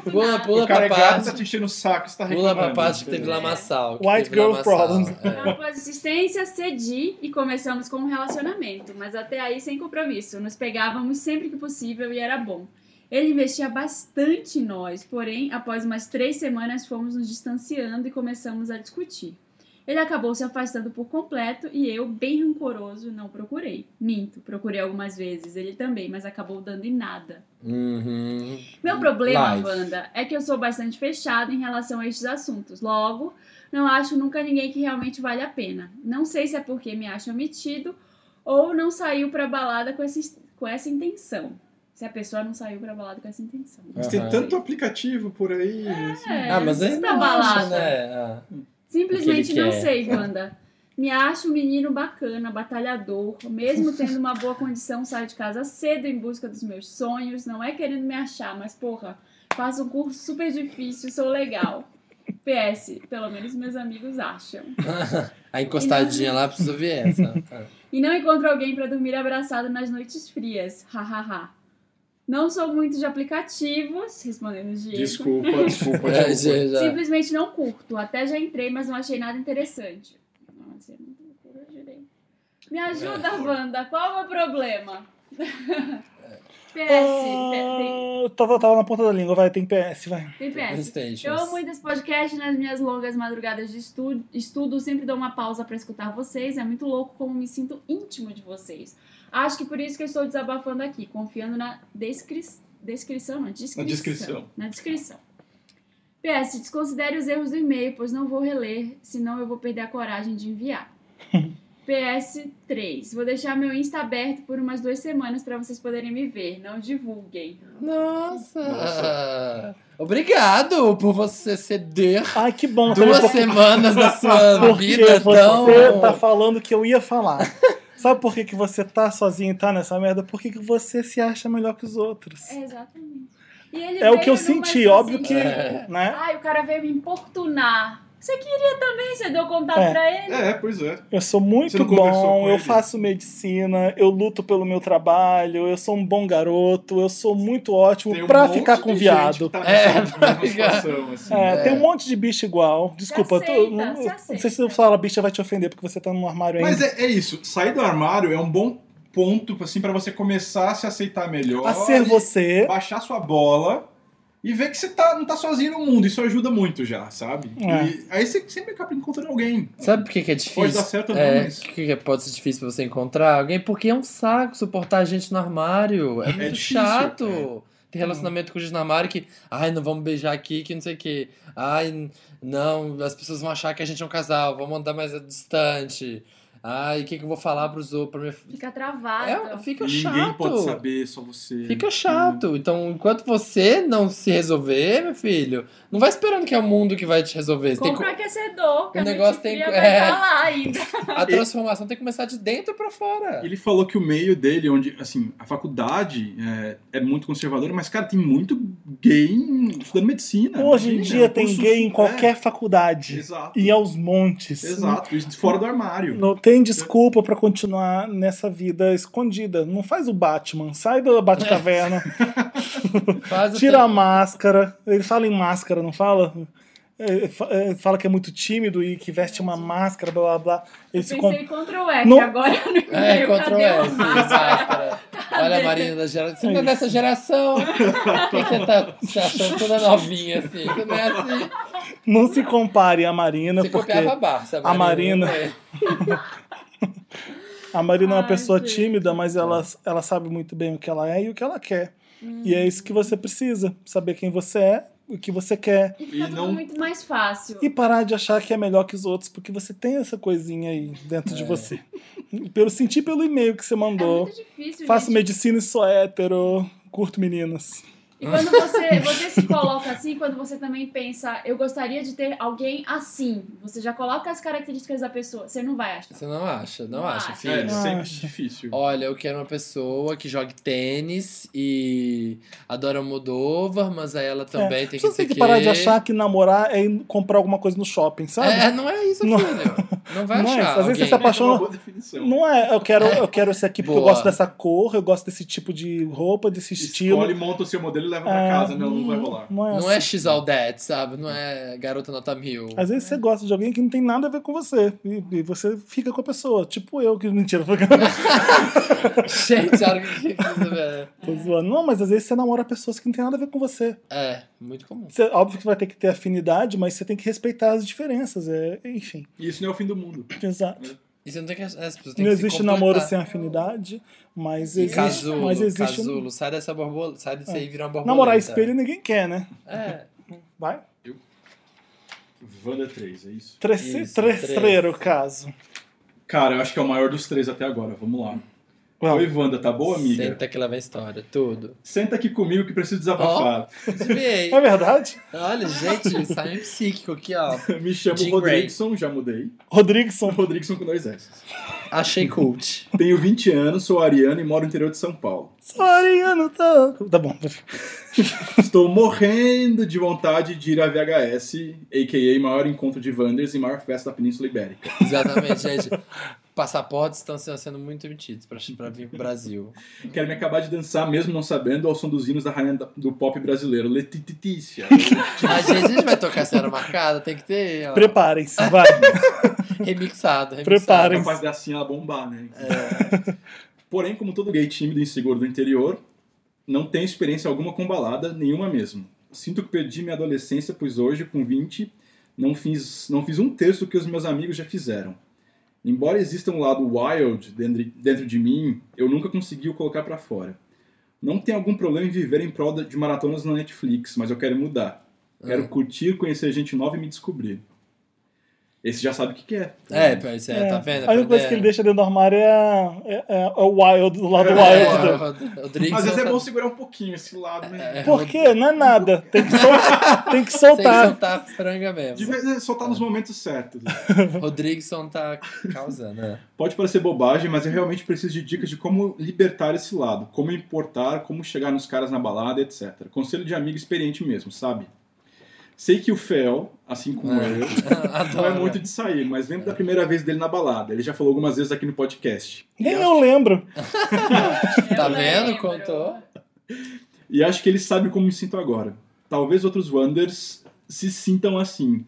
Speaker 2: Pula,
Speaker 3: importunado.
Speaker 2: pula
Speaker 4: O cara é
Speaker 2: pra
Speaker 4: gato, tá
Speaker 2: parte.
Speaker 4: te enchendo o saco, você tá
Speaker 2: Pula
Speaker 4: reclamando.
Speaker 2: pra parte que teve
Speaker 4: entendeu?
Speaker 2: lamaçal. que
Speaker 1: White
Speaker 2: teve
Speaker 1: girl
Speaker 2: lamaçal,
Speaker 1: problems.
Speaker 2: é.
Speaker 3: Após Então, assistência, cedi e começamos com um relacionamento, mas até aí sem compromisso. Nos pegávamos sempre que possível e era bom. Ele investia bastante em nós, porém, após umas três semanas, fomos nos distanciando e começamos a discutir. Ele acabou se afastando por completo e eu, bem rancoroso, não procurei. Minto, procurei algumas vezes, ele também, mas acabou dando em nada.
Speaker 2: Uhum.
Speaker 3: Meu problema,
Speaker 2: Life.
Speaker 3: Wanda, é que eu sou bastante fechada em relação a estes assuntos. Logo, não acho nunca ninguém que realmente vale a pena. Não sei se é porque me acham metido ou não saiu pra balada com essa, com essa intenção. Se a pessoa não saiu pra balada com essa intenção.
Speaker 4: Mas tem
Speaker 2: Aham.
Speaker 4: tanto aplicativo por aí. assim.
Speaker 3: É,
Speaker 2: Ah, mas aí
Speaker 3: não pra
Speaker 2: não acha,
Speaker 3: balada.
Speaker 2: né? Ah.
Speaker 3: Simplesmente
Speaker 2: O que ele
Speaker 3: não
Speaker 2: quer.
Speaker 3: sei, Wanda. Me acho um menino bacana, batalhador. Mesmo tendo uma boa condição, saio de casa cedo em busca dos meus sonhos. Não é querendo me achar, mas porra, faço um curso super difícil, sou legal. PS, pelo menos meus amigos acham.
Speaker 2: Ah. [LAUGHS] A encostadinha lá precisa ver essa.
Speaker 1: [LAUGHS]
Speaker 2: Ah.
Speaker 3: E não encontro alguém pra dormir abraçado nas noites frias. Hahaha. Não sou muito de aplicativos, respondendo Diego.
Speaker 4: [LAUGHS] Desculpa, desculpa,
Speaker 2: É,
Speaker 4: desculpa.
Speaker 2: já- já.
Speaker 3: Simplesmente não curto. Até já entrei, mas não achei nada interessante. Nossa, eu não tenho cura direito. Me ajuda, Wanda. Qual é o problema? [LAUGHS] PS.
Speaker 2: É,
Speaker 3: Tem,
Speaker 1: Ah, tava, tava na ponta da língua, vai, tem PS, vai.
Speaker 3: tem PS.
Speaker 2: Resistências.
Speaker 3: Eu amo muito esse podcast nas minhas longas madrugadas de estudo. estudo sempre dou uma pausa pra escutar vocês. É muito louco como me sinto íntimo de vocês. Acho que por isso que eu estou desabafando aqui, confiando na descri- descrição, não, descrição.
Speaker 4: Na descrição.
Speaker 3: Na descrição. PS, desconsidere os erros do e-mail, pois não vou reler, senão eu vou perder a coragem de
Speaker 1: [LAUGHS]
Speaker 3: enviar. PS3. Vou deixar meu Insta aberto por umas duas semanas pra vocês poderem me ver. Não divulguem.
Speaker 2: Nossa. Ah.
Speaker 4: Nossa.
Speaker 2: Obrigado por você ceder
Speaker 1: Ai, que bom. também,
Speaker 2: duas
Speaker 1: é porque-
Speaker 2: semanas
Speaker 1: [LAUGHS]
Speaker 2: da sua
Speaker 1: Porque
Speaker 2: vida
Speaker 1: você
Speaker 2: tão.
Speaker 1: tá falando que eu ia falar. Sabe por que, que você tá sozinho e tá nessa merda? Porque que você se acha melhor que os outros.
Speaker 3: É, exatamente. E ele
Speaker 1: É o
Speaker 3: veio
Speaker 1: que eu
Speaker 3: numa
Speaker 1: senti, óbvio que.
Speaker 2: É.
Speaker 1: Né?
Speaker 3: Ai, o cara veio me importunar. Você queria também, você deu contato
Speaker 1: É.
Speaker 3: pra ele?
Speaker 4: É, pois é.
Speaker 1: Eu sou
Speaker 4: Você
Speaker 1: muito
Speaker 4: não conversou
Speaker 1: bom,
Speaker 4: com
Speaker 1: eu
Speaker 4: ele?
Speaker 1: faço medicina, eu luto pelo meu trabalho, eu sou um bom garoto, eu sou muito ótimo
Speaker 4: Tem um
Speaker 1: pra
Speaker 4: monte
Speaker 1: ficar
Speaker 4: de
Speaker 1: com
Speaker 4: gente
Speaker 1: viado.
Speaker 4: que Tá
Speaker 2: É,
Speaker 4: é,
Speaker 2: pra ficar-
Speaker 4: situação, assim.
Speaker 1: É,
Speaker 2: É.
Speaker 1: tem um monte de bicho igual. Desculpa,
Speaker 3: aceita,
Speaker 1: eu tô- não,
Speaker 3: se
Speaker 1: eu não sei se
Speaker 3: aceita.
Speaker 1: eu falar bicha vai te ofender porque você tá num armário ainda.
Speaker 4: Mas é, é isso. Sair do armário é um bom ponto, assim, pra você começar a se aceitar melhor.
Speaker 1: A ser você.
Speaker 4: Baixar sua bola e ver que você tá, não tá sozinho no mundo. Isso ajuda muito já, sabe?
Speaker 1: É.
Speaker 4: E aí você sempre acaba encontrando alguém.
Speaker 2: Sabe por que, que é difícil?
Speaker 4: Pode dar certo ou não,
Speaker 2: é,
Speaker 4: mas-
Speaker 2: por que, que pode ser difícil pra você encontrar alguém? Porque é um saco suportar a gente no armário. É muito
Speaker 4: difícil,
Speaker 2: chato.
Speaker 4: é.
Speaker 2: Tem relacionamento com gente no armário que, ai, não vamos beijar aqui, que não sei o quê. Ai, n- não, as pessoas vão achar que a gente é um casal, vamos andar mais distante. Ai, o que, que eu vou falar pros outros? Pra minha... f-
Speaker 3: Fica travado.
Speaker 2: É, fica
Speaker 4: Ninguém
Speaker 2: chato.
Speaker 4: pode saber, né? só você.
Speaker 2: Fica chato. Então, enquanto você não se resolver, meu filho, não vai esperando que é o mundo que vai te resolver. Você tem
Speaker 3: Compra um aquecedor, que
Speaker 2: O
Speaker 3: a
Speaker 2: negócio
Speaker 3: noite
Speaker 2: tem
Speaker 3: fria
Speaker 2: co-
Speaker 3: vai
Speaker 2: é.
Speaker 3: tá lá ainda.
Speaker 2: que- A transformação tem que começar de dentro pra fora.
Speaker 4: Ele falou que o meio dele, onde, assim, a faculdade é, é muito conservadora, mas, cara, tem muito gay em- estudando medicina.
Speaker 1: Hoje em
Speaker 4: Imagina,
Speaker 1: dia
Speaker 4: um
Speaker 1: tem
Speaker 4: curso-
Speaker 1: gay em qualquer
Speaker 4: É,
Speaker 1: faculdade.
Speaker 4: exato.
Speaker 1: E aos montes.
Speaker 4: Exato, isso fora do armário.
Speaker 1: Não tem desculpa pra continuar nessa vida escondida. Não faz o Batman. Sai da Batcaverna.
Speaker 2: Faz o
Speaker 1: Tira
Speaker 2: teu-
Speaker 1: a máscara. Ele fala em máscara, não fala? é, fa- é, fala que é muito tímido e que veste uma máscara, blá blá blá. Ele se
Speaker 3: Pensei
Speaker 1: com-
Speaker 3: em Ctrl F,
Speaker 1: Não-
Speaker 3: agora eu não
Speaker 2: É,
Speaker 3: entendo.
Speaker 2: Ctrl
Speaker 3: Cadê o
Speaker 2: S,
Speaker 3: mapa?
Speaker 2: máscara. Olha a Marina da geração. Você não é
Speaker 1: Isso.
Speaker 2: dessa
Speaker 3: [LAUGHS]
Speaker 2: geração? Por que você tá se achando toda novinha assim? Você não é assim.
Speaker 1: Não se compare à Marina,
Speaker 2: Você
Speaker 1: porque
Speaker 2: copiava a Barça.
Speaker 1: a Marina-
Speaker 2: não é.
Speaker 1: a Marina é uma
Speaker 3: Ai,
Speaker 1: pessoa
Speaker 3: gente.
Speaker 1: tímida, mas ela, ela sabe muito bem o que ela é e o que ela quer. E é isso que você precisa: saber quem você é, o que você quer.
Speaker 3: E fica
Speaker 4: E
Speaker 3: tudo
Speaker 4: não-
Speaker 3: muito mais fácil.
Speaker 1: E parar de achar que é melhor que os outros, porque você tem essa coisinha aí dentro de
Speaker 2: É.
Speaker 1: você. Pelo sentir pelo e-mail que você
Speaker 3: É
Speaker 1: mandou.
Speaker 3: muito difícil,
Speaker 1: Faço
Speaker 3: gente.
Speaker 1: medicina e sou hétero. Curto meninas.
Speaker 3: E quando você, você se coloca assim, quando você também pensa, eu gostaria de ter alguém assim, você já coloca as características da pessoa, você não vai achar.
Speaker 2: Você não acha, não
Speaker 3: Não
Speaker 2: acha,
Speaker 3: acha.
Speaker 4: É,
Speaker 1: Ah.
Speaker 2: filho.
Speaker 4: sempre
Speaker 1: Acho.
Speaker 4: difícil.
Speaker 2: Olha, eu quero uma pessoa que jogue tênis e adora Moldova, mas aí ela também tem que
Speaker 1: Você
Speaker 2: ser
Speaker 1: tem que parar É. de achar que namorar é ir comprar alguma coisa no shopping, sabe?
Speaker 2: É, não é isso,
Speaker 1: Não-
Speaker 2: filho. Não vai
Speaker 1: Não é
Speaker 2: achar.
Speaker 1: isso. Às vezes você se
Speaker 2: alguém.
Speaker 1: apaixona-
Speaker 4: É uma boa definição.
Speaker 1: Não é, eu quero, eu quero esse aqui porque eu
Speaker 2: Boa.
Speaker 1: gosto dessa cor, eu gosto desse tipo de roupa, desse estilo.
Speaker 4: Escolhe, monta o seu modelo e leva pra
Speaker 1: É,
Speaker 4: casa. né? Não, não vai rolar.
Speaker 1: Não é,
Speaker 2: Não é
Speaker 1: assim.
Speaker 2: X All That, sabe? Não é Garota Nota
Speaker 1: [LAUGHS]
Speaker 2: Mil.
Speaker 1: Às vezes você gosta de alguém que não tem nada a ver com você. E, e você fica com a pessoa. Tipo eu, que [LAUGHS] mentira,
Speaker 2: Gente, olha o que que isso é.
Speaker 1: tô zoando. Não, mas às vezes você namora pessoas que não tem nada a ver com você.
Speaker 2: É, muito comum.
Speaker 1: Você- óbvio que vai ter que ter afinidade, mas você tem que respeitar as diferenças. É, enfim.
Speaker 4: E isso não é o fim do mundo.
Speaker 1: Exato.
Speaker 2: E você não tem é que achar. As pessoas têm
Speaker 1: Não
Speaker 2: que se
Speaker 1: existe namoro
Speaker 2: completar.
Speaker 1: sem afinidade, mas
Speaker 3: E
Speaker 1: existe.
Speaker 2: Casulo,
Speaker 1: mas existe um- É.
Speaker 2: casulo. tá. Sai dessa borboleta. Sai disso aí e vira uma borboleta.
Speaker 1: Namorar espelho ninguém quer, né?
Speaker 2: É.
Speaker 1: Vai.
Speaker 4: Wanda 3, é isso?
Speaker 1: Trece,
Speaker 2: Isso,
Speaker 1: terceiro
Speaker 2: três.
Speaker 1: caso.
Speaker 4: Cara, eu acho que é o maior dos três até agora. Vamos lá. Oi, Wanda, tá boa, amiga? Senta,
Speaker 2: Senta que lá vem a história. Tudo.
Speaker 4: aqui comigo que preciso desabafar.
Speaker 2: Desviei.
Speaker 1: É verdade?
Speaker 2: Olha, gente, sai um psíquico aqui, ó.
Speaker 4: [LAUGHS] Me chamo
Speaker 2: Jean
Speaker 4: Rodrigson, já mudei. [LAUGHS]
Speaker 1: Rodrigson.
Speaker 4: Rodrigson com dois S.
Speaker 2: Achei cult.
Speaker 4: Tenho 20 anos, sou ariano e moro no interior de São Paulo.
Speaker 1: Sorry, eu não tô. Tá bom.
Speaker 4: Estou morrendo de vontade de ir à VHS, a.k.a. maior encontro de Wanders e maior festa da Península Ibérica.
Speaker 2: Exatamente, gente. Passaportes estão sendo muito emitidos pra, pra vir pro Brasil.
Speaker 4: Quero me acabar de dançar, mesmo não sabendo, ao som dos hinos da rainha da- do pop brasileiro, Letitícia.
Speaker 2: A gente, a gente vai tocar essa hora marcada, tem que ter, ó.
Speaker 1: Preparem-se, vai.
Speaker 2: Remixado, remixado.
Speaker 1: Preparem.
Speaker 4: Capaz da assim ela bombar, né?
Speaker 2: É,
Speaker 4: [LAUGHS] Porém, como todo gay tímido e inseguro do interior, não tenho experiência alguma com balada, nenhuma mesmo. Sinto que perdi minha adolescência, pois hoje, com 20, não fiz, não fiz um terço do que os meus amigos já fizeram. Embora exista um lado wild dentro, dentro de mim, eu nunca consegui o colocar pra fora. Não tem algum problema em viver em prol de maratonas na Netflix, mas eu quero mudar.
Speaker 2: É.
Speaker 4: Quero curtir, conhecer gente nova e me descobrir. Esse já sabe o que, que é.
Speaker 2: é, pô, isso aí, tá vendo?
Speaker 1: A única coisa que ele deixa dentro do armário é, a- é- é- é o Wild, do lado
Speaker 4: É,
Speaker 1: Wild. né?
Speaker 2: é, Rod- Rodrigues
Speaker 4: Às vezes é
Speaker 2: tá-
Speaker 4: bom segurar um pouquinho esse lado, né?
Speaker 2: é,
Speaker 1: Por quê? Não é nada. Tem que, sol- tem que
Speaker 2: Tem que
Speaker 1: soltar.
Speaker 2: soltar a franga
Speaker 4: De
Speaker 2: mesmo.
Speaker 4: vez em soltar nos momentos certos. né?
Speaker 2: Rodrigson tá causando, né?
Speaker 4: Pode parecer bobagem, mas eu realmente preciso de dicas de como libertar esse lado, como importar, como chegar nos caras na balada, etc. Conselho de amigo experiente mesmo, sabe? Sei que o Fel, assim como
Speaker 2: [LAUGHS] É.
Speaker 4: eu, [LAUGHS] não é
Speaker 2: Adoro. né? É.
Speaker 4: muito de sair, mas lembro da primeira vez dele na balada. Ele já falou algumas vezes aqui no podcast.
Speaker 1: Nem eu lembro.
Speaker 2: Tá
Speaker 3: Eu
Speaker 2: vendo?
Speaker 3: lembro.
Speaker 2: Contou.
Speaker 4: E acho que ele sabe como me sinto agora. Talvez outros Wanders se sintam assim.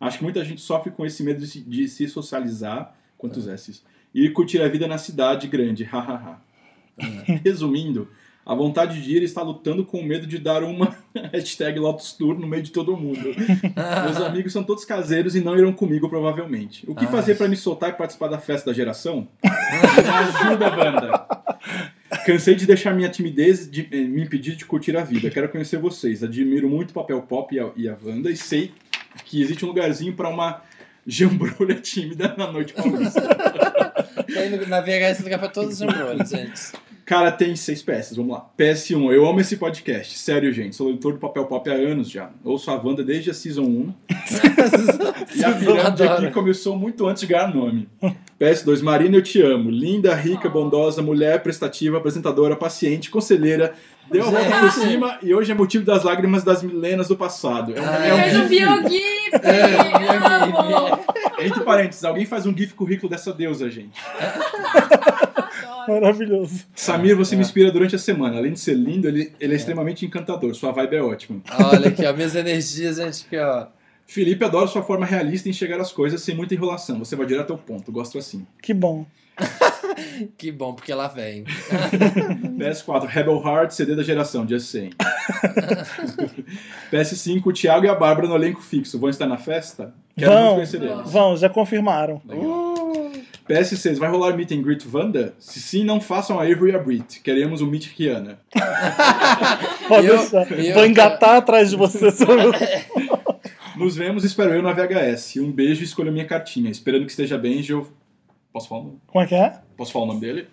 Speaker 4: Acho que muita gente sofre com esse medo de se, de se socializar, quantos S's, e curtir a vida na cidade grande, hahaha. [LAUGHS] Resumindo, a vontade de ir está lutando com o medo de dar uma [LAUGHS] hashtag Lotus Tour no meio de todo mundo.
Speaker 2: [LAUGHS]
Speaker 4: Meus amigos são todos caseiros e não irão comigo, provavelmente. O que
Speaker 2: Ah.
Speaker 4: fazer para me soltar e participar da festa da geração? Me ajuda, banda! Cansei de deixar minha timidez de- eh, me impedir de curtir a vida. Quero conhecer vocês. Admiro muito o papel pop e a, e a Wanda e sei que existe um lugarzinho para uma jambrolha tímida na noite paulista.
Speaker 2: Tem no- na VHS lugar pra todos os amores, [LAUGHS] gente.
Speaker 4: Cara, tem seis PS, vamos lá. PS1, eu amo esse podcast. Sério, gente. Sou leitor do papel pop há anos já. Ouço a Wanda desde a Season 1. [LAUGHS] E a pirâmide aqui
Speaker 2: Adoro.
Speaker 4: começou muito antes de ganhar nome. PS2, Marina, eu te amo. Linda, rica, bondosa, mulher, prestativa, apresentadora, paciente, conselheira. Deu a volta por
Speaker 2: Gente.
Speaker 4: cima e hoje é motivo das lágrimas das milenas do passado. É um,
Speaker 2: Ah.
Speaker 4: é um
Speaker 3: Fez um
Speaker 4: gif.
Speaker 3: biogif!
Speaker 2: É,
Speaker 3: Tá
Speaker 2: biogif.
Speaker 3: Amo!
Speaker 4: Entre parênteses, alguém faz um gif currículo dessa deusa, gente.
Speaker 3: Adoro.
Speaker 1: Maravilhoso.
Speaker 4: Samir, você
Speaker 2: É.
Speaker 4: me inspira durante a semana. Além de ser lindo, ele, ele é extremamente encantador. Sua vibe é ótima.
Speaker 2: Olha aqui, ó, minhas energias, gente, aqui, ó.
Speaker 4: Felipe adora sua forma realista em chegar às coisas sem muita enrolação. Você vai direto ao ponto. Gosto assim.
Speaker 1: Que bom.
Speaker 2: Que bom, porque lá vem.
Speaker 4: PS4, Rebel Heart, CD da geração, just [LAUGHS] saying. PS5, o Thiago e a Bárbara no elenco fixo. Vão estar na festa? Quero
Speaker 1: Vão.
Speaker 4: muito conhecer eles.
Speaker 1: Vão, já confirmaram.
Speaker 4: Legal. PS6, vai rolar meet and greet Wanda? Se sim, não façam a Avery e a Brit. Queremos um meet Rihanna.
Speaker 1: Pode
Speaker 2: Eu-
Speaker 1: deixar.
Speaker 2: eu-
Speaker 1: Vou engatar atrás de você.
Speaker 4: Nos vemos, espero eu, na VHS. Um beijo e escolha minha cartinha. Esperando que esteja bem, Geo... Posso falar o nome?
Speaker 1: Como é que é?
Speaker 4: Posso falar o nome dele?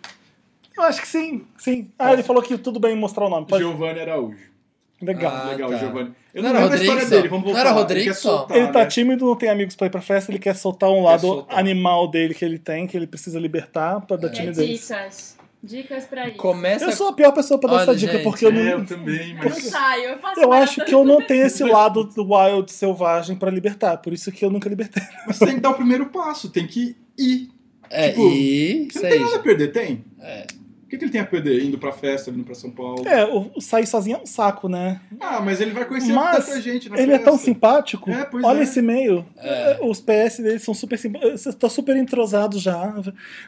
Speaker 1: Eu acho que sim, sim. Ah, ele falou que tudo bem mostrar o nome. Pode...
Speaker 4: Giovanni Araújo.
Speaker 1: Legal.
Speaker 2: Ah,
Speaker 4: Legal,
Speaker 2: tá.
Speaker 4: Giovanni. Eu
Speaker 2: Não
Speaker 4: não,
Speaker 2: era
Speaker 4: lembro a
Speaker 2: Rodrigues,
Speaker 4: história
Speaker 2: só?
Speaker 4: dele, vamos
Speaker 2: Não
Speaker 4: voltar.
Speaker 2: era
Speaker 4: lá.
Speaker 2: Rodrigues,
Speaker 4: Ele quer
Speaker 2: só?
Speaker 4: soltar,
Speaker 1: Ele tá
Speaker 4: né?
Speaker 1: tímido, não tem amigos pra ir pra festa, ele quer soltar um
Speaker 4: Quer
Speaker 1: lado
Speaker 4: soltar.
Speaker 1: animal dele que ele tem, que ele precisa libertar pra dar
Speaker 2: É.
Speaker 3: É
Speaker 1: timidez.
Speaker 3: dicas. Dicas pra isso.
Speaker 2: Começa
Speaker 1: Eu sou a pior pessoa pra dar
Speaker 2: Olha,
Speaker 1: essa dica,
Speaker 2: gente,
Speaker 1: porque eu
Speaker 4: É,
Speaker 1: não.
Speaker 4: eu também,
Speaker 3: Eu
Speaker 4: mas...
Speaker 3: saio, eu faço
Speaker 1: Eu
Speaker 3: nada.
Speaker 1: acho que eu não tenho esse lado do wild selvagem pra libertar, por isso que eu nunca libertei.
Speaker 4: mas tem que dar o primeiro passo, tem que ir.
Speaker 2: É,
Speaker 4: Tipo,
Speaker 2: e.
Speaker 4: Você não tem
Speaker 2: seja.
Speaker 4: [LAUGHS] nada a perder, tem?
Speaker 2: É.
Speaker 4: O que, que ele tem a perder? Indo pra festa, vindo pra São Paulo?
Speaker 1: É, o- o sair sozinho é um saco, né?
Speaker 4: Ah, mas ele vai conhecer
Speaker 1: Mas
Speaker 4: tanta gente na
Speaker 1: Ele é
Speaker 4: festa.
Speaker 1: tão simpático.
Speaker 4: É, pois
Speaker 1: Olha
Speaker 4: é.
Speaker 1: esse e-mail.
Speaker 2: É.
Speaker 1: Os PS dele são super simpáticos. Você tá super entrosado já.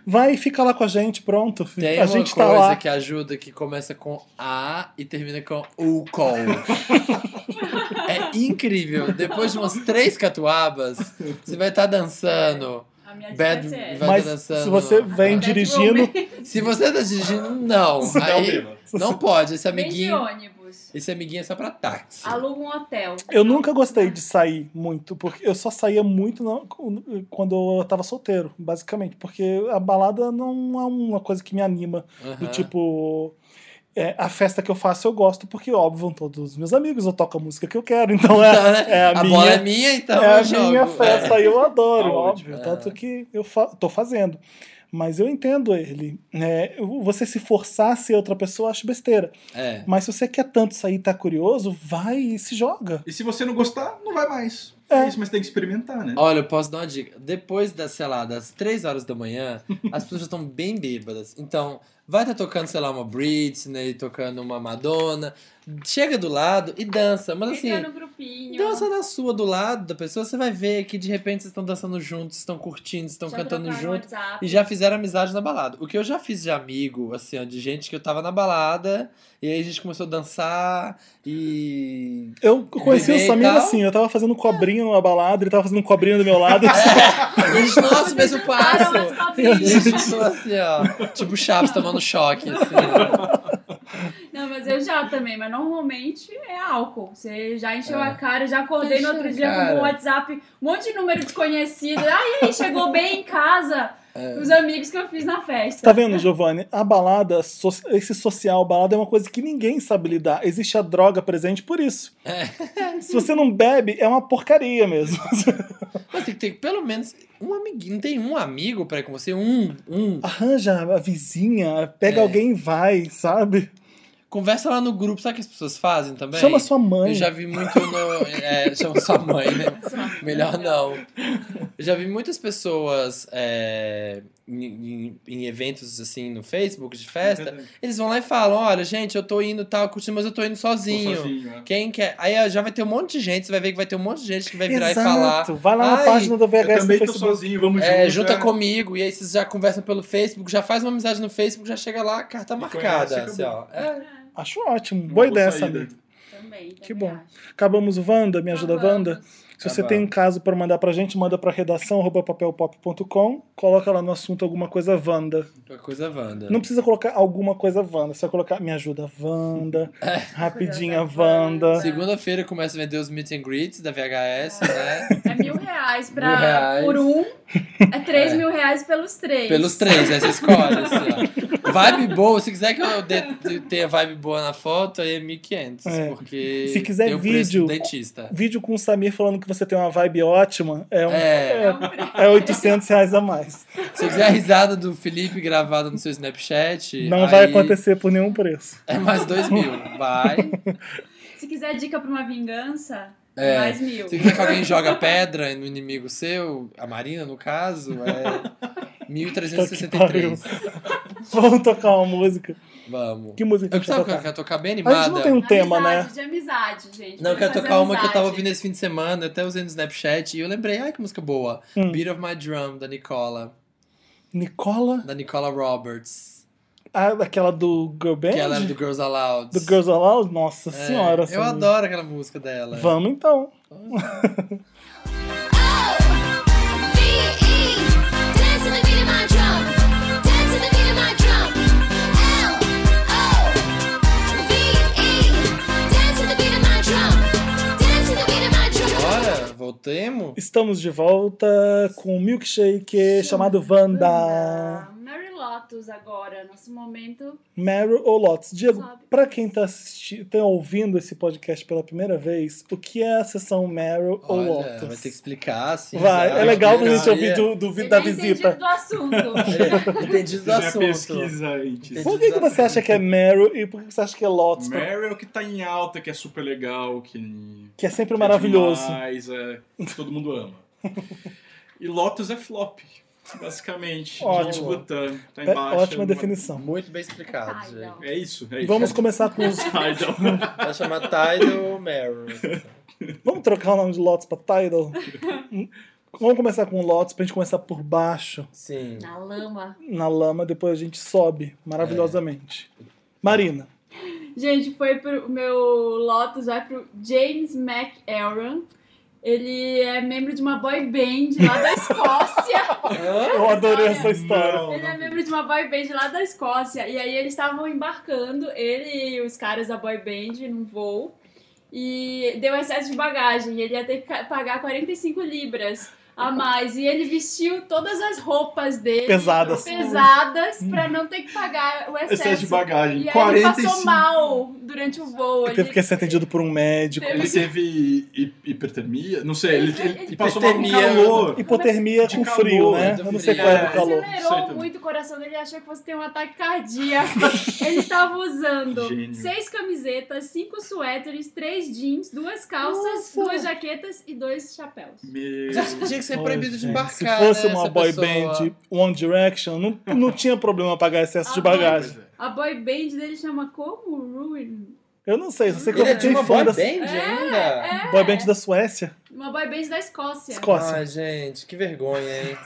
Speaker 1: Vai ficar lá com a gente, pronto.
Speaker 2: Tem
Speaker 1: a
Speaker 2: uma
Speaker 1: gente tá
Speaker 2: coisa
Speaker 1: lá.
Speaker 2: que ajuda que começa com A e termina com o call. é incrível. Depois de umas três catuabas, você vai estar dançando.
Speaker 3: A minha dica
Speaker 2: Bad, vai
Speaker 3: é essa.
Speaker 2: tá
Speaker 1: Mas
Speaker 2: dançando.
Speaker 1: se você vem
Speaker 3: Bad
Speaker 1: dirigindo,
Speaker 3: [LAUGHS] romance.
Speaker 2: [LAUGHS] Se você tá dirigindo, não.
Speaker 4: Se dá o
Speaker 2: Aí,
Speaker 4: bêbado.
Speaker 2: não pode. Esse
Speaker 3: Vem de
Speaker 2: amiguinho,
Speaker 3: ônibus.
Speaker 2: esse amiguinho é só pra táxi.
Speaker 3: Aluga um hotel.
Speaker 1: eu nunca gostei de sair muito, porque eu só saía muito na- quando eu tava solteiro, basicamente. Porque a balada não é uma coisa que me anima. Do
Speaker 2: Aham.
Speaker 1: tipo. é, a festa que eu faço eu gosto, porque, óbvio, vão todos os meus amigos, eu toco a música que eu quero, [LAUGHS] então é,
Speaker 2: Então, né?
Speaker 1: é a,
Speaker 2: a
Speaker 1: minha.
Speaker 2: bola é minha, então
Speaker 1: é
Speaker 2: eu
Speaker 1: a
Speaker 2: jogo.
Speaker 1: minha festa, aí eu adoro,
Speaker 4: Tá
Speaker 1: óbvio.
Speaker 2: ótimo.
Speaker 1: Tanto
Speaker 2: É.
Speaker 1: que eu fa tô fazendo. Mas eu entendo ele. né? você se forçar a ser outra pessoa, eu acho besteira.
Speaker 2: É.
Speaker 1: Mas se você quer tanto sair e tá curioso, vai e se joga.
Speaker 4: E se você não gostar, não vai mais.
Speaker 1: É.
Speaker 4: É isso, mas tem que experimentar, né?
Speaker 2: Olha, eu posso dar uma dica. Depois das, sei lá, das 3 horas da
Speaker 1: [LAUGHS]
Speaker 2: manhã, as pessoas já estão bem bêbadas. Então, vai estar tocando, sei lá, uma Britney, tocando uma Madonna. Chega do lado e dança. Mas assim,
Speaker 3: Fica no grupinho.
Speaker 2: dança na sua do lado da pessoa. Você vai ver que de repente vocês estão dançando juntos, estão curtindo, estão
Speaker 3: Já
Speaker 2: cantando
Speaker 3: trocaram
Speaker 2: juntos.
Speaker 3: WhatsApp.
Speaker 2: E já fizeram amizade na balada. O que eu já fiz de amigo, assim, ó, de gente que eu tava na balada, e aí a gente começou a dançar e.
Speaker 1: Eu conheci
Speaker 2: Viver
Speaker 1: o
Speaker 2: e
Speaker 1: Samir
Speaker 2: tal.
Speaker 1: assim, eu tava fazendo cobrinho numa balada, ele tava fazendo cobrinho do meu lado. [LAUGHS] Ah,
Speaker 2: A gente, nossa,
Speaker 3: Vocês
Speaker 2: mesmo
Speaker 3: juntaram
Speaker 2: passo! [LAUGHS]
Speaker 3: as cobrinhas.
Speaker 2: Gente, pessoa assim, ó. Tipo Chaves tomando choque, assim.
Speaker 3: Não, mas eu já também, mas normalmente é álcool. Você já encheu
Speaker 2: É.
Speaker 3: a cara, já acordei no outro dia
Speaker 2: Cara.
Speaker 3: com um WhatsApp, um monte de número desconhecido. Ai, e aí, chegou bem em casa.
Speaker 2: É.
Speaker 3: Os amigos que eu fiz na festa.
Speaker 1: Tá vendo, Giovanni? A balada, so- esse social balada é uma coisa que ninguém sabe lidar. Existe a droga presente por isso.
Speaker 2: É. [LAUGHS]
Speaker 1: Se você não bebe, é uma porcaria mesmo. [LAUGHS]
Speaker 2: Mas tem que ter pelo menos um amiguinho. Não tem um amigo pra ir com você? Um, um.
Speaker 1: Arranja a vizinha, pega
Speaker 2: É.
Speaker 1: alguém e vai, sabe?
Speaker 2: Conversa lá no grupo, sabe o que as pessoas fazem também?
Speaker 1: Chama sua mãe.
Speaker 2: Eu já vi muito no. É, chama sua mãe, né? Melhor não. Eu já vi muitas pessoas é, em, em- em eventos assim no Facebook de
Speaker 4: Uhum.
Speaker 2: festa. Eles vão lá e falam: olha, gente, eu tô indo tal, curtindo, mas eu tô indo
Speaker 4: Tô
Speaker 2: sozinho.
Speaker 4: sozinho, é.
Speaker 2: Quem quer? Aí ó, já vai ter um monte de gente, você vai ver que vai ter um monte de gente que vai virar e
Speaker 1: Exato.
Speaker 2: falar.
Speaker 1: Vai lá na
Speaker 2: "Ai,
Speaker 1: página do
Speaker 4: Eu
Speaker 1: VHS do
Speaker 4: também tô
Speaker 1: Facebook.
Speaker 4: sozinho, vamos
Speaker 2: É,
Speaker 4: junto,
Speaker 2: junta
Speaker 4: é.
Speaker 2: comigo, e aí vocês já conversam pelo Facebook, já faz uma amizade no Facebook, já chega lá, carta marcada.
Speaker 4: conhece,
Speaker 2: assim, ó. É.
Speaker 1: Acho ótimo.
Speaker 4: Uma
Speaker 1: Boa
Speaker 4: boa
Speaker 1: ideia,
Speaker 4: saída.
Speaker 1: Samir.
Speaker 3: Também, também
Speaker 1: Que bom.
Speaker 3: acho.
Speaker 1: Acabamos o Wanda? Me ajuda,
Speaker 2: Ah,
Speaker 3: Acabamos.
Speaker 1: Wanda? Se você
Speaker 2: Acabamos.
Speaker 1: tem um caso pra mandar pra gente, manda pra redação arroba papelpop.com. Coloca lá no assunto alguma coisa Wanda.
Speaker 2: Uma coisa Wanda.
Speaker 1: Não precisa colocar alguma coisa Wanda, só colocar me ajuda
Speaker 2: [LAUGHS]
Speaker 1: Wanda,
Speaker 2: É.
Speaker 1: rapidinha Wanda.
Speaker 2: Segunda-feira começa a vender os meet and greets da VHS, né?
Speaker 3: É mil reais, pra,
Speaker 2: Mil reais.
Speaker 3: por um. É três
Speaker 2: É.
Speaker 3: mil reais pelos três.
Speaker 2: Pelos três, aí você escolhe, assim, ó. Vibe boa, se quiser que eu dê- de- tenha vibe boa na foto, aí é 1.500,
Speaker 1: É.
Speaker 2: porque
Speaker 1: Se quiser
Speaker 2: tem o preço
Speaker 1: vídeo-
Speaker 2: do dentista.
Speaker 1: Vídeo com o Samir falando que você tem uma vibe ótima é, um,
Speaker 2: É.
Speaker 3: É um preço.
Speaker 1: é 800 reais a mais.
Speaker 2: Se você quiser a risada do Felipe gravada no seu Snapchat,
Speaker 1: Não
Speaker 2: aí
Speaker 1: vai acontecer por nenhum
Speaker 2: [LAUGHS]
Speaker 1: preço.
Speaker 2: É mais dois mil. Vai.
Speaker 3: Se quiser dica pra uma vingança,
Speaker 2: É.
Speaker 3: mais mil.
Speaker 2: Se quiser que alguém joga pedra no inimigo seu, a Marina, no caso, é 1363.
Speaker 1: Vamos tocar uma música.
Speaker 2: Vamos.
Speaker 1: Que música
Speaker 2: Eu é
Speaker 1: a gente vai
Speaker 2: quero tocar,
Speaker 1: tocar?
Speaker 2: quero tocar bem
Speaker 1: A gente
Speaker 2: animada.
Speaker 1: não tem um tema, né?
Speaker 3: amizade, De amizade, gente.
Speaker 2: Não, eu
Speaker 3: Vamos
Speaker 2: quero
Speaker 3: fazer
Speaker 2: tocar uma que eu tava
Speaker 3: amizade.
Speaker 2: ouvindo esse fim de semana, eu até usei no Snapchat, e eu lembrei, ai que música boa.
Speaker 1: Hum.
Speaker 2: Beat of My Drum, da Nicola. é?
Speaker 1: Nicola?
Speaker 2: Da Nicola Roberts.
Speaker 1: Ah, aquela do Girl Band?
Speaker 2: Que ela era do Girls Aloud.
Speaker 1: Do Girls Aloud? Nossa
Speaker 2: É,
Speaker 1: senhora.
Speaker 2: Eu
Speaker 1: essa música.
Speaker 2: adoro né? aquela música dela.
Speaker 1: Vamos então.
Speaker 2: Bora, voltemos.
Speaker 1: Estamos de volta com um milkshake chamado Wanda.
Speaker 3: Mary Lotus agora, nosso momento.
Speaker 1: Meryl ou Lotus? Diego,
Speaker 3: Sabe.
Speaker 1: pra quem tá, assisti- tá ouvindo esse podcast pela primeira vez, o que é a sessão Meryl ou
Speaker 2: Olha, vai
Speaker 1: Lotus?
Speaker 2: ter que explicar, assim.
Speaker 1: Vai,
Speaker 2: já.
Speaker 1: é legal pra
Speaker 4: explicar.
Speaker 1: gente ouvir do, do,
Speaker 3: Você
Speaker 1: da
Speaker 3: já entendido
Speaker 1: visita.
Speaker 2: [LAUGHS]
Speaker 3: do assunto.
Speaker 2: É,
Speaker 1: [LAUGHS]
Speaker 2: Entendi do
Speaker 4: Já
Speaker 2: assunto.
Speaker 4: pesquisa antes.
Speaker 2: Entendi.
Speaker 1: Por que, que você acha que é Meryl e por que que você acha que é Lotus? Pra-
Speaker 4: Meryl é o que tá em alta, que é super legal, que
Speaker 1: Que é sempre maravilhoso.
Speaker 4: Mas é, todo mundo ama. e Lotus é flop, basicamente.
Speaker 1: Ótimo.
Speaker 4: Gente botando, tá
Speaker 1: É,
Speaker 4: embaixo.
Speaker 1: ótima definição.
Speaker 2: Muito bem explicado, gente.
Speaker 4: É isso, é isso. [LAUGHS]
Speaker 1: Vamos começar com os.
Speaker 4: Tidal.
Speaker 2: Vai chamar Tidal Meryl.
Speaker 1: Vamos trocar o nome de Lotus pra
Speaker 4: [LAUGHS]
Speaker 1: Tidal? Hum, Vamos começar com o Lotus pra gente começar por baixo,
Speaker 2: Sim.
Speaker 3: Na lama.
Speaker 1: na lama, depois a gente sobe maravilhosamente.
Speaker 2: É.
Speaker 1: Marina.
Speaker 3: Gente, foi pro o meu Lotus, vai pro James McAaron. Ele é membro de uma boy band lá da Escócia.
Speaker 2: [LAUGHS] Hã?
Speaker 1: Eu adorei essa história.
Speaker 3: Ele é membro de uma boy band lá da Escócia. E aí eles estavam embarcando, ele e os caras da boy band, num voo. E deu excesso de bagagem. E ele ia ter que ca- pagar 45 libras a mais. E ele vestiu todas as roupas dele.
Speaker 1: Pesadas.
Speaker 3: Pesadas, pra não ter que pagar o excesso.
Speaker 4: Excesso de
Speaker 3: E
Speaker 4: bagagem.
Speaker 3: aí ele
Speaker 4: 45.
Speaker 3: passou mal durante o voo.
Speaker 1: Ele teve
Speaker 3: Ele-
Speaker 1: que ser atendido por um médico.
Speaker 4: Ele teve hi- hipertermia? Não sei, ele, ele,
Speaker 3: Ele-
Speaker 4: passou mal com
Speaker 2: Hipertermia.
Speaker 4: calor.
Speaker 1: Hipotermia
Speaker 4: De
Speaker 1: com
Speaker 4: calor,
Speaker 1: frio, né?
Speaker 2: de
Speaker 1: Eu não sei
Speaker 2: frio.
Speaker 1: qual é do
Speaker 4: É.
Speaker 1: calor.
Speaker 4: Sei também.
Speaker 3: Acelerou muito o coração dele, achou que fosse ter um ataque
Speaker 1: [LAUGHS]
Speaker 3: cardíaco. ele tava usando
Speaker 4: Gênio.
Speaker 3: seis camisetas, cinco suéteres, três jeans, duas calças, duas jaquetas e dois chapéus.
Speaker 4: Meu...
Speaker 2: Gente, tinha que ser proibido de
Speaker 1: Gente,
Speaker 2: embarcar.
Speaker 1: Se fosse
Speaker 2: né,
Speaker 1: uma
Speaker 2: essa
Speaker 1: boy
Speaker 2: pessoa.
Speaker 1: band One Direction, não, não tinha problema pagar excesso de
Speaker 3: Ah,
Speaker 1: bagagem.
Speaker 3: A boy band dele chama como Ruin.
Speaker 1: Eu não sei, só sei que eu
Speaker 2: Ele é de
Speaker 1: fiquei
Speaker 2: uma
Speaker 1: fã
Speaker 2: boy
Speaker 1: da
Speaker 2: band
Speaker 3: é.
Speaker 2: ainda?
Speaker 1: boy band da Suécia.
Speaker 3: Uma boy band da
Speaker 2: É.
Speaker 3: Escócia.
Speaker 1: Escócia.
Speaker 2: Ai, gente, que vergonha, hein?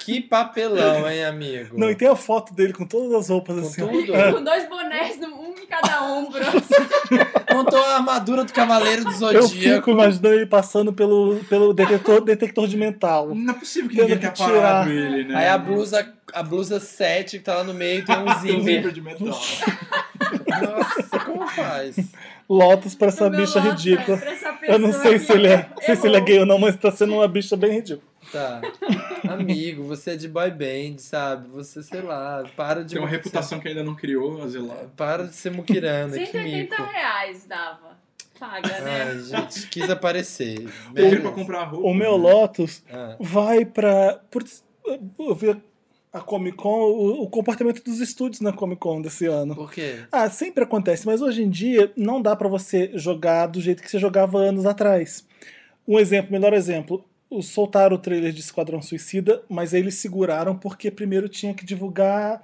Speaker 2: que papelão, hein, amigo?
Speaker 1: Não, e tem a foto dele com todas as roupas
Speaker 2: Com
Speaker 1: assim. ó.
Speaker 2: tudo.
Speaker 3: Com dois bonés, um em cada ombro. assim.
Speaker 2: Montou a armadura do Cavaleiro do
Speaker 1: [LAUGHS] Eu
Speaker 2: Zodíaco.
Speaker 1: fico imaginando ele passando pelo, pelo detector, detector de
Speaker 2: [LAUGHS]
Speaker 1: metal.
Speaker 4: Não é possível que
Speaker 1: Tendo
Speaker 4: ninguém
Speaker 1: que
Speaker 4: tenha parado
Speaker 1: tirar.
Speaker 4: ele, né?
Speaker 2: Aí a blusa, a blusa 7 que tá lá no meio tem
Speaker 4: [LAUGHS]
Speaker 2: um
Speaker 4: Tem um zíper
Speaker 2: zíper.
Speaker 4: de metal.
Speaker 2: Nossa, como faz?
Speaker 1: Lotus pra [LAUGHS] essa
Speaker 3: O meu
Speaker 1: bicha
Speaker 3: Lotus,
Speaker 1: ridícula.
Speaker 3: pra essa pessoa
Speaker 1: Eu não sei
Speaker 3: que
Speaker 1: se ele é, sei se ele é
Speaker 3: errou.
Speaker 1: gay ou não, mas tá sendo uma bicha bem ridícula.
Speaker 2: Tá. Amigo, você é de boy band, sabe? Você, sei lá, para de.
Speaker 4: Tem uma reputação que ainda não criou, a zelar.
Speaker 2: Para de ser muquirana, que
Speaker 3: 180
Speaker 2: mico.
Speaker 3: reais dava. Paga, né?
Speaker 2: Ai, gente, quis aparecer.
Speaker 4: Ele
Speaker 2: Beleza.
Speaker 4: pra comprar roupa. né?
Speaker 1: O meu Lotus
Speaker 2: Ah.
Speaker 1: vai pra. Putz, eu vi a Comic Con, o, o comportamento dos estúdios na Comic Con desse ano.
Speaker 2: Por quê?
Speaker 1: Ah, sempre acontece, mas hoje em dia não dá pra você jogar do jeito que você jogava anos atrás. Um exemplo, melhor exemplo, o- soltaram o trailer de Esquadrão Suicida, mas eles seguraram porque primeiro tinha que divulgar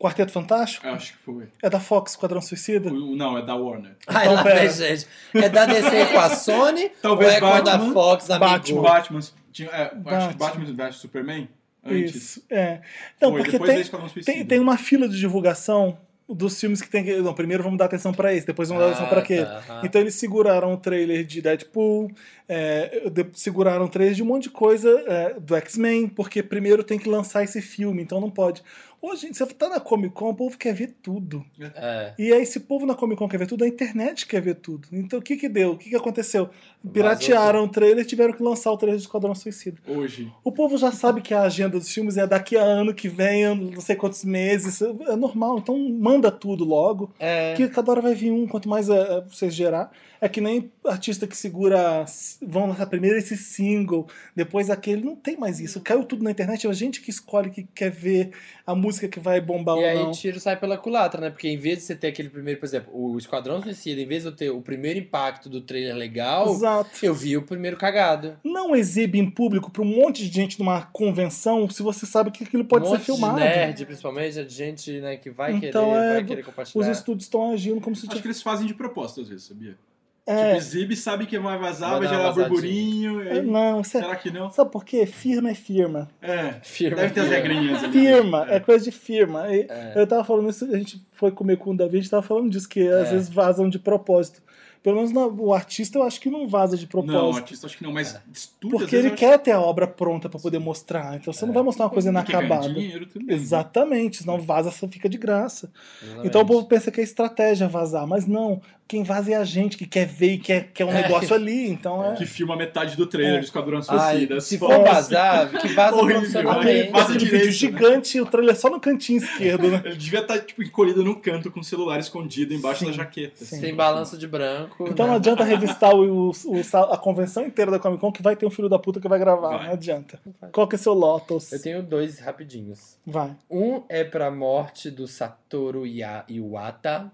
Speaker 1: Quarteto Fantástico?
Speaker 4: Acho que foi.
Speaker 1: É da Fox, Esquadrão Suicida?
Speaker 4: O- o- Não, é da Warner.
Speaker 2: Ai,
Speaker 1: Então,
Speaker 2: lá
Speaker 1: pera.
Speaker 2: vem, gente. É da DC com a Sony?
Speaker 4: Talvez
Speaker 2: ou é com a da
Speaker 4: Batman.
Speaker 2: Fox, amigo?
Speaker 4: Tinha o
Speaker 1: Batman.
Speaker 4: Batman. Tinha, é, Acho
Speaker 1: Batman.
Speaker 4: que Batman vs Superman? Antes.
Speaker 1: Isso, é. Não,
Speaker 4: foi,
Speaker 1: porque
Speaker 4: depois da
Speaker 1: tem,
Speaker 4: Esquadrão Suicida.
Speaker 1: tem, tem uma fila de divulgação dos filmes que tem que... Não, primeiro vamos dar atenção pra esse, depois vamos dar atenção pra
Speaker 2: Ah,
Speaker 1: aquele.
Speaker 2: tá, aham.
Speaker 1: Então eles seguraram o trailer de Deadpool, é, de- seguraram o trailer de um monte de coisa é, do X-Men, porque primeiro tem que lançar esse filme, então não pode. Hoje, você tá na Comic Con, o povo quer ver tudo.
Speaker 2: É.
Speaker 1: E aí, esse povo na Comic Con quer ver tudo, a internet quer ver tudo. Então o que que deu? O que que aconteceu? Piratearam o trailer, tiveram que lançar o trailer de Esquadrão Suicida.
Speaker 4: Hoje.
Speaker 1: O povo já sabe que a agenda dos filmes é daqui a ano que vem, ano não sei quantos meses, é normal, então manda tudo logo.
Speaker 2: É.
Speaker 1: Que cada hora vai vir um, quanto mais eh, você gerar. É que nem artista que segura. Vão lançar primeiro esse single, depois aquele. Não tem mais isso. Caiu tudo na internet. É a gente que escolhe que quer ver a música que vai bombar
Speaker 2: E
Speaker 1: ou
Speaker 2: aí
Speaker 1: não.
Speaker 2: o tiro sai pela culatra, né? Porque em vez de você ter aquele primeiro, por exemplo, o Esquadrão Suicida, em vez de eu ter o primeiro impacto do trailer legal,
Speaker 1: Exato.
Speaker 2: eu vi o primeiro cagado.
Speaker 1: Não exibe em público pra um monte de gente numa convenção se você sabe que aquilo pode
Speaker 2: um
Speaker 1: ser
Speaker 2: monte
Speaker 1: filmado.
Speaker 2: De nerd, principalmente, de gente né, que vai
Speaker 1: Então,
Speaker 2: querer,
Speaker 1: é,
Speaker 2: vai querer
Speaker 1: Os
Speaker 2: compartilhar.
Speaker 1: estúdios estão agindo como se
Speaker 4: Acho
Speaker 1: tivesse.
Speaker 4: que eles fazem de propósito às vezes, sabia?
Speaker 1: É,
Speaker 4: Tipo, exibe, sabe que vai vazar,
Speaker 2: Vai
Speaker 4: vai,
Speaker 2: dar uma
Speaker 4: gerar
Speaker 2: vazadinha.
Speaker 4: burburinho. e aí-
Speaker 1: é, não, sério.
Speaker 4: será que não?
Speaker 1: Sabe por quê? Firma é firma.
Speaker 4: É.
Speaker 2: Firma,
Speaker 4: Deve ter as
Speaker 2: firma.
Speaker 4: regrinhas ali.
Speaker 1: Firma, é coisa de firma. E
Speaker 2: É.
Speaker 1: Eu tava falando isso, a gente foi comer com o Davi, a gente tava falando disso, que às
Speaker 2: É.
Speaker 1: vezes vazam de propósito. Pelo menos na- o artista eu acho que não vaza de
Speaker 4: Não,
Speaker 1: propósito.
Speaker 4: artista acho que não, mas
Speaker 2: É.
Speaker 4: estuda. às
Speaker 1: porque
Speaker 4: vezes,
Speaker 1: ele
Speaker 4: eu
Speaker 1: quer ter a obra pronta pra poder mostrar. Então você não vai mostrar uma coisa
Speaker 4: acho que né? ganha
Speaker 1: inacabada.
Speaker 4: dinheiro também.
Speaker 1: Exatamente, senão vaza, só fica de graça.
Speaker 2: Exatamente.
Speaker 1: Então o povo pensa que é estratégia vazar, mas não. Quem vaza é a gente que quer ver e quer, quer um
Speaker 2: É.
Speaker 1: negócio ali. Então é.
Speaker 4: Que filma metade do trailer
Speaker 1: É.
Speaker 4: de Esquadrão
Speaker 2: Ai,
Speaker 4: Suicida.
Speaker 2: se
Speaker 4: só.
Speaker 2: for vazar, que vaza
Speaker 4: Horrível,
Speaker 1: Aquele,
Speaker 2: profissionalmente.
Speaker 4: vaza
Speaker 1: aquele
Speaker 4: É. direito,
Speaker 1: vídeo
Speaker 4: né?
Speaker 1: gigante, o trailer é só no cantinho esquerdo, né?
Speaker 4: Ele devia estar tipo, encolhido no canto com o celular escondido embaixo
Speaker 1: Sim,
Speaker 4: da jaqueta.
Speaker 1: sim.
Speaker 2: Sem balanço de branco.
Speaker 1: Então não
Speaker 2: né?
Speaker 1: adianta revistar o- o- o- a convenção inteira da Comic Con que vai ter um filho da puta que vai gravar.
Speaker 4: Vai.
Speaker 1: Não adianta. Qual que é o seu Lotus?
Speaker 2: Eu tenho dois rapidinhos.
Speaker 1: Vai.
Speaker 2: Um é pra morte do Satoru Ia- Iwata,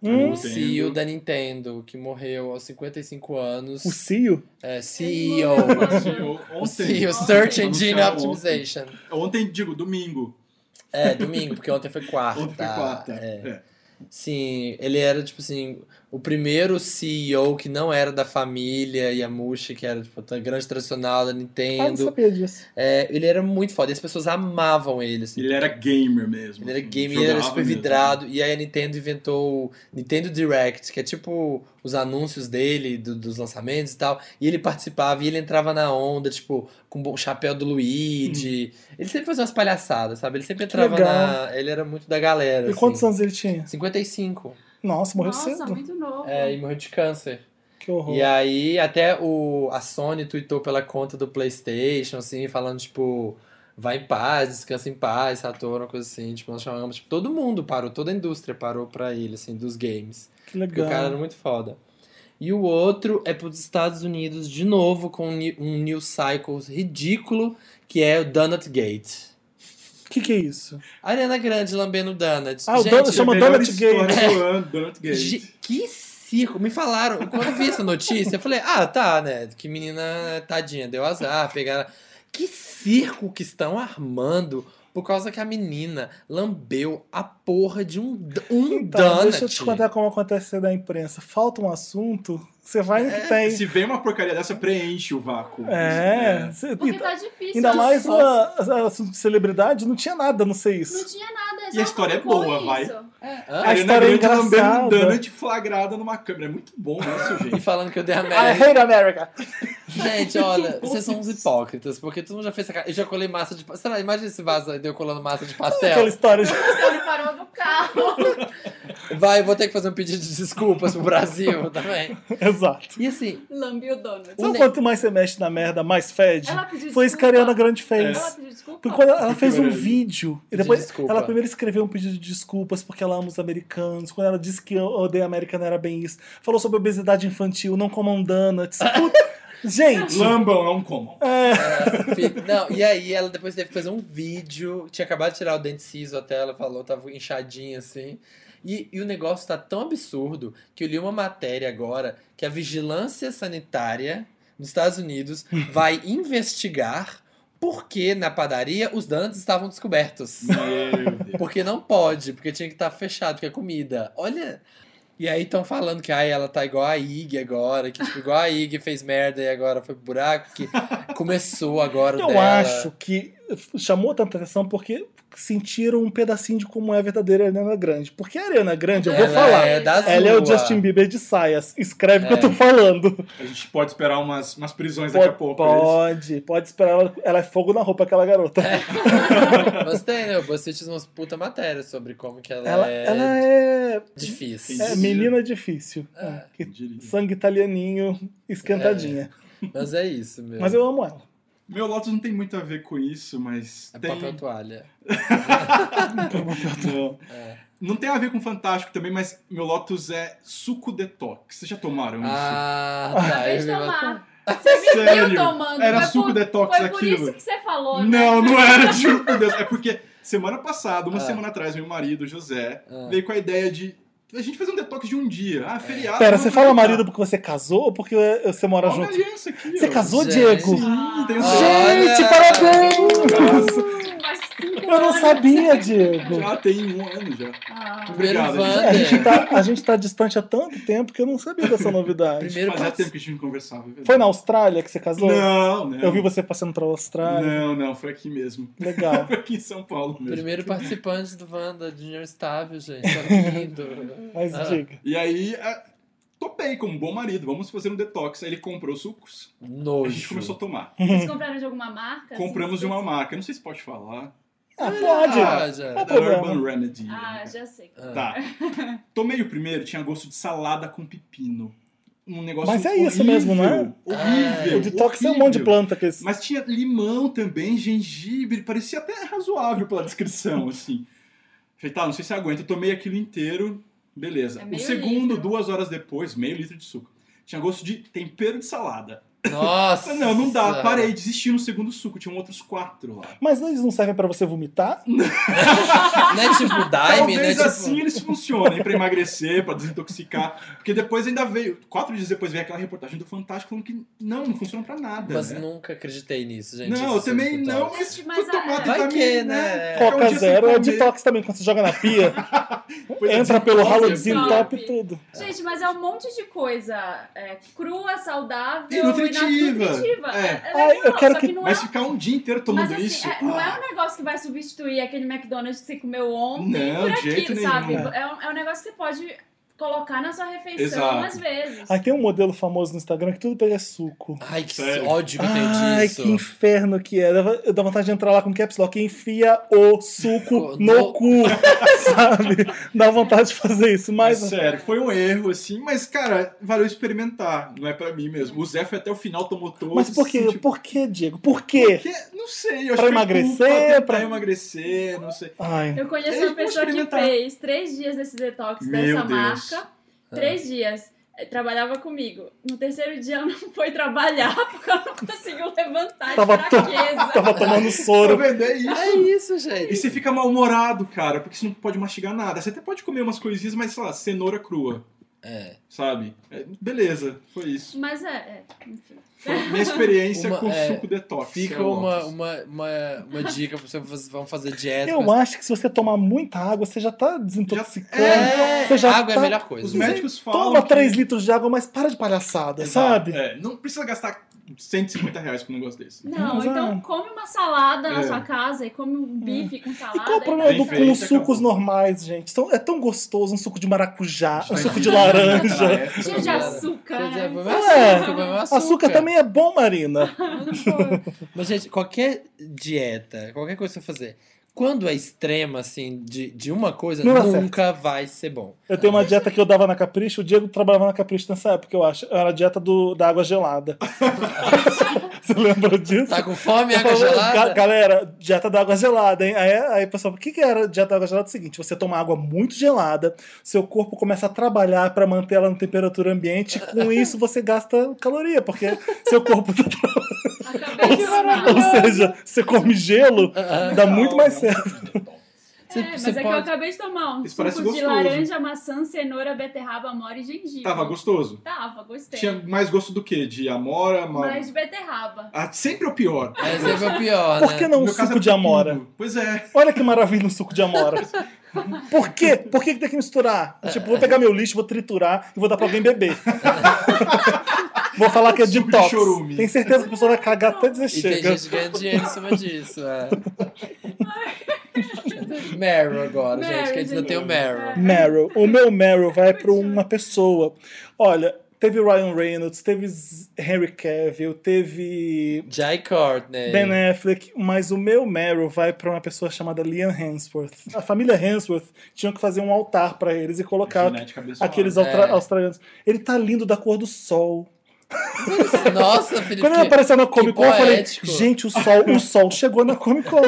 Speaker 1: Hum,
Speaker 2: o
Speaker 4: Nintendo.
Speaker 2: CEO da Nintendo, que morreu aos 55 anos.
Speaker 1: o Cio?
Speaker 2: É,
Speaker 3: Ele
Speaker 2: CEO.
Speaker 3: morreu
Speaker 4: Mas, assim,
Speaker 3: ontem.
Speaker 4: eu-
Speaker 2: O
Speaker 4: Ontem,
Speaker 2: CEO, Search
Speaker 4: Ontem.
Speaker 2: Engine
Speaker 4: Anunciaram
Speaker 2: Optimization.
Speaker 4: ontem, digo, domingo.
Speaker 2: É, domingo, porque ontem foi quarta.
Speaker 4: Ontem foi quarta.
Speaker 2: Ah, É.
Speaker 4: É.
Speaker 2: Sim, ele era, tipo assim, o primeiro CEO que não era da família Yamushi, que era, tipo, a grande tradicional da
Speaker 1: Ah, não
Speaker 2: Nintendo.
Speaker 1: sabia disso.
Speaker 2: É, ele era muito foda, e as pessoas amavam ele, assim.
Speaker 4: Ele era gamer mesmo.
Speaker 2: Ele era
Speaker 4: assim,
Speaker 2: game, ele era
Speaker 4: jogava
Speaker 2: super
Speaker 4: mesmo.
Speaker 2: vidrado.
Speaker 1: né?
Speaker 2: E aí a Nintendo inventou o Nintendo Direct, que é tipo os anúncios dele, do- dos lançamentos e tal. E ele participava e ele entrava na onda, tipo, com o chapéu do Luigi. Ele sempre fazia umas palhaçadas, sabe? Ele sempre entrava
Speaker 1: Hum. legal.
Speaker 2: na. Ele era muito da galera.
Speaker 1: E
Speaker 2: assim.
Speaker 1: quantos anos ele tinha?
Speaker 2: 55.
Speaker 1: Nossa, É, morreu
Speaker 3: Nossa,
Speaker 1: cedo.
Speaker 3: muito novo.
Speaker 2: É, e morreu de câncer.
Speaker 1: Que horror.
Speaker 2: E aí, até o, a Sony tweetou pela conta do PlayStation, assim, falando, tipo, vai em paz, descansa em paz, Saturno, uma coisa assim. Tipo, nós chamamos, tipo, todo mundo parou, toda a indústria parou pra ele, assim, dos games.
Speaker 1: que
Speaker 2: Porque
Speaker 1: legal.
Speaker 2: o cara era um muito foda. E o outro é pros Estados Unidos, de novo, com um ni- um New Cycles ridículo, que é o Donut Gate.
Speaker 1: O que, que é isso?
Speaker 2: Ariana Grande lambendo o Donut.
Speaker 1: Ah, o
Speaker 2: Gente,
Speaker 1: Donut
Speaker 4: É a
Speaker 1: Chama
Speaker 4: melhor
Speaker 1: Donut
Speaker 4: história
Speaker 1: Gate.
Speaker 4: do ano, Donut Gate.
Speaker 2: Ge- Que circo! Me falaram, quando eu vi essa notícia, eu falei, ah, tá, né? Que menina tadinha, deu azar, pegaram. Que circo que estão armando por causa que a menina lambeu a porra de um, d- um
Speaker 1: Então,
Speaker 2: donut.
Speaker 1: deixa eu te contar como acontece na imprensa. Falta um assunto, você vai no
Speaker 2: É,
Speaker 1: que tem.
Speaker 4: Se vem uma porcaria dessa, preenche o vácuo.
Speaker 1: É.
Speaker 4: É.
Speaker 1: cê-
Speaker 3: Porque tá difícil.
Speaker 1: Ainda mais
Speaker 3: Não
Speaker 1: a, a, a celebridade, não tinha nada, não sei isso.
Speaker 3: tinha nada.
Speaker 4: E a história é boa, vai.
Speaker 2: Hã?
Speaker 1: A história é engraçada.
Speaker 4: um donut flagrada numa câmera. É muito
Speaker 2: E
Speaker 4: bom isso,
Speaker 1: [LAUGHS]
Speaker 4: gente.
Speaker 2: falando que eu dei a
Speaker 1: I
Speaker 2: merda.
Speaker 1: hate America.
Speaker 2: Gente, olha, vocês são uns hipócritas, porque todo mundo já fez essa cara. Eu já colei massa de pastel. Imagina esse vaso aí, deu colando massa de
Speaker 1: é
Speaker 2: pastel.
Speaker 1: Aquela história de. [LAUGHS]
Speaker 3: A história parou do carro.
Speaker 2: Vai, eu vou ter que fazer um pedido de desculpas pro
Speaker 1: [LAUGHS]
Speaker 2: Brasil também.
Speaker 1: Exato.
Speaker 2: E assim,
Speaker 3: [LAUGHS] Lambi o donut.
Speaker 2: O
Speaker 1: Sabe
Speaker 2: ne-
Speaker 1: quanto mais você mexe na merda, mais fede?
Speaker 3: Ela pediu
Speaker 1: Foi isso que a Ariana Grande fez.
Speaker 3: Ela pediu desculpa?
Speaker 1: Porque
Speaker 4: é
Speaker 1: quando ela, ela fez um
Speaker 4: Pediu
Speaker 1: vídeo, e
Speaker 2: de
Speaker 1: depois
Speaker 2: desculpa.
Speaker 1: ela primeiro escreveu um pedido de desculpas porque ela ama os americanos. Quando ela disse que eu odeio a América, não era bem isso. Falou sobre obesidade infantil, não comam donuts.
Speaker 3: [LAUGHS]
Speaker 1: Puta- Gente,
Speaker 4: Lambam é um comum.
Speaker 2: [LAUGHS] Fi- Não, e aí ela depois teve que fazer um vídeo. Tinha acabado de tirar o dente siso até, ela falou, tava inchadinha assim. E, e o negócio tá tão absurdo que eu li uma matéria agora que a vigilância sanitária dos Estados Unidos vai investigar por que na padaria os danos estavam descobertos.
Speaker 4: Meu Deus.
Speaker 2: Porque não pode, porque tinha que estar fechado, porque é comida. Olha. E aí estão falando que ai, ela tá igual a Ig agora, que tipo, igual a Ig fez merda e agora foi pro buraco, que começou agora o
Speaker 1: eu
Speaker 2: dela.
Speaker 1: acho que chamou tanta atenção porque sentiram um pedacinho de como é a verdadeira Ariana Grande. Porque a Ariana Grande, eu vou
Speaker 2: Ela
Speaker 1: falar.
Speaker 2: É da
Speaker 1: Ela é o
Speaker 2: sua.
Speaker 1: Justin Bieber de saias. Escreve o que
Speaker 2: É.
Speaker 1: eu tô falando.
Speaker 4: A gente pode esperar umas, umas prisões daqui a
Speaker 1: Pode,
Speaker 4: pouco. é isso?
Speaker 1: pode, pode esperar. Ela, ela é fogo na roupa, aquela garota.
Speaker 2: É. Mas tem, né? O BuzzFeed fez umas puta matérias sobre como que ela,
Speaker 1: [LAUGHS] Ela,
Speaker 2: é,
Speaker 1: ela é,
Speaker 2: difícil.
Speaker 1: é menina difícil.
Speaker 2: É.
Speaker 1: Que
Speaker 4: Eu diria.
Speaker 1: Sangue italianinho, esquentadinha.
Speaker 2: Mas é isso, meu.
Speaker 1: Mas eu amo ela.
Speaker 4: Meu Lotus não tem muito a ver com isso, mas
Speaker 2: É
Speaker 4: tem...
Speaker 2: papel toalha.
Speaker 4: Não.
Speaker 2: É.
Speaker 4: não tem a ver com Fantástico também, mas meu Lotus é suco detox. Vocês já tomaram isso?
Speaker 2: Ah, tá.
Speaker 3: Acabei
Speaker 2: Eu
Speaker 3: de
Speaker 2: vi uma-
Speaker 3: tomar. Você me viu
Speaker 4: Sério?
Speaker 3: tomando.
Speaker 4: Era
Speaker 3: Foi
Speaker 4: suco
Speaker 3: por-
Speaker 4: detox
Speaker 3: Foi por
Speaker 4: aquilo.
Speaker 3: isso que você falou, né? [LAUGHS]
Speaker 4: Não, não era, juro por Deus. É porque Semana passada, uma
Speaker 2: Ah.
Speaker 4: semana atrás, meu marido, José,
Speaker 2: Ah.
Speaker 4: veio com a ideia de a gente fazer um detox de um dia.
Speaker 2: É.
Speaker 4: Ah, feriado.
Speaker 1: Pera,
Speaker 4: vamos
Speaker 1: você fala
Speaker 4: aproveitar.
Speaker 1: marido porque você casou ou porque eh, você mora
Speaker 4: Olha a
Speaker 1: junto?
Speaker 4: aliança aqui,
Speaker 1: Você
Speaker 4: ó.
Speaker 1: casou,
Speaker 2: Gente.
Speaker 1: Diego?
Speaker 4: Sim, tem um
Speaker 2: Olha!
Speaker 1: Gente, parabéns!
Speaker 3: Faz cinco
Speaker 1: Eu não
Speaker 3: anos.
Speaker 1: sabia, Diego.
Speaker 4: Já tem um ano já.
Speaker 3: Ah,
Speaker 2: Primeiro
Speaker 4: Obrigado,
Speaker 1: A gente,
Speaker 2: Wander.
Speaker 1: tá, a gente tá distante há tanto tempo que eu não sabia dessa novidade.
Speaker 2: Primeiro
Speaker 4: Fazia
Speaker 2: passo.
Speaker 4: tempo que a gente não conversava. é verdade.
Speaker 1: Foi na Austrália que você casou?
Speaker 4: Não, não.
Speaker 1: Eu vi você passando pra Austrália.
Speaker 4: Não, não, foi aqui mesmo.
Speaker 1: Legal.
Speaker 4: Foi aqui em São Paulo mesmo.
Speaker 2: Primeiro participante do Wanda de União Estável, gente. Tá lindo.
Speaker 1: Mas
Speaker 2: Ah.
Speaker 1: diga.
Speaker 4: E aí, a- topei como bom marido, vamos fazer um detox. Aí ele comprou sucos, a gente
Speaker 2: Nojo.
Speaker 4: começou a tomar.
Speaker 3: Vocês compraram de alguma marca?
Speaker 4: Compramos de
Speaker 3: Assim,
Speaker 4: uma marca, não sei se pode falar.
Speaker 1: Ah, pode.
Speaker 2: Ah, já.
Speaker 1: Não
Speaker 4: Da
Speaker 1: tem problema.
Speaker 4: Urban Remedy.
Speaker 3: Ah, já sei.
Speaker 2: Ah.
Speaker 4: Tá. Tomei o primeiro, tinha gosto de salada com pepino. Um negócio
Speaker 1: Mas é isso mesmo, não é?
Speaker 4: horrível,
Speaker 2: Ah,
Speaker 4: Horrível.
Speaker 1: O detox é um monte de
Speaker 4: horrível.
Speaker 1: planta que eles...
Speaker 4: Mas tinha limão também, gengibre, parecia até razoável pela
Speaker 2: [LAUGHS]
Speaker 4: descrição, assim. Falei, tá, não sei se aguenta. Eu tomei aquilo inteiro, beleza.
Speaker 3: É
Speaker 4: o
Speaker 3: meio
Speaker 4: segundo,
Speaker 3: litro.
Speaker 4: duas horas depois, meio litro de suco. Tinha gosto de tempero de salada.
Speaker 2: Nossa.
Speaker 4: Falei, não, não dá, parei, desisti no segundo suco, tinham outros quatro lá.
Speaker 1: Mas eles não servem pra você vomitar?
Speaker 2: [LAUGHS] Não é tipo
Speaker 4: [LAUGHS]
Speaker 2: Daime, né?
Speaker 4: Talvez
Speaker 2: Tipo...
Speaker 4: assim eles funcionem, pra emagrecer, pra desintoxicar. Porque depois ainda veio, quatro dias depois veio aquela reportagem do Fantástico falando que não, não funciona pra nada.
Speaker 2: Mas
Speaker 4: né?
Speaker 2: nunca acreditei nisso, gente.
Speaker 4: Não, eu
Speaker 2: Isso é
Speaker 4: também
Speaker 2: muito
Speaker 4: não,
Speaker 2: tóxico.
Speaker 4: mas, tipo,
Speaker 3: Mas a-
Speaker 4: tomar
Speaker 2: Vai que,
Speaker 4: vitamina,
Speaker 2: né?
Speaker 4: Ficar um
Speaker 1: Coca
Speaker 4: dia sem
Speaker 1: zero é
Speaker 4: comer.
Speaker 1: detox também. Quando você joga na pia, [LAUGHS]
Speaker 4: Pois é,
Speaker 1: entra pelo ralo,
Speaker 3: desentope.
Speaker 1: desentope tudo.
Speaker 3: Gente, mas é um monte de coisa é, crua, saudável
Speaker 4: E nutritiva.
Speaker 3: na- nutritiva.
Speaker 4: É.
Speaker 1: Ai, eu quero
Speaker 3: só
Speaker 1: que-
Speaker 3: não é
Speaker 4: Mas ficar um dia inteiro tomando
Speaker 3: Mas assim,
Speaker 4: isso.
Speaker 3: é- não é
Speaker 4: ah,
Speaker 3: um negócio que vai substituir aquele McDonald's que você comeu ontem
Speaker 4: Não,
Speaker 3: por
Speaker 4: É, de jeito
Speaker 3: aquilo, sabe?
Speaker 4: nenhum.
Speaker 3: É um, é um negócio que você pode colocar na sua refeição
Speaker 4: Exato.
Speaker 3: às vezes.
Speaker 1: Aí tem um modelo famoso no Instagram que tudo dele é suco.
Speaker 2: Ai, que
Speaker 4: Sério.
Speaker 2: ódio que eu tenho
Speaker 1: Ai,
Speaker 2: disso.
Speaker 1: que inferno que é. Dava- Eu dá vontade de entrar lá com caps lock e enfia o suco
Speaker 2: Co- no-
Speaker 1: no cu, [LAUGHS] sabe? Dá vontade de fazer isso. Mas é
Speaker 4: sério, foi um erro, assim, mas, cara, valeu experimentar. Não é pra mim mesmo. O Zé foi até o final, tomou todos.
Speaker 1: Mas por
Speaker 4: se
Speaker 1: quê?
Speaker 4: sentiu-
Speaker 1: Por quê, Diego? Por quê?
Speaker 4: Porque, não sei,
Speaker 1: Pra
Speaker 4: eu acho que foi
Speaker 1: emagrecer,
Speaker 4: culpa, tentar
Speaker 1: pra-
Speaker 4: emagrecer, não sei.
Speaker 1: Ai.
Speaker 3: Eu conheço
Speaker 4: Eu
Speaker 3: uma
Speaker 4: vou
Speaker 3: pessoa que
Speaker 4: experimentar.
Speaker 3: fez três dias desse detox
Speaker 4: Meu
Speaker 3: dessa
Speaker 4: Deus.
Speaker 3: marca. Três dias. Eh, Trabalhava comigo. No terceiro dia ela não foi trabalhar [LAUGHS] porque ela não conseguiu levantar
Speaker 1: Tava
Speaker 3: de
Speaker 1: to-
Speaker 3: fraqueza.
Speaker 1: Tava tomando
Speaker 4: Pra
Speaker 2: [LAUGHS]
Speaker 1: soro.
Speaker 4: vender Tá isso.
Speaker 2: É isso,
Speaker 4: E
Speaker 2: gente.
Speaker 4: você fica mal-humorado, cara, porque você não pode mastigar nada. Você até pode comer umas coisinhas, mas, sei lá, cenoura crua,
Speaker 2: É.
Speaker 4: sabe? É, beleza, foi isso.
Speaker 3: Mas é, é, enfim.
Speaker 4: Foi
Speaker 2: [LAUGHS]
Speaker 4: minha experiência
Speaker 2: Uma-
Speaker 4: com
Speaker 2: é,
Speaker 4: suco detox.
Speaker 2: Fica
Speaker 4: sei lá,
Speaker 2: uma,
Speaker 4: Lotus.
Speaker 2: uma, uma, uma dica pra vocês vão fazer dieta.
Speaker 1: Eu
Speaker 2: mas-
Speaker 1: acho que se você tomar muita água, você já tá desintoxicando.
Speaker 2: É,
Speaker 1: Você já
Speaker 2: água é
Speaker 1: tá-
Speaker 2: a melhor coisa.
Speaker 4: Os médicos falam
Speaker 1: Toma
Speaker 4: que-
Speaker 1: 3 litros de água, mas para de palhaçada,
Speaker 4: Exato,
Speaker 1: sabe?
Speaker 4: é, não precisa gastar 150 reais com um negócio desse.
Speaker 3: Não,
Speaker 1: Mas,
Speaker 3: então
Speaker 1: ah.
Speaker 3: come uma salada na
Speaker 4: É.
Speaker 3: sua casa e come um bife com
Speaker 1: E
Speaker 3: salada. tá
Speaker 1: qual o problema
Speaker 4: Bem
Speaker 1: do,
Speaker 4: feito,
Speaker 1: com os
Speaker 4: acabou.
Speaker 1: sucos normais, gente? São- é tão gostoso um suco de maracujá, um
Speaker 4: Tá
Speaker 1: suco de
Speaker 4: em- naquela
Speaker 1: laranja.
Speaker 4: época,
Speaker 3: Cheio de
Speaker 4: cara. É,
Speaker 3: açúcar.
Speaker 2: Pois é,
Speaker 3: né?
Speaker 2: problema é açúcar,
Speaker 1: É.
Speaker 2: problema é
Speaker 1: Açúcar também é bom, Marina.
Speaker 2: Mas, gente, qualquer dieta, qualquer coisa que você fazer, quando é extrema, assim, de, de uma coisa,
Speaker 1: Não dá
Speaker 2: nunca vai ser bom.
Speaker 1: [LAUGHS] Eu tenho uma dieta que eu dava na Capricho, o Diego trabalhava na Capricho nessa época, eu acho. Era a dieta do, da água gelada. [LAUGHS] Você lembra disso?
Speaker 2: Tá com fome,
Speaker 1: Eu
Speaker 2: água
Speaker 1: falava, "Ga-
Speaker 2: gelada?
Speaker 1: Galera, dieta da água gelada, hein? Aí, aí pessoal, o que, que era dieta da água gelada? É o seguinte: você toma água muito gelada, seu corpo começa a trabalhar pra manter ela na temperatura ambiente, com isso você gasta caloria, porque seu corpo.
Speaker 4: [LAUGHS]
Speaker 1: tá-
Speaker 3: Acabei de falar.
Speaker 1: [LAUGHS] Ou seja, você come gelo,
Speaker 2: Ah,
Speaker 1: dá muito mais
Speaker 4: Não,
Speaker 1: certo.
Speaker 4: não.
Speaker 2: [LAUGHS] Você,
Speaker 3: É, mas
Speaker 2: você
Speaker 3: é que eu
Speaker 2: pode...
Speaker 3: acabei de tomar um
Speaker 4: Isso parece
Speaker 3: suco de
Speaker 4: gostoso.
Speaker 3: laranja, maçã, cenoura, beterraba, amora e gengibre.
Speaker 4: Tava gostoso?
Speaker 3: Tava, gostei.
Speaker 4: Tinha mais gosto do que? De amora, mal...
Speaker 3: Mais de beterraba.
Speaker 4: Ah, sempre o pior.
Speaker 2: Mas é o pior,
Speaker 1: Por que
Speaker 2: né?
Speaker 1: não um
Speaker 4: No meu caso
Speaker 1: suco
Speaker 4: é
Speaker 1: de amora?
Speaker 4: pepino. Pois é.
Speaker 1: Olha que maravilha um suco de amora. Por quê? Por que que tem que misturar? Tipo, vou pegar meu lixo, vou triturar e vou dar pra alguém beber.
Speaker 4: [LAUGHS]
Speaker 1: Vou falar que é
Speaker 4: Suco de
Speaker 1: detox.
Speaker 4: chorume.
Speaker 1: Tem certeza que a pessoa vai cagar até dizer
Speaker 2: E tem
Speaker 1: chega.
Speaker 2: gente ganhando dinheiro em cima disso,
Speaker 3: [LAUGHS]
Speaker 2: é. Meryl agora, gente, que a gente não tem o Meryl.
Speaker 1: Meryl. O meu Meryl vai para uma pessoa. Olha, teve Ryan Reynolds, teve Z- Henry Cavill, teve
Speaker 2: Jai Courtney.
Speaker 1: Ben Affleck, mas o meu Meryl vai para uma pessoa chamada Liam Hemsworth. A família Hemsworth tinha que fazer um altar para eles e colocar
Speaker 4: Né, Genética abençoada.
Speaker 1: aqueles altra-
Speaker 2: É.
Speaker 1: australianos. Ele tá lindo da cor do sol.
Speaker 2: [LAUGHS] Nossa, Felipe.
Speaker 1: Quando ele apareceu na Comic Con, eu falei,
Speaker 2: poético.
Speaker 1: gente, o sol, o sol chegou na
Speaker 2: [LAUGHS]
Speaker 1: Comic Con.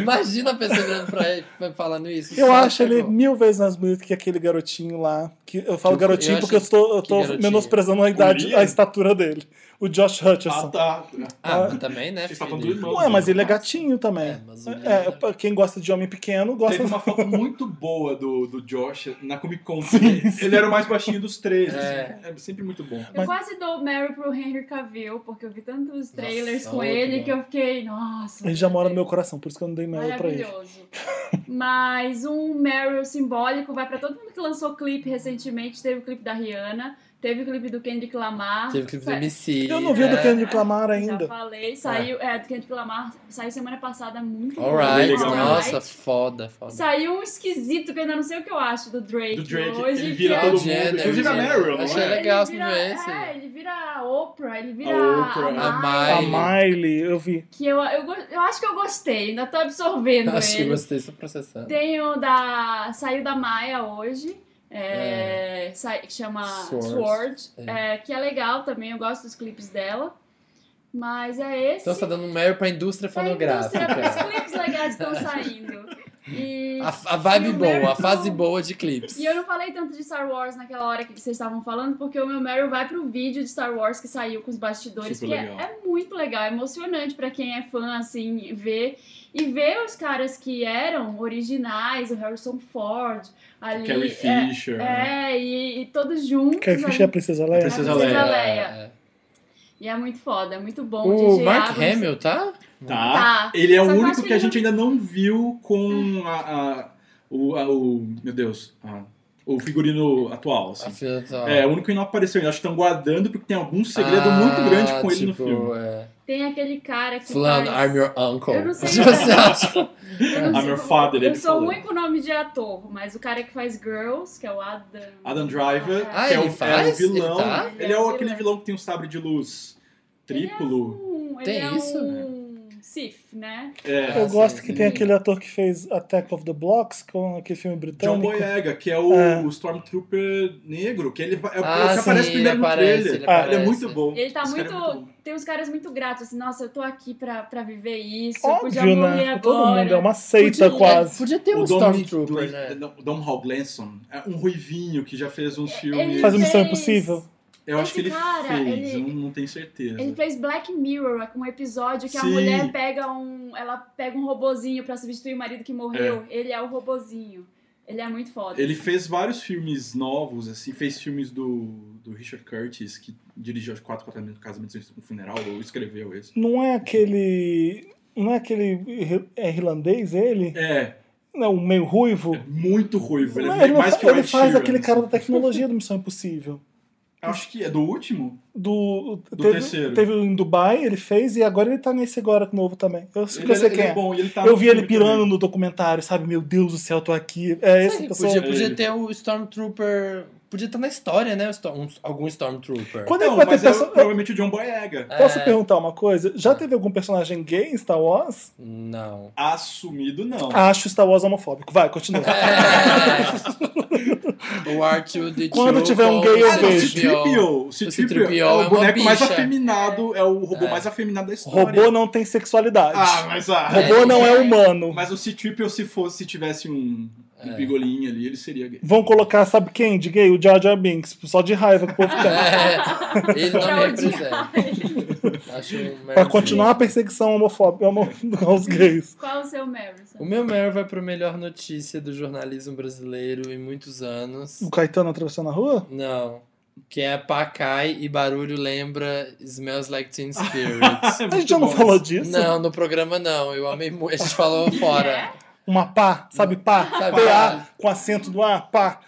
Speaker 2: Imagina a pessoa virando pra ele falando isso.
Speaker 1: Eu
Speaker 2: Só
Speaker 1: acho ele
Speaker 2: chegou.
Speaker 1: mil vezes mais bonito que aquele garotinho lá. Que eu falo
Speaker 4: Que-
Speaker 1: garotinho
Speaker 2: eu
Speaker 1: porque eu
Speaker 2: acho-
Speaker 1: estou, eu
Speaker 2: que
Speaker 1: tô
Speaker 2: garotinho?
Speaker 1: menosprezando a idade,
Speaker 4: Guria?
Speaker 1: a estatura dele. O Josh
Speaker 4: Ah,
Speaker 1: Hutcherson.
Speaker 4: tá.
Speaker 2: Ah, mas também, né?
Speaker 4: Você tá falando do
Speaker 2: Felipe?
Speaker 4: irmão.
Speaker 1: Ué, mas ele é gatinho também.
Speaker 2: É, mas o
Speaker 1: É, pra quem gosta de homem pequeno, gosta [LAUGHS]
Speaker 4: Teve uma foto muito boa do, do Josh na Comic Con. Ele- Ele era o mais baixinho dos três.
Speaker 2: É.
Speaker 4: assim. É sempre muito bom.
Speaker 3: Eu quase dou o Mary pro Henry Cavill, porque eu vi tantos trailers
Speaker 2: Nossa,
Speaker 3: com
Speaker 2: outro,
Speaker 3: ele
Speaker 2: né?
Speaker 3: que eu fiquei, nossa.
Speaker 1: Ele já mora no meu coração, por isso que eu não dei merda pra ele.
Speaker 3: Maravilhoso. [LAUGHS] Mas um Meryl simbólico vai pra todo mundo que lançou clipe recentemente. Teve o clipe da Rihanna, teve o clipe do Kendrick Lamar.
Speaker 2: Teve clipe do
Speaker 3: Sa-
Speaker 2: MC.
Speaker 1: Eu não vi o do
Speaker 2: né?
Speaker 1: Kendrick Lamar
Speaker 3: Já
Speaker 1: ainda.
Speaker 3: falei, saiu. É, do Kendrick Lamar saiu semana passada muito. bom.
Speaker 2: Alright.
Speaker 4: Legal.
Speaker 2: Nossa, foda, foda.
Speaker 3: Saiu um esquisito que eu ainda não sei o que eu acho do Drake.
Speaker 4: Do Drake,
Speaker 3: hoje,
Speaker 4: ele vira
Speaker 3: que
Speaker 4: todo
Speaker 3: é-
Speaker 4: mundo. Inclusive a Meryl, não
Speaker 2: Achei
Speaker 4: é?
Speaker 2: legal
Speaker 3: ele
Speaker 2: essa
Speaker 3: vira,
Speaker 2: influência.
Speaker 3: é, ele vira a Oprah, ele vira
Speaker 4: A
Speaker 3: a,
Speaker 4: Oprah, né?
Speaker 2: a
Speaker 1: A
Speaker 2: Miley.
Speaker 1: Miley, eu vi.
Speaker 3: Que eu, eu, go- eu acho que eu gostei, ainda tô absorvendo
Speaker 2: Acho que
Speaker 3: ele.
Speaker 2: gostei, estou processando.
Speaker 3: Tem o da. Saiu da Maia hoje. É, sai- que chama
Speaker 2: Swords.
Speaker 3: Sword. é, que é legal também, eu gosto dos clipes dela. Mas é esse.
Speaker 2: Então você tá dando um Meryl pra indústria
Speaker 3: é a indústria,
Speaker 2: fonográfica.
Speaker 3: Os clipes legais estão saindo.
Speaker 2: [LAUGHS]
Speaker 3: E,
Speaker 2: A, a vibe
Speaker 3: E o
Speaker 2: boa,
Speaker 3: Meryl
Speaker 2: a fase
Speaker 3: não-
Speaker 2: boa de clipes.
Speaker 3: e eu não falei tanto de Star Wars naquela hora que vocês estavam falando, porque o meu Meryl vai pro vídeo de Star Wars que saiu com os bastidores,
Speaker 4: Super
Speaker 3: que é,
Speaker 4: legal.
Speaker 3: é muito legal, é emocionante pra quem é fã, assim, ver. E ver os caras que eram originais, o Harrison Ford, ali.
Speaker 4: Carrie
Speaker 3: é,
Speaker 4: Fisher. né?
Speaker 3: É, e, e todos juntos.
Speaker 1: Carrie Fisher é a
Speaker 3: ali.
Speaker 1: Princesa Leia.
Speaker 4: Princesa
Speaker 3: A Princesa
Speaker 4: Leia.
Speaker 3: Leia. E é muito foda, é muito bom.
Speaker 2: O
Speaker 3: DJ
Speaker 2: Mark
Speaker 3: Abrams.
Speaker 2: Hamill, tá?
Speaker 4: Tá.
Speaker 3: Tá.
Speaker 4: Ele é
Speaker 3: Só
Speaker 4: o
Speaker 3: que eu
Speaker 4: único
Speaker 3: acho
Speaker 4: que
Speaker 3: que Hum.
Speaker 4: a
Speaker 3: ele
Speaker 4: gente ainda não viu com a, a- o, a- o- Meu Deus. a- o figurino atual.
Speaker 2: A
Speaker 4: assim.
Speaker 2: filha do-
Speaker 4: É, o único que não apareceu ainda. Acho que estão guardando porque tem algum segredo
Speaker 2: Ah,
Speaker 4: muito grande com ele no
Speaker 2: tipo,
Speaker 4: filme.
Speaker 2: é,
Speaker 3: Tem aquele cara que.
Speaker 2: Fulano,
Speaker 3: faz...
Speaker 2: I'm your uncle. Tipo assim,
Speaker 3: Eu
Speaker 2: [LAUGHS]
Speaker 3: não sei
Speaker 2: Se
Speaker 3: o que
Speaker 2: você acha.
Speaker 3: Eu não
Speaker 4: I'm
Speaker 3: sei
Speaker 4: your
Speaker 3: como-
Speaker 4: father,
Speaker 3: Eu
Speaker 4: ele é
Speaker 3: sou
Speaker 4: falou.
Speaker 3: ruim com o nome de ator, mas o cara que faz Girls, que é o Adam.
Speaker 4: Adam Driver,
Speaker 2: Ah,
Speaker 4: que é
Speaker 2: ele
Speaker 4: o, é o
Speaker 2: faz? Ele
Speaker 4: vilão.
Speaker 2: tá?
Speaker 4: Ele é o- aquele vilão que tem um sabre de luz triplo.
Speaker 3: Hum, é ele
Speaker 2: Tem
Speaker 3: é
Speaker 2: isso?
Speaker 3: um Sif, né?
Speaker 4: É.
Speaker 1: Eu
Speaker 2: Ah,
Speaker 1: gosto
Speaker 2: sim,
Speaker 1: que
Speaker 2: sim.
Speaker 1: tem aquele ator que fez Attack of the Blocks, com aquele filme
Speaker 4: John
Speaker 1: britânico.
Speaker 4: Boyega, que é o,
Speaker 1: É.
Speaker 4: o Stormtrooper negro, que ele vai- é o
Speaker 2: Ah,
Speaker 4: que
Speaker 2: sim,
Speaker 4: aparece
Speaker 2: ele
Speaker 4: primeiro
Speaker 2: aparece,
Speaker 4: no trailer.
Speaker 2: ele
Speaker 4: Ah, é
Speaker 2: aparece.
Speaker 4: muito bom.
Speaker 3: Ele tá
Speaker 4: Esse cara
Speaker 3: muito.
Speaker 4: é bom.
Speaker 3: Tem uns caras muito gratos, assim, nossa, eu tô aqui pra, pra viver isso, eu podia
Speaker 1: Óbvio,
Speaker 3: morrer
Speaker 1: né?
Speaker 3: agora.
Speaker 1: Todo mundo, é uma seita
Speaker 2: Podia-
Speaker 1: quase.
Speaker 2: Podia ter um
Speaker 4: O Dom,
Speaker 2: Stormtrooper, né?
Speaker 4: do- Dom Hall Glenson, é um ruivinho que já fez uns filmes.
Speaker 3: É, Ele
Speaker 1: é um Faz Missão
Speaker 3: fez-
Speaker 1: Impossível.
Speaker 4: eu acho que
Speaker 3: esse
Speaker 4: ele
Speaker 3: cara,
Speaker 4: fez,
Speaker 3: ele-
Speaker 4: eu não tenho certeza.
Speaker 3: Ele fez Black Mirror, um episódio que a
Speaker 4: Sim.
Speaker 3: mulher pega um. Ela pega um robozinho pra substituir o marido que morreu. Ele é o robozinho. Ele é muito foda.
Speaker 4: Ele fez vários filmes novos, assim, fez filmes do, do Richard Curtis, que dirigiu os quatro casamentos, casamentos e um funeral, ou escreveu esse.
Speaker 1: Não é aquele. Não é aquele ir- é irlandês ele?
Speaker 4: É,
Speaker 1: Não, o meio ruivo?
Speaker 4: é muito ruivo. Ele
Speaker 1: Não,
Speaker 4: é
Speaker 1: ele não
Speaker 4: mais
Speaker 1: fa-
Speaker 4: que o
Speaker 1: ele
Speaker 4: Ed
Speaker 1: faz
Speaker 4: Sheeran,
Speaker 1: aquele cara da
Speaker 4: assim.
Speaker 1: tecnologia do Missão Impossível.
Speaker 4: Acho que é do último?
Speaker 1: Do,
Speaker 4: Do
Speaker 1: teve,
Speaker 4: terceiro.
Speaker 1: Teve um em Dubai, ele fez, e agora ele tá nesse agora novo também. Eu, sei- eu sei
Speaker 4: ele
Speaker 1: quem
Speaker 4: é
Speaker 1: é.
Speaker 4: bom e ele tá
Speaker 1: Eu
Speaker 4: no
Speaker 1: vi ele
Speaker 4: filme
Speaker 1: pirando
Speaker 4: também.
Speaker 1: no documentário, sabe? Meu Deus do céu, tô aqui. É essa
Speaker 2: Sabe,
Speaker 1: pessoa.
Speaker 2: podia, podia
Speaker 4: Ele.
Speaker 2: ter o Stormtrooper. Podia estar na história, né? o Stor- um- algum Stormtrooper.
Speaker 1: Quando é
Speaker 4: Não,
Speaker 1: que vai ter
Speaker 4: mas é
Speaker 1: perso-
Speaker 4: provavelmente o John Boyega.
Speaker 2: É,
Speaker 1: Posso perguntar uma coisa? Já
Speaker 4: Ah.
Speaker 1: teve algum personagem gay em Star Wars? [LAUGHS] Ah,
Speaker 2: Não.
Speaker 4: Assumido, não.
Speaker 1: Acho Star Wars homofóbico.
Speaker 2: [LAUGHS]
Speaker 1: Vai, continua.
Speaker 2: É. o R2D2.
Speaker 1: Quando tiver um gay, eu
Speaker 4: Ah, não, o
Speaker 1: vejo.
Speaker 4: Citripio. O
Speaker 2: C-3PO
Speaker 4: Citripio é
Speaker 2: é
Speaker 4: o
Speaker 2: uma
Speaker 4: boneco mais
Speaker 2: bicha.
Speaker 4: afeminado, é o robô mais afeminado da história.
Speaker 1: Robô não tem sexualidade.
Speaker 4: Ah, mas ah,
Speaker 1: Robô não é humano.
Speaker 4: Mas o Citripio, se fosse, se tivesse um, um
Speaker 2: É.
Speaker 4: bigolinho ali, ele seria gay.
Speaker 1: Vão colocar, sabe quem? De gay? O Jar Jar Binks. Só de raiva que o povo
Speaker 2: [LAUGHS]
Speaker 1: tem.
Speaker 2: É, ele não
Speaker 3: Pra
Speaker 2: me
Speaker 3: odiar
Speaker 2: representa.
Speaker 3: ele.
Speaker 2: Acho um
Speaker 1: Pra
Speaker 2: Meryl
Speaker 1: continuar a perseguição homofóbica homo- [LAUGHS] aos gays.
Speaker 3: [LAUGHS] Qual o seu Meryl?
Speaker 2: O meu Meryl vai pro melhor notícia do jornalismo brasileiro em muitos anos.
Speaker 1: O Caetano atravessando a rua?
Speaker 2: Não. Que é Pacai e barulho lembra Smells Like Teen
Speaker 4: É
Speaker 1: [LAUGHS]
Speaker 2: Spirit.
Speaker 1: A
Speaker 4: muito
Speaker 1: gente já não
Speaker 4: bom.
Speaker 1: falou disso?
Speaker 2: não, no programa não. Eu amei muito. A gente falou fora.
Speaker 1: Uma pá, sabe pá?
Speaker 2: Sabe
Speaker 1: PA, com acento do A, pá.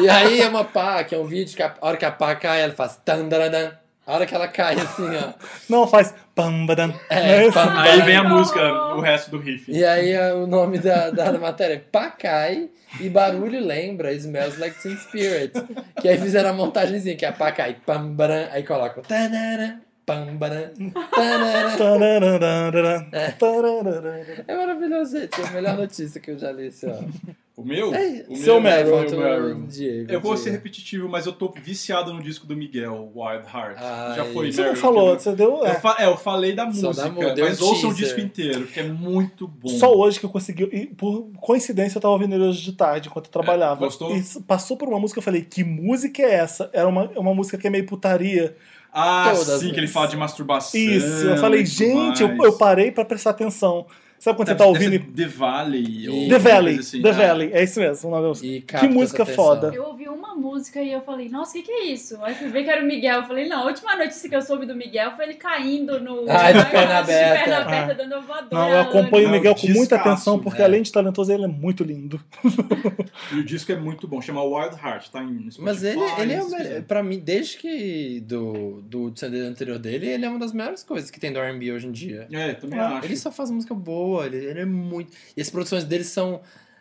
Speaker 2: E aí é uma pá, que é um vídeo que a a hora que a pá cai, ela faz tandaradã. A hora que ela cai, assim, ó.
Speaker 1: Não, faz pam, badam. Não
Speaker 2: É,
Speaker 1: é isso?
Speaker 2: pá,
Speaker 4: Aí vem a música, o resto do riff.
Speaker 2: E aí é, o nome da, da matéria é Pacai e barulho lembra Smells Like Teen Spirit. Que aí fizeram a montagenzinha, que é Pacai, pam, baran, aí colocam tanana, pam, baran, tanana.
Speaker 1: Tararararara, tararararara.
Speaker 2: É maravilhoso, gente. É a melhor notícia que eu já li, assim, ó.
Speaker 4: O meu?
Speaker 2: É,
Speaker 4: o
Speaker 1: seu
Speaker 4: meu,
Speaker 1: Meryl.
Speaker 4: foi
Speaker 2: Falta
Speaker 4: o
Speaker 2: o
Speaker 4: Meryl.
Speaker 2: Diego,
Speaker 4: Eu vou ser
Speaker 2: Diego.
Speaker 4: repetitivo, mas eu tô viciado no disco do Miguel, Wild Heart.
Speaker 2: Ai.
Speaker 4: Já foi
Speaker 1: Você não
Speaker 4: Meryl,
Speaker 1: falou,
Speaker 4: é que
Speaker 1: você deu.
Speaker 4: Eu,
Speaker 1: é.
Speaker 4: eu fa- é, eu falei da
Speaker 2: Só
Speaker 4: música,
Speaker 2: dá mu- deu
Speaker 4: mas
Speaker 2: um
Speaker 4: ouçam o
Speaker 2: teaser.
Speaker 4: disco inteiro, que é muito bom.
Speaker 1: Só hoje que eu consegui. E por coincidência, eu tava ouvindo ele hoje de tarde, enquanto eu trabalhava.
Speaker 4: É, gostou?
Speaker 1: E s- passou por uma música, eu falei, que música é essa? Era uma, uma música que é meio putaria.
Speaker 4: Ah,
Speaker 2: Todas
Speaker 4: sim,
Speaker 2: as
Speaker 4: que ele fala de masturbação.
Speaker 1: Isso. Eu falei,
Speaker 4: e tudo
Speaker 1: gente, eu,
Speaker 4: mais.
Speaker 1: eu parei pra prestar atenção. Sabe quando você
Speaker 4: Deve-
Speaker 1: tá ouvindo? e-
Speaker 4: deve ser The Valley. ou
Speaker 2: e-
Speaker 1: The
Speaker 4: alguma
Speaker 1: Valley.
Speaker 4: coisa assim.
Speaker 1: The
Speaker 4: Ah,
Speaker 1: Valley. É isso mesmo. o nome da música.
Speaker 2: E capta
Speaker 1: música
Speaker 2: essa
Speaker 1: foda.
Speaker 2: atenção.
Speaker 3: Eu ouvi uma música e eu falei, nossa, o que, que é isso? Aí fui ver que era o Miguel. Eu falei, não, a última notícia que eu soube do Miguel foi ele caindo no.
Speaker 2: [LAUGHS] Ai, de
Speaker 3: na-
Speaker 2: perna
Speaker 3: [LAUGHS] de
Speaker 2: aberta.
Speaker 3: perna aberta,
Speaker 1: Ah.
Speaker 3: dando uma voadora.
Speaker 1: Não, eu acompanho o
Speaker 4: Não,
Speaker 1: Miguel com muita
Speaker 4: descasso,
Speaker 1: atenção, porque
Speaker 2: né?
Speaker 1: além de talentoso, ele é muito lindo.
Speaker 4: E o disco é muito bom, chama Wild Heart, tá em Spotify.
Speaker 2: Mas ele, ele é o
Speaker 4: se
Speaker 2: melhor.
Speaker 4: quiser.
Speaker 2: Pra mim, desde que do, do CD anterior dele, ele é uma das melhores coisas que tem do RB hoje em dia.
Speaker 4: É, também
Speaker 1: Ah,
Speaker 4: acho.
Speaker 2: Ele só faz música boa, ele, ele é muito. E as produções dele são.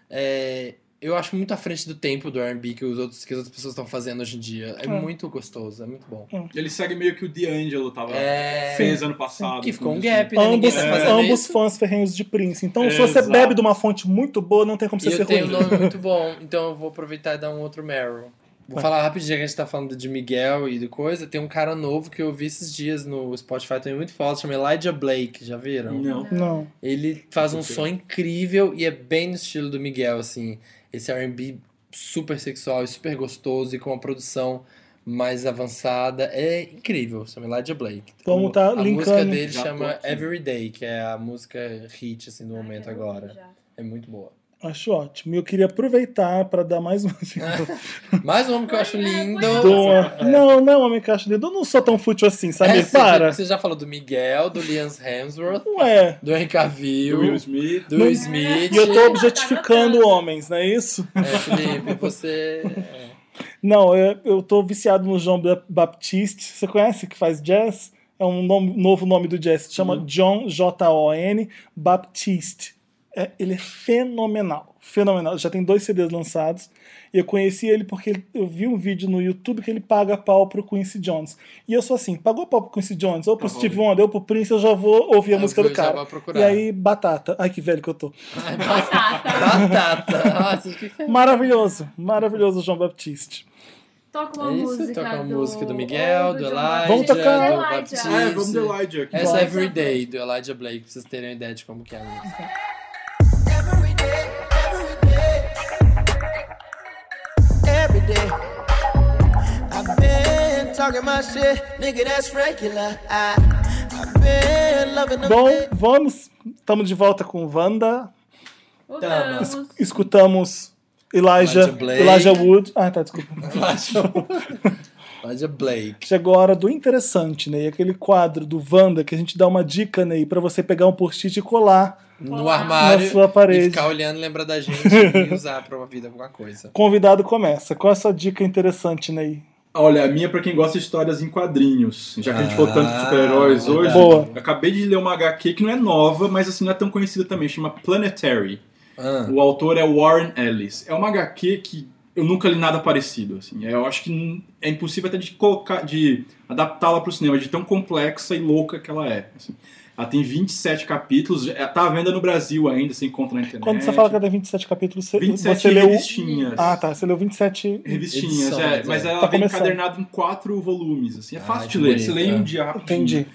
Speaker 2: é, eu acho muito à frente do tempo do RB que, os outros, que as outras pessoas estão fazendo hoje em dia. É,
Speaker 1: É.
Speaker 2: muito gostoso, é muito bom.
Speaker 4: Ele segue meio que o D'Angelo tava
Speaker 2: É.
Speaker 4: fez ano passado.
Speaker 2: Que ficou um
Speaker 4: assim.
Speaker 2: gap, né? Ninguém
Speaker 1: Ambos,
Speaker 2: tá
Speaker 4: é,
Speaker 2: fazendo
Speaker 1: ambos
Speaker 2: isso.
Speaker 1: fãs ferrenhos de Prince. Então, se
Speaker 4: Exato.
Speaker 1: você bebe de uma fonte muito boa, não tem como você
Speaker 2: E
Speaker 1: ser
Speaker 2: eu tenho um
Speaker 1: ruim.
Speaker 2: nome muito bom, então eu vou aproveitar e dar um outro Meryl. Vou
Speaker 1: Vai.
Speaker 2: falar rapidinho que a gente tá falando de Miguel e de coisa. Tem um cara novo que eu vi esses dias no Spotify também muito foda, chama Elijah Blake, já viram?
Speaker 4: Não.
Speaker 1: Não.
Speaker 2: Ele faz um
Speaker 4: Ok.
Speaker 2: som incrível e é bem no estilo do Miguel, assim. Esse R&B super sexual e super gostoso e com uma produção mais avançada. É incrível, chama Elijah Blake.
Speaker 1: Vamos tá
Speaker 2: a música
Speaker 1: linkando.
Speaker 2: dele
Speaker 4: Já tô
Speaker 2: chama
Speaker 4: aqui.
Speaker 2: Everyday, que é a música hit, assim, do
Speaker 3: Ai,
Speaker 2: momento
Speaker 3: quero ouvir
Speaker 2: agora.
Speaker 3: já.
Speaker 2: É muito boa.
Speaker 1: Acho ótimo. E eu queria aproveitar para dar mais uma dica.
Speaker 2: Mais um homem que eu acho lindo.
Speaker 1: Dou uma- Não, não, homem caixa dedo. Eu não sou tão fútil assim, sabe?
Speaker 2: É, você,
Speaker 1: Para.
Speaker 2: Já, você já falou do Miguel, do Liam Hemsworth,
Speaker 1: Ué.
Speaker 2: do Henry
Speaker 4: Do Will
Speaker 2: Cavill,
Speaker 4: Smith.
Speaker 2: do
Speaker 1: Não-
Speaker 2: Smith.
Speaker 1: E eu tô
Speaker 3: Tá
Speaker 1: objetificando
Speaker 3: notando.
Speaker 1: homens, não é isso?
Speaker 2: É, Felipe, você... é.
Speaker 1: Não, eu, eu tô viciado no John Ba- Baptiste. Você conhece que faz jazz? É um nome- novo nome do jazz. Se chama
Speaker 4: Uhum.
Speaker 1: John J-O-N Baptiste. É, ele é fenomenal, fenomenal. Já tem dois CDs lançados. E eu conheci ele porque ele- eu vi um vídeo no YouTube que ele paga pau pro Quincy Jones. E eu sou assim, pagou pau pro Quincy Jones, ou pro
Speaker 4: Tá bom.
Speaker 1: Steve Wonder, ou pro Prince, eu já vou ouvir
Speaker 2: né?" É,
Speaker 1: a
Speaker 2: Eu
Speaker 1: música
Speaker 2: vou-
Speaker 1: do
Speaker 2: já
Speaker 1: cara.
Speaker 2: vou procurar.
Speaker 1: E aí, batata. Ai, que velho que eu tô.
Speaker 2: Ai,
Speaker 3: Batata.
Speaker 2: Batata. Nossa, o que que é?
Speaker 1: Maravilhoso, maravilhoso João Baptiste.
Speaker 3: Toca
Speaker 2: É
Speaker 3: uma
Speaker 2: isso,
Speaker 3: música.
Speaker 2: toca uma
Speaker 3: do...
Speaker 2: música do Miguel,
Speaker 3: ou
Speaker 2: do
Speaker 3: John
Speaker 2: Elijah,
Speaker 1: Vamos
Speaker 3: Batista.
Speaker 1: tocar-
Speaker 2: do
Speaker 3: Elijah.
Speaker 2: Baptista.
Speaker 4: Ah, é, vamos The Elijah aqui.
Speaker 2: Essa é
Speaker 3: Bom.
Speaker 2: Everyday, do Elijah Blake, pra vocês terem uma ideia de como que é a música.
Speaker 5: Every day, every day, every day. I've been talking my shit, nigga. That's regular. I, I've been loving the
Speaker 1: Bom,
Speaker 5: way-
Speaker 1: vamos. Estamos de volta com Wanda.
Speaker 3: Voltamos.
Speaker 1: Escutamos Elijah,
Speaker 2: Elijah Blake.
Speaker 1: Elijah Wood. Ah, tá, desculpa.
Speaker 2: Elijah- [LAUGHS] Elijah Blake.
Speaker 1: Chegou a hora do interessante, Ney. Aquele quadro do Wanda que a gente dá uma dica, Ney, pra você pegar um post-it e colar.
Speaker 2: No armário.
Speaker 1: Na sua parede.
Speaker 2: E ficar olhando, lembrar da gente
Speaker 1: [LAUGHS]
Speaker 2: e usar pra uma vida alguma coisa.
Speaker 1: Convidado começa. Qual é a sua dica interessante, Ney?
Speaker 4: Olha, a minha é pra quem gosta de histórias em quadrinhos. Já que a gente falou tanto de super-heróis
Speaker 2: Ah,
Speaker 4: hoje.
Speaker 1: boa.
Speaker 4: eu Acabei de ler uma HQ que não é nova, mas assim, não é tão conhecida também. Chama Planetary.
Speaker 2: Ah,
Speaker 4: O autor é Warren Ellis. É uma HQ que eu nunca li nada parecido, assim. Eu acho que não- é impossível até de colocar, de adaptá-la para o cinema, de tão complexa e louca que ela é. assim. Ela tem 27 capítulos, é- tá à venda no Brasil ainda, você encontra na internet.
Speaker 1: Quando você fala que tem 27 capítulos, você,
Speaker 4: 27
Speaker 1: você leu.
Speaker 4: revistinhas.
Speaker 1: Ah, tá. Você leu 27.
Speaker 4: Revistinhas,
Speaker 2: Edições,
Speaker 4: é,
Speaker 2: é.
Speaker 4: mas ela
Speaker 1: Tá
Speaker 4: vem
Speaker 1: começando.
Speaker 4: encadernada em quatro volumes, assim. É
Speaker 2: Ah,
Speaker 4: fácil
Speaker 2: que
Speaker 4: de ler, você
Speaker 2: bonito,
Speaker 4: lê em um
Speaker 2: é.
Speaker 4: dia rapidinho.
Speaker 1: Entendi.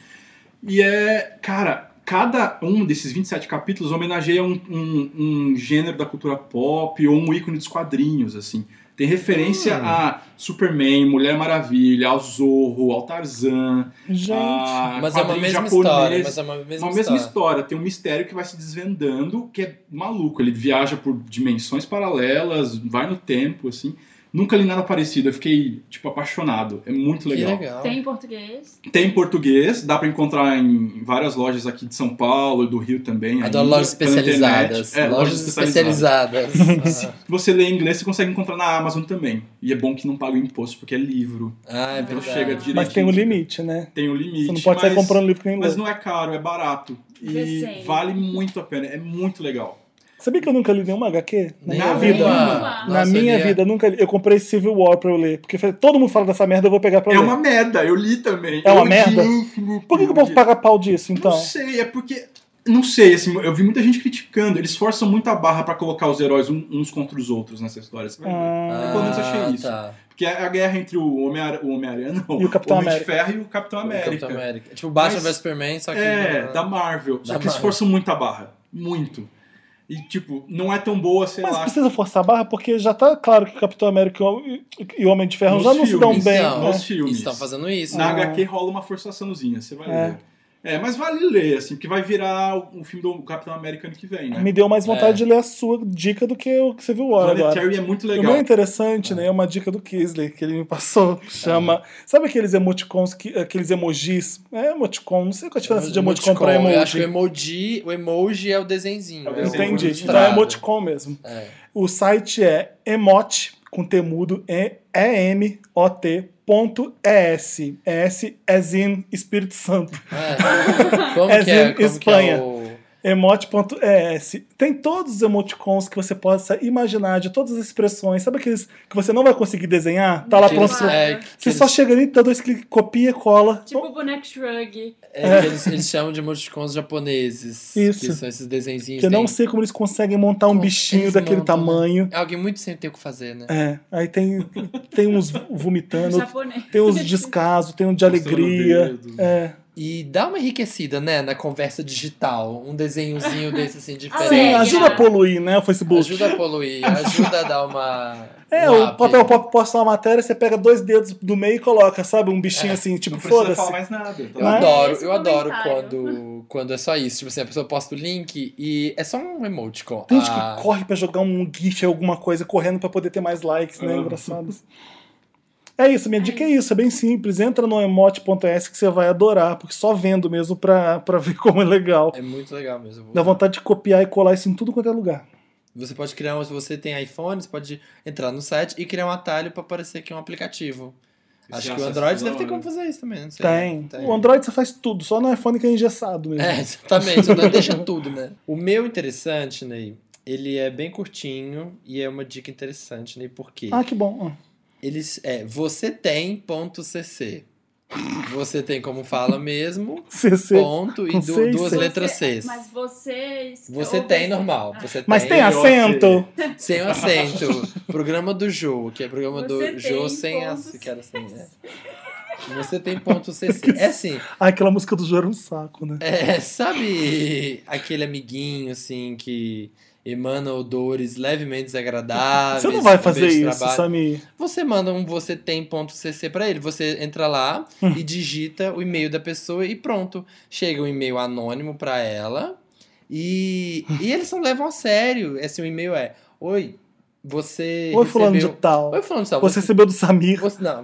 Speaker 4: E é, cara, cada um desses 27 capítulos homenageia um, um- um gênero da cultura pop ou um ícone dos quadrinhos, assim. Tem referência
Speaker 2: Hum.
Speaker 4: a Superman, Mulher Maravilha, ao Zorro, ao Tarzan,
Speaker 1: Gente.
Speaker 4: a
Speaker 2: mas é uma
Speaker 4: quadrinhos
Speaker 2: mesma
Speaker 4: japoneses.
Speaker 2: história. Mas é uma mesma
Speaker 4: Uma mesma
Speaker 2: história.
Speaker 4: história, tem um mistério que vai se desvendando, que é maluco. Ele viaja por dimensões paralelas, vai no tempo, assim. Nunca li nada parecido, eu fiquei, tipo, apaixonado. É muito
Speaker 2: Que
Speaker 4: legal.
Speaker 2: legal.
Speaker 3: Tem em português.
Speaker 4: Tem em português, dá pra encontrar em várias lojas aqui de São Paulo e do Rio também. ainda,
Speaker 2: Adoro lojas
Speaker 4: pela internet.
Speaker 2: especializadas.
Speaker 4: É,
Speaker 2: lojas especializadas.
Speaker 4: [LAUGHS] Se você lê em inglês, você consegue encontrar na Amazon também. E é bom que não paga o imposto, porque é livro.
Speaker 2: Ah, é
Speaker 4: Então
Speaker 2: verdade.
Speaker 4: chega direitinho.
Speaker 1: Mas tem um limite, né?
Speaker 4: Tem o limite.
Speaker 1: Você não pode sair
Speaker 4: mas-
Speaker 1: comprando livro que nem
Speaker 4: Mas
Speaker 1: louco.
Speaker 4: não é caro, é barato. E
Speaker 3: Recém.
Speaker 4: vale muito a pena, é muito legal.
Speaker 1: Sabia que eu nunca li nenhuma HQ? Na minha
Speaker 2: Nenhuma.
Speaker 1: vida. é-
Speaker 3: Nenhuma.
Speaker 1: Na
Speaker 2: Nossa,
Speaker 1: minha
Speaker 2: Lia,
Speaker 1: vida, nunca li. Eu comprei Civil War pra eu ler. Porque eu falei, todo mundo fala dessa merda, eu vou pegar pra
Speaker 4: É
Speaker 1: ler.
Speaker 4: uma merda, eu li um também.
Speaker 1: É uma
Speaker 4: Eu odiei,
Speaker 1: merda?
Speaker 4: Felipe,
Speaker 1: Por que, que o
Speaker 4: eu
Speaker 1: povo
Speaker 4: odiei.
Speaker 1: paga pau disso, então?
Speaker 4: Não sei, é porque Não sei, assim, eu vi muita gente criticando. Eles forçam muito a barra pra colocar os heróis um- uns contra os outros nessa história. Você vai ver.
Speaker 1: Ah,
Speaker 4: pelo menos achei
Speaker 2: Ah,
Speaker 4: isso.
Speaker 2: Tá.
Speaker 4: Porque é a guerra entre o Homem-Ara- o Homem-Aranha, Homem não.
Speaker 1: E o Capitão
Speaker 4: Homem
Speaker 1: América.
Speaker 4: de Ferro e o Capitão América.
Speaker 2: Capitão América. Tipo, Batman
Speaker 4: Mas-
Speaker 2: vs Superman, só que.
Speaker 4: É,
Speaker 2: Ah,
Speaker 4: da Marvel. Só
Speaker 2: Da
Speaker 4: que eles
Speaker 2: Marvel.
Speaker 4: forçam muito a barra. Muito. E, tipo, não é tão boa, sei
Speaker 1: mas
Speaker 4: lá.
Speaker 1: precisa forçar a barra, porque já tá claro que o Capitão América e o- e o Homem de Ferro
Speaker 4: Nos
Speaker 1: já não se dão
Speaker 4: filmes,
Speaker 1: bem.
Speaker 2: então,
Speaker 1: né?
Speaker 4: nos filmes.
Speaker 2: Eles estão fazendo isso. né?
Speaker 4: Na
Speaker 1: Ah.
Speaker 4: HQ rola uma forçaçãozinha, você vai
Speaker 1: É.
Speaker 4: ler. É, mas vale ler, assim, porque vai virar o o filme do Capitão América ano que vem, né?
Speaker 1: Me deu mais vontade
Speaker 2: É.
Speaker 1: de ler a sua dica do que o que você viu agora. agora.
Speaker 4: Planetary é muito
Speaker 1: E O
Speaker 4: legal.
Speaker 1: bem interessante, né? É uma dica do Kisley que ele me passou, que chama. Sabe aqueles emoticons, que, aqueles emojis? É emoticon, não sei qual a diferença de emoticon, pra emoji.
Speaker 2: Eu acho que o emoji, o emoji é o desenzinho.
Speaker 4: É o
Speaker 2: né?
Speaker 4: desenho
Speaker 1: Entendi.
Speaker 4: emoji
Speaker 1: Então é
Speaker 2: ilustrado.
Speaker 1: emoticon mesmo.
Speaker 2: É.
Speaker 1: O site é emote, com T mudo, é E-M-O-T. Ponto ES. ES as in Espírito Santo. [LAUGHS]
Speaker 2: É. Como
Speaker 1: É
Speaker 2: que é?
Speaker 1: em
Speaker 2: Como
Speaker 1: Espanha.
Speaker 2: Que é o...
Speaker 1: Emote.es. Tem todos os emoticons que você possa imaginar, de todas as expressões. Sabe aqueles que você não vai conseguir desenhar? Tá lá
Speaker 2: que eles-
Speaker 1: pronto.
Speaker 3: Tipo,
Speaker 2: é, que
Speaker 1: Você
Speaker 2: eles-
Speaker 1: só chega ali, dá dois cliques, copia e cola.
Speaker 3: Tipo o boneco Shrug.
Speaker 2: é que eles, eles chamam de emoticons japoneses.
Speaker 1: Isso.
Speaker 2: Que são esses desenzinhos.
Speaker 1: Que eu não
Speaker 2: tem-
Speaker 1: sei como eles conseguem montar um
Speaker 2: Como
Speaker 1: bichinho
Speaker 2: eles
Speaker 1: daquele
Speaker 2: montam, né?
Speaker 1: tamanho.
Speaker 2: É Alguém muito sem ter o que fazer, né?
Speaker 1: É, aí tem, tem uns vomitando,
Speaker 3: japonês.
Speaker 1: tem uns descaso, tem um de
Speaker 4: Mostrando
Speaker 1: alegria.
Speaker 4: o dedo.
Speaker 1: É.
Speaker 2: E dá uma enriquecida, né? Na conversa digital. Um desenhozinho
Speaker 3: [LAUGHS]
Speaker 2: desse, assim, diferente.
Speaker 1: Sim,
Speaker 3: Alegre,
Speaker 1: ajuda a
Speaker 3: né?
Speaker 1: poluir, né, o Facebook.
Speaker 2: Ajuda a
Speaker 1: [LAUGHS]
Speaker 2: poluir, ajuda a dar uma.
Speaker 1: É,
Speaker 2: um
Speaker 1: o
Speaker 2: up.
Speaker 1: Papel Pop posta uma matéria, você pega dois dedos do meio e coloca, sabe? Um bichinho assim, tipo,
Speaker 4: Não precisa falar
Speaker 1: foda-se.
Speaker 4: mais nada. Tá
Speaker 2: Eu
Speaker 1: Né?
Speaker 4: ligado?
Speaker 2: adoro,
Speaker 3: É Esse
Speaker 2: eu adoro
Speaker 3: comentário.
Speaker 2: quando, quando é só isso. Tipo assim, a pessoa posta o link e é só um emoticon.
Speaker 1: Tem gente
Speaker 2: Ah,
Speaker 1: que corre pra jogar um GIF, alguma coisa, correndo pra poder ter mais likes, né?
Speaker 4: Ah.
Speaker 1: Engraçado. É isso, minha dica é isso, é bem simples. Entra no emote.s que você vai adorar, porque só vendo mesmo pra, pra ver [LAUGHS] como é legal.
Speaker 2: É muito legal mesmo.
Speaker 1: Dá vontade de copiar e colar isso em tudo quanto é lugar.
Speaker 2: Você pode criar um, se você tem iPhone, você pode entrar no site e criar um atalho pra aparecer aqui um aplicativo.
Speaker 4: Esse
Speaker 2: Acho que
Speaker 4: é
Speaker 2: o
Speaker 4: acesso
Speaker 2: Android
Speaker 4: da
Speaker 2: deve ter
Speaker 4: hora.
Speaker 2: como fazer isso também, não sei.
Speaker 1: Tem. O Android você faz tudo, só no iPhone que é engessado mesmo.
Speaker 2: É, exatamente. Não [LAUGHS] deixa tudo, né? O meu interessante, Ney, ele é bem curtinho e é uma dica interessante, Ney, porque
Speaker 1: Ah, que bom.
Speaker 2: eles é você tem ponto cc. Você tem como fala mesmo,
Speaker 1: CC.
Speaker 2: ponto e
Speaker 1: com
Speaker 2: du-
Speaker 1: [LAUGHS] C e
Speaker 2: duas
Speaker 1: C.
Speaker 2: letras
Speaker 3: Você- é,
Speaker 2: Cs.
Speaker 3: Mas vocês.
Speaker 2: Você
Speaker 3: ou
Speaker 2: tem
Speaker 3: você-
Speaker 2: normal.
Speaker 3: Ah.
Speaker 2: Você
Speaker 1: Mas tem
Speaker 2: tem
Speaker 1: acento. [LAUGHS]
Speaker 2: sem o acento. programa do Jô, que é programa
Speaker 3: Você
Speaker 2: do Jô
Speaker 3: tem
Speaker 2: sem
Speaker 3: ponto
Speaker 2: acento. Quero assim, né? Você tem ponto cc. É assim,
Speaker 1: Ah, aquela música do Jô era um saco, né?
Speaker 2: É, [LAUGHS] sabe aquele amiguinho, assim, que emana odores levemente desagradáveis?
Speaker 1: Você não vai
Speaker 2: no ambiente
Speaker 1: fazer
Speaker 2: um de
Speaker 1: isso,
Speaker 2: trabalho?
Speaker 1: Samir.
Speaker 2: Você manda um você tem ponto cc pra ele. Você entra lá
Speaker 1: Hum.
Speaker 2: e digita o e-mail da pessoa e pronto. Chega um e-mail anônimo pra ela. E, e eles não levam a sério. Assim, o e-mail é: Oi, você.
Speaker 1: Oi, fulano de
Speaker 2: recebeu...
Speaker 1: tal.
Speaker 2: Oi, fulano de tal.
Speaker 1: Você recebeu do Samir.
Speaker 2: Você, não,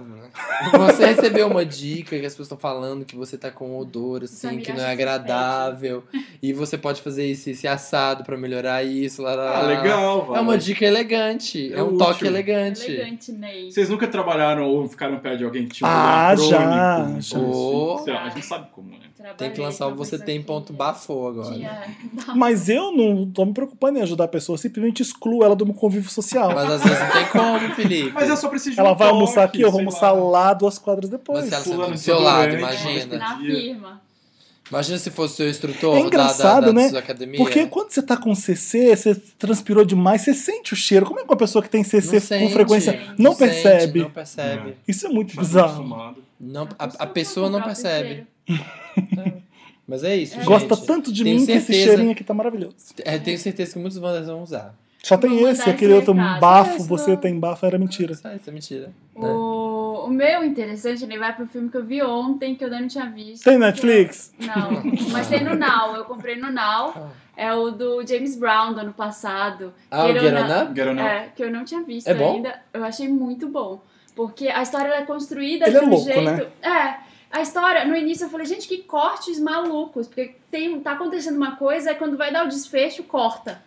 Speaker 2: você recebeu uma dica que as pessoas estão falando que você tá com um odor, assim,
Speaker 3: Samira
Speaker 2: que não é
Speaker 3: acha que
Speaker 2: agradável. E você pode fazer isso, esse assado pra melhorar isso. Lá, lá, lá.
Speaker 4: Ah, legal,
Speaker 2: É
Speaker 4: vale.
Speaker 2: uma dica elegante. É,
Speaker 4: É
Speaker 2: um
Speaker 4: útil.
Speaker 2: toque elegante.
Speaker 3: Elegante, Ney.
Speaker 4: Vocês nunca trabalharam ou ficaram perto de alguém que tinha um
Speaker 1: Ah,
Speaker 4: crônico,
Speaker 1: já,
Speaker 4: um
Speaker 1: já.
Speaker 4: negócio assim?
Speaker 3: Oh.
Speaker 4: A gente sabe como, né?
Speaker 2: Tem
Speaker 3: Trabalhei
Speaker 2: que lançar o
Speaker 3: com
Speaker 2: você
Speaker 3: isso
Speaker 2: tem
Speaker 3: tá aqui.
Speaker 2: ponto bafô agora.
Speaker 3: Tinha-
Speaker 1: Mas eu não tô me preocupando em ajudar a pessoa, eu simplesmente excluo ela do meu convívio social.
Speaker 2: Mas às vezes não tem
Speaker 1: [LAUGHS]
Speaker 2: como, Felipe.
Speaker 4: Mas é só preciso de um
Speaker 1: Ela vai
Speaker 4: toque,
Speaker 1: almoçar aqui, eu vou
Speaker 4: sei
Speaker 1: almoçar
Speaker 4: lá.
Speaker 1: lá duas quadras depois.
Speaker 2: Mas ela
Speaker 4: fulano
Speaker 2: senta do
Speaker 4: de
Speaker 2: seu lado,
Speaker 4: ignorante,
Speaker 2: imagina.
Speaker 3: Na firma.
Speaker 2: Imagina se fosse o seu instrutor
Speaker 1: É
Speaker 2: da-
Speaker 1: engraçado,
Speaker 2: da, da,
Speaker 1: né?
Speaker 2: sua academia.
Speaker 1: Porque quando você tá com CC, você transpirou demais, você sente o cheiro. Como é que uma pessoa que tem
Speaker 2: Não
Speaker 1: CC com
Speaker 2: sente,
Speaker 1: frequência
Speaker 3: não
Speaker 1: não
Speaker 2: sente,
Speaker 1: percebe?
Speaker 2: não percebe.
Speaker 1: Isso é muito
Speaker 4: Tá
Speaker 1: bizarro.
Speaker 4: acostumado.
Speaker 2: Não, a, a
Speaker 3: pode
Speaker 2: pessoa não
Speaker 3: comprar o
Speaker 2: percebe.
Speaker 3: cheiro.
Speaker 2: Mas é isso,
Speaker 3: É.
Speaker 2: gente.
Speaker 1: Gosta tanto de
Speaker 2: Tenho
Speaker 1: mim que esse
Speaker 2: certeza.
Speaker 1: cheirinho aqui tá maravilhoso.
Speaker 2: É, tenho certeza que muitos Wanders vão usar.
Speaker 1: Só tem
Speaker 3: Vou
Speaker 1: esse,
Speaker 3: mandar
Speaker 1: aquele
Speaker 3: esse
Speaker 1: outro
Speaker 3: recado.
Speaker 1: bafo,
Speaker 2: Esse
Speaker 1: você
Speaker 2: não.
Speaker 1: tem bafo, era mentira.
Speaker 2: Isso, isso é mentira. É.
Speaker 3: O, o meu interessante, ele vai pro filme que eu vi ontem, que eu ainda não tinha visto.
Speaker 1: Tem Netflix?
Speaker 3: Não, mas tem no Now. Eu comprei no Now. É o do James Brown do ano passado.
Speaker 2: Ah, o
Speaker 3: Get On
Speaker 2: Get On
Speaker 3: Up?
Speaker 2: Up?
Speaker 4: Get on up.
Speaker 3: É, que eu não tinha visto
Speaker 2: É bom?
Speaker 3: ainda. Eu achei muito bom. Porque a história ela é construída
Speaker 1: Ele é
Speaker 3: de um
Speaker 1: louco,
Speaker 3: jeito.
Speaker 1: né?
Speaker 3: É. A história, no início eu falei, gente, que cortes malucos. Porque tem, tá acontecendo uma coisa, aí quando vai dar o desfecho, corta.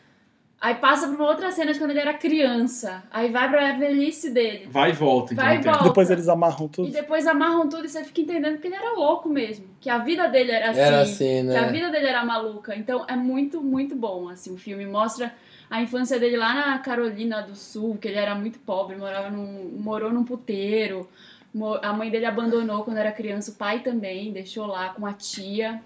Speaker 3: Aí passa pra uma outra cena de quando ele era criança. Aí vai pra velhice dele.
Speaker 4: Vai e volta, então.
Speaker 3: Vai e
Speaker 4: entende?
Speaker 3: volta.
Speaker 1: Depois eles amarram
Speaker 3: E
Speaker 1: tudo.
Speaker 3: depois amarram tudo e você fica entendendo que ele era louco mesmo. Que a vida dele era assim.
Speaker 2: Era assim,
Speaker 3: Que a
Speaker 4: É.
Speaker 2: né?
Speaker 3: vida dele era maluca. Então é muito, muito bom, assim, o filme. Mostra a infância dele lá na Carolina do Sul, que ele era muito pobre, morava num, morou num puteiro. Mo- A mãe dele abandonou quando era criança, o pai também deixou lá com a tia.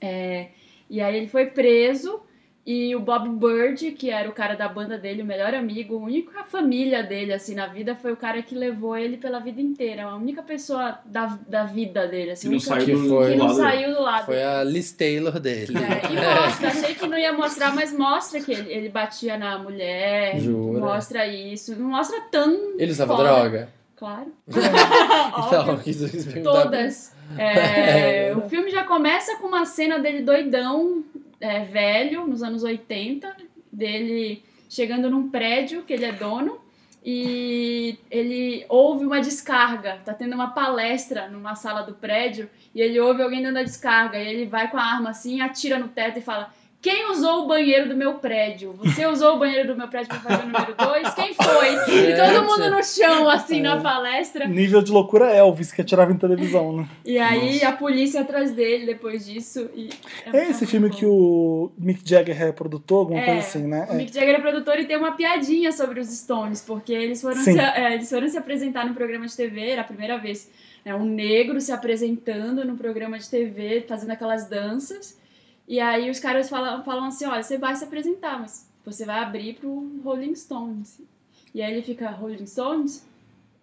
Speaker 3: É, E aí ele foi preso e o Bob Bird, que era o cara da banda dele, o melhor amigo, a única família dele, assim, na vida, foi o cara que levou ele pela vida inteira. É A única pessoa da, da vida dele, assim.
Speaker 4: Que não
Speaker 3: única-
Speaker 4: saiu
Speaker 2: que
Speaker 4: do,
Speaker 2: foi-
Speaker 3: que
Speaker 4: do
Speaker 3: não
Speaker 4: lado.
Speaker 3: saiu do lado.
Speaker 2: Foi a Liz Taylor dele. [LAUGHS]
Speaker 3: É, e mostra, achei que não ia mostrar, mas mostra que ele, ele batia na mulher,
Speaker 2: Jura?
Speaker 3: mostra isso. Não mostra tão
Speaker 2: Ele usava
Speaker 3: Fora.
Speaker 2: droga.
Speaker 3: claro.
Speaker 2: [LAUGHS] então,
Speaker 3: Óbvio.
Speaker 2: quis experimentar.
Speaker 3: Todas. [LAUGHS] É, o filme já começa com uma cena dele doidão, é, velho, nos anos 80, dele chegando num prédio que ele é dono. E ele ouve uma descarga, tá tendo uma palestra numa sala do prédio e ele ouve alguém dando a descarga e ele vai com a arma assim, atira no teto e fala: "Quem usou o banheiro do meu prédio? Você usou o banheiro do meu prédio para fazer o número 2? Quem foi?" E todo mundo no chão assim na palestra.
Speaker 1: Nível de loucura Elvis, que atirava em televisão, né?
Speaker 3: E aí a polícia atrás dele depois disso. E
Speaker 1: É esse filme que o Mick Jagger é produtor, alguma
Speaker 3: É,
Speaker 1: coisa assim, né?
Speaker 3: O [LAUGHS] Mick Jagger é produtor e tem uma piadinha sobre os Stones, porque eles foram,
Speaker 1: Sim.
Speaker 3: se, é, eles foram se apresentar no programa de TV, era a primeira vez. Né, um negro se apresentando no programa de TV, fazendo aquelas danças. E aí os caras falam, falam assim: olha, você vai se apresentar, mas você vai abrir pro Rolling Stones. E aí ele fica: Rolling Stones?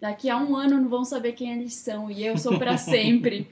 Speaker 3: Daqui a um ano não vão saber quem eles são, e eu sou
Speaker 1: [LAUGHS]
Speaker 3: pra sempre.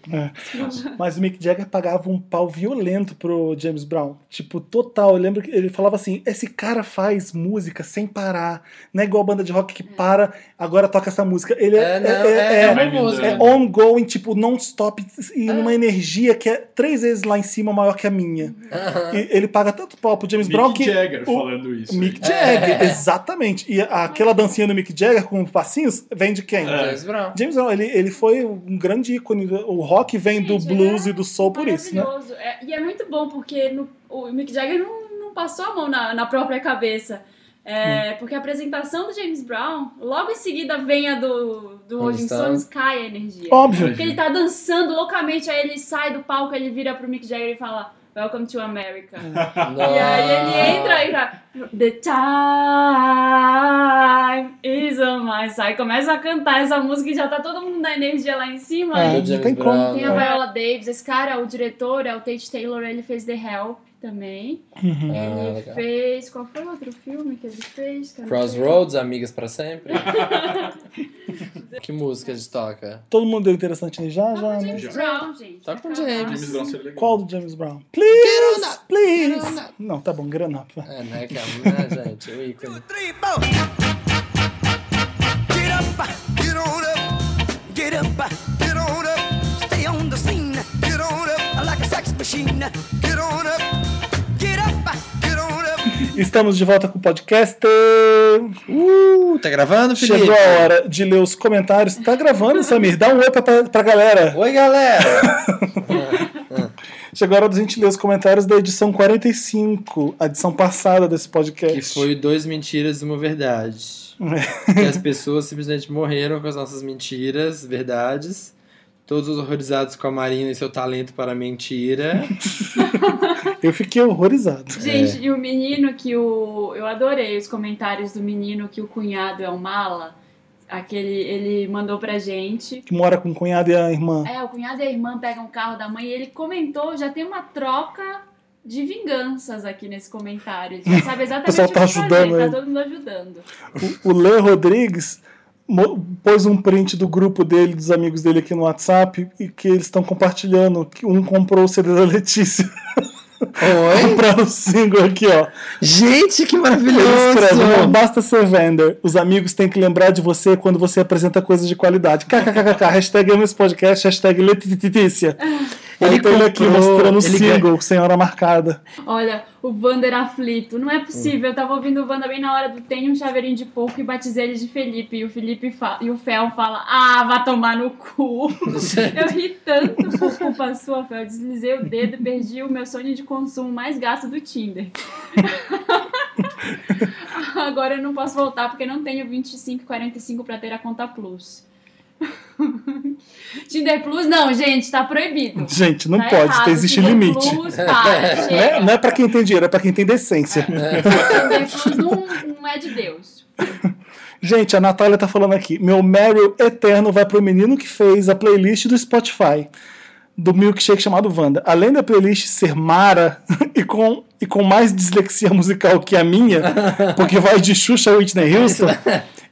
Speaker 1: Mas o Mick Jagger pagava um pau violento pro James Brown. Tipo, total. Eu lembro que ele falava assim: esse cara faz música sem parar. Não é igual a banda de rock que para, agora toca essa música. Ele é,
Speaker 2: É, não,
Speaker 1: é- é-
Speaker 2: é,
Speaker 1: é-
Speaker 2: é uma
Speaker 4: é
Speaker 2: música.
Speaker 1: é ongoing, tipo, non-stop, e
Speaker 3: Ah.
Speaker 1: numa energia que é três vezes lá em cima maior que a minha.
Speaker 2: Aham.
Speaker 1: E ele paga tanto pau pro James
Speaker 4: Mick
Speaker 1: Brown que.
Speaker 4: Jagger É.
Speaker 1: o-
Speaker 4: falando isso. né?
Speaker 1: Mick
Speaker 4: aí.
Speaker 1: Jagger, exatamente. E a- aquela dancinha do Mick Jagger com passinhos vem de quem?
Speaker 4: É.
Speaker 2: James
Speaker 1: [LAUGHS]
Speaker 2: Brown.
Speaker 1: James Brown, ele, ele foi um grande ícone. do- O rock vem do
Speaker 3: Gente,
Speaker 1: blues
Speaker 3: ele
Speaker 1: e do soul por isso, né?
Speaker 3: Maravilhoso. É, e é muito bom, porque no- o Mick Jagger não, não passou a mão na, na própria cabeça.
Speaker 1: Hum.
Speaker 3: É, Porque a apresentação do James Brown, logo em seguida vem a do, do Rolling
Speaker 2: Rolling Stones.
Speaker 3: Stones, cai a energia.
Speaker 1: Óbvio.
Speaker 3: Porque ele tá dançando loucamente, aí ele sai do palco, ele vira pro Mick Jagger e fala Welcome to America. E aí
Speaker 1: Ah.
Speaker 3: ele entra e fala, The time is on my side. Começa a cantar essa música e já tá todo mundo na energia lá em cima.
Speaker 1: É,
Speaker 3: e
Speaker 2: Do
Speaker 1: não
Speaker 2: James
Speaker 1: tem como.
Speaker 2: Brown,
Speaker 3: tem a
Speaker 1: né?
Speaker 3: Viola Davis, esse cara, o diretor, é o Tate Taylor, ele fez The Help também.
Speaker 1: Uhum.
Speaker 2: Ah,
Speaker 3: ele
Speaker 2: legal.
Speaker 3: fez. um Qual foi o outro filme que ele fez? Que eu não
Speaker 2: Crossroads, Amigas pra
Speaker 3: [LAUGHS]
Speaker 2: Sempre. que música a gente toca?
Speaker 1: Todo mundo deu interessante nele já,
Speaker 3: sei. Tá
Speaker 1: já,
Speaker 3: com
Speaker 1: né?
Speaker 3: James Brown, gente.
Speaker 2: Tá com
Speaker 3: Calma.
Speaker 2: James.
Speaker 4: James Brown seria legal.
Speaker 1: Qual do James Brown? Please! Please!
Speaker 2: up.
Speaker 1: Não, tá bom, Granap.
Speaker 2: É, né, cara? Né, gente? O
Speaker 5: Two,
Speaker 2: ícone.
Speaker 5: three, four. Get up, get on up, get up, get on up. Stay on the scene, get on up like a sex machine. Get on up, get up, get on up.
Speaker 1: Estamos de volta com o podcast.
Speaker 2: Uh, tá gravando, Felipe?
Speaker 1: Chegou a hora de ler os comentários. Tá gravando, Samir? Dá um oi pra- pra, pra galera.
Speaker 2: Oi, galera!
Speaker 1: Chegou a hora da gente ler os comentários da edição 45, a edição passada desse podcast.
Speaker 2: que foi dois mentiras e uma
Speaker 1: [LAUGHS]
Speaker 2: verdade. que as pessoas simplesmente morreram com as nossas mentiras, verdades. Todos horrorizados com a Marina e seu talento para a mentira.
Speaker 1: Eu fiquei horrorizado.
Speaker 3: Gente,
Speaker 2: É.
Speaker 3: e o menino que o. Eu adorei os comentários do menino que o cunhado é o mala. Aquele. Ele mandou pra gente.
Speaker 1: Que mora com o cunhado e a irmã.
Speaker 3: É, o cunhado e a irmã pegam o carro da mãe e ele comentou, já tem uma troca de vinganças aqui nesse comentário. Ele já
Speaker 2: [LAUGHS]
Speaker 3: sabe exatamente
Speaker 1: pessoal
Speaker 3: o que
Speaker 1: tá ajudando
Speaker 3: fazer,
Speaker 1: ele.
Speaker 3: tá todo mundo ajudando.
Speaker 1: O, o Lê Rodrigues mo- pôs um print do grupo dele, dos amigos dele aqui no WhatsApp, e que eles estão compartilhando. que Um comprou o CD da Letícia.
Speaker 2: Oi?
Speaker 1: [LAUGHS] Compraram o single aqui, ó.
Speaker 2: Gente, que
Speaker 1: Ele escreve, não basta ser vender. Os amigos têm que lembrar de você quando você apresenta coisas de qualidade. KKKKK, hashtag amo esse podcast, hashtag Letícia.
Speaker 2: Ele
Speaker 1: Ele tem ele aqui
Speaker 2: comprou,
Speaker 1: mostrando o
Speaker 2: ele
Speaker 1: single, senhora marcada.
Speaker 3: Olha, o Vander aflito. Não é possível. Eu tava ouvindo o Wanda bem na hora do Tem um chaveirinho de porco e batizei ele de Felipe. E o Felipe fa- e o Fel fala: Ah, vá tomar no
Speaker 1: [LAUGHS]
Speaker 3: cu. eu ri tanto por culpa sua, Fel. Eu deslizei o dedo e perdi o meu sonho de consumo mais gasto do Tinder. [LAUGHS] Agora eu não posso voltar porque não tenho 25,45 pra ter a conta Plus. [LAUGHS] Tinder Plus, não, gente, tá proibido.
Speaker 1: Gente, não
Speaker 3: Tá
Speaker 1: pode,
Speaker 3: errado,
Speaker 1: existe
Speaker 3: Tinder
Speaker 1: limite.
Speaker 3: Plus, tá, para,
Speaker 1: [LAUGHS] Não é,
Speaker 3: chega.
Speaker 1: não é pra quem tem dinheiro, é pra quem tem decência.
Speaker 3: Tinder Plus não, não é de Deus.
Speaker 1: Gente, a Natália tá falando aqui. Meu Meryl eterno vai pro menino que fez a playlist do Spotify. do milkshake chamado Wanda. Além da playlist ser mara [LAUGHS] e com, e com mais dislexia musical que a
Speaker 2: [LAUGHS]
Speaker 1: minha, porque vai de Xuxa a Whitney Houston,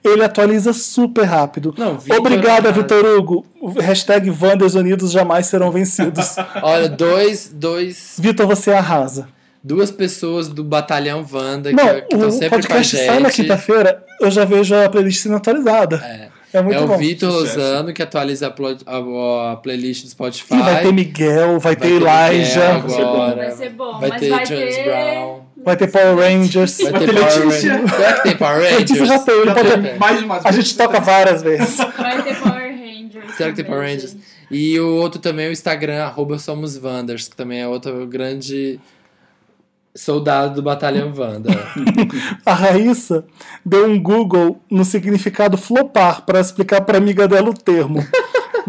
Speaker 1: ele atualiza super rápido.
Speaker 2: Não, é Vitor-
Speaker 1: Obrigada, Vitor Hugo. Hashtag Wandas Unidos jamais
Speaker 2: [LAUGHS]
Speaker 1: serão vencidos.
Speaker 2: Olha, dois, dois,
Speaker 1: Vitor, você arrasa.
Speaker 2: duas pessoas do batalhão Wanda que que
Speaker 1: Não,
Speaker 2: estão
Speaker 1: o
Speaker 2: sempre com a gente.
Speaker 1: podcast sai na quinta-feira, eu já vejo a playlist sendo atualizada.
Speaker 2: É,
Speaker 1: É muito
Speaker 2: é
Speaker 1: bom.
Speaker 2: o Vitor
Speaker 4: Sucesso.
Speaker 2: Lozano que atualiza a, plo- a- a playlist do Spotify.
Speaker 1: E vai ter Miguel, vai, ter
Speaker 2: Miguel
Speaker 1: Elijah,
Speaker 2: agora,
Speaker 3: Vai ser bom,
Speaker 2: vai
Speaker 3: mas
Speaker 2: ter
Speaker 3: vai
Speaker 2: James
Speaker 3: ter-
Speaker 2: Brown.
Speaker 1: vai ter Power Rangers.
Speaker 2: Vai,
Speaker 4: Vai
Speaker 2: ter,
Speaker 4: ter
Speaker 2: Power
Speaker 4: Letícia.
Speaker 2: Rangers. Será que tem Power Rangers?
Speaker 1: Letícia já tem,
Speaker 4: Já
Speaker 1: pode-
Speaker 4: teve mais de umas
Speaker 1: A
Speaker 4: vezes.
Speaker 1: gente toca várias vezes.
Speaker 3: Vai ter Power Rangers.
Speaker 2: Será que tem
Speaker 3: também,
Speaker 2: Power Rangers?
Speaker 3: gente.
Speaker 2: E o outro também é o Instagram, arroba Somos Wanders, que também é outro grande soldado do Batalhão Wanda.
Speaker 1: A Raíssa deu um Google no significado flopar para explicar para amiga dela o termo.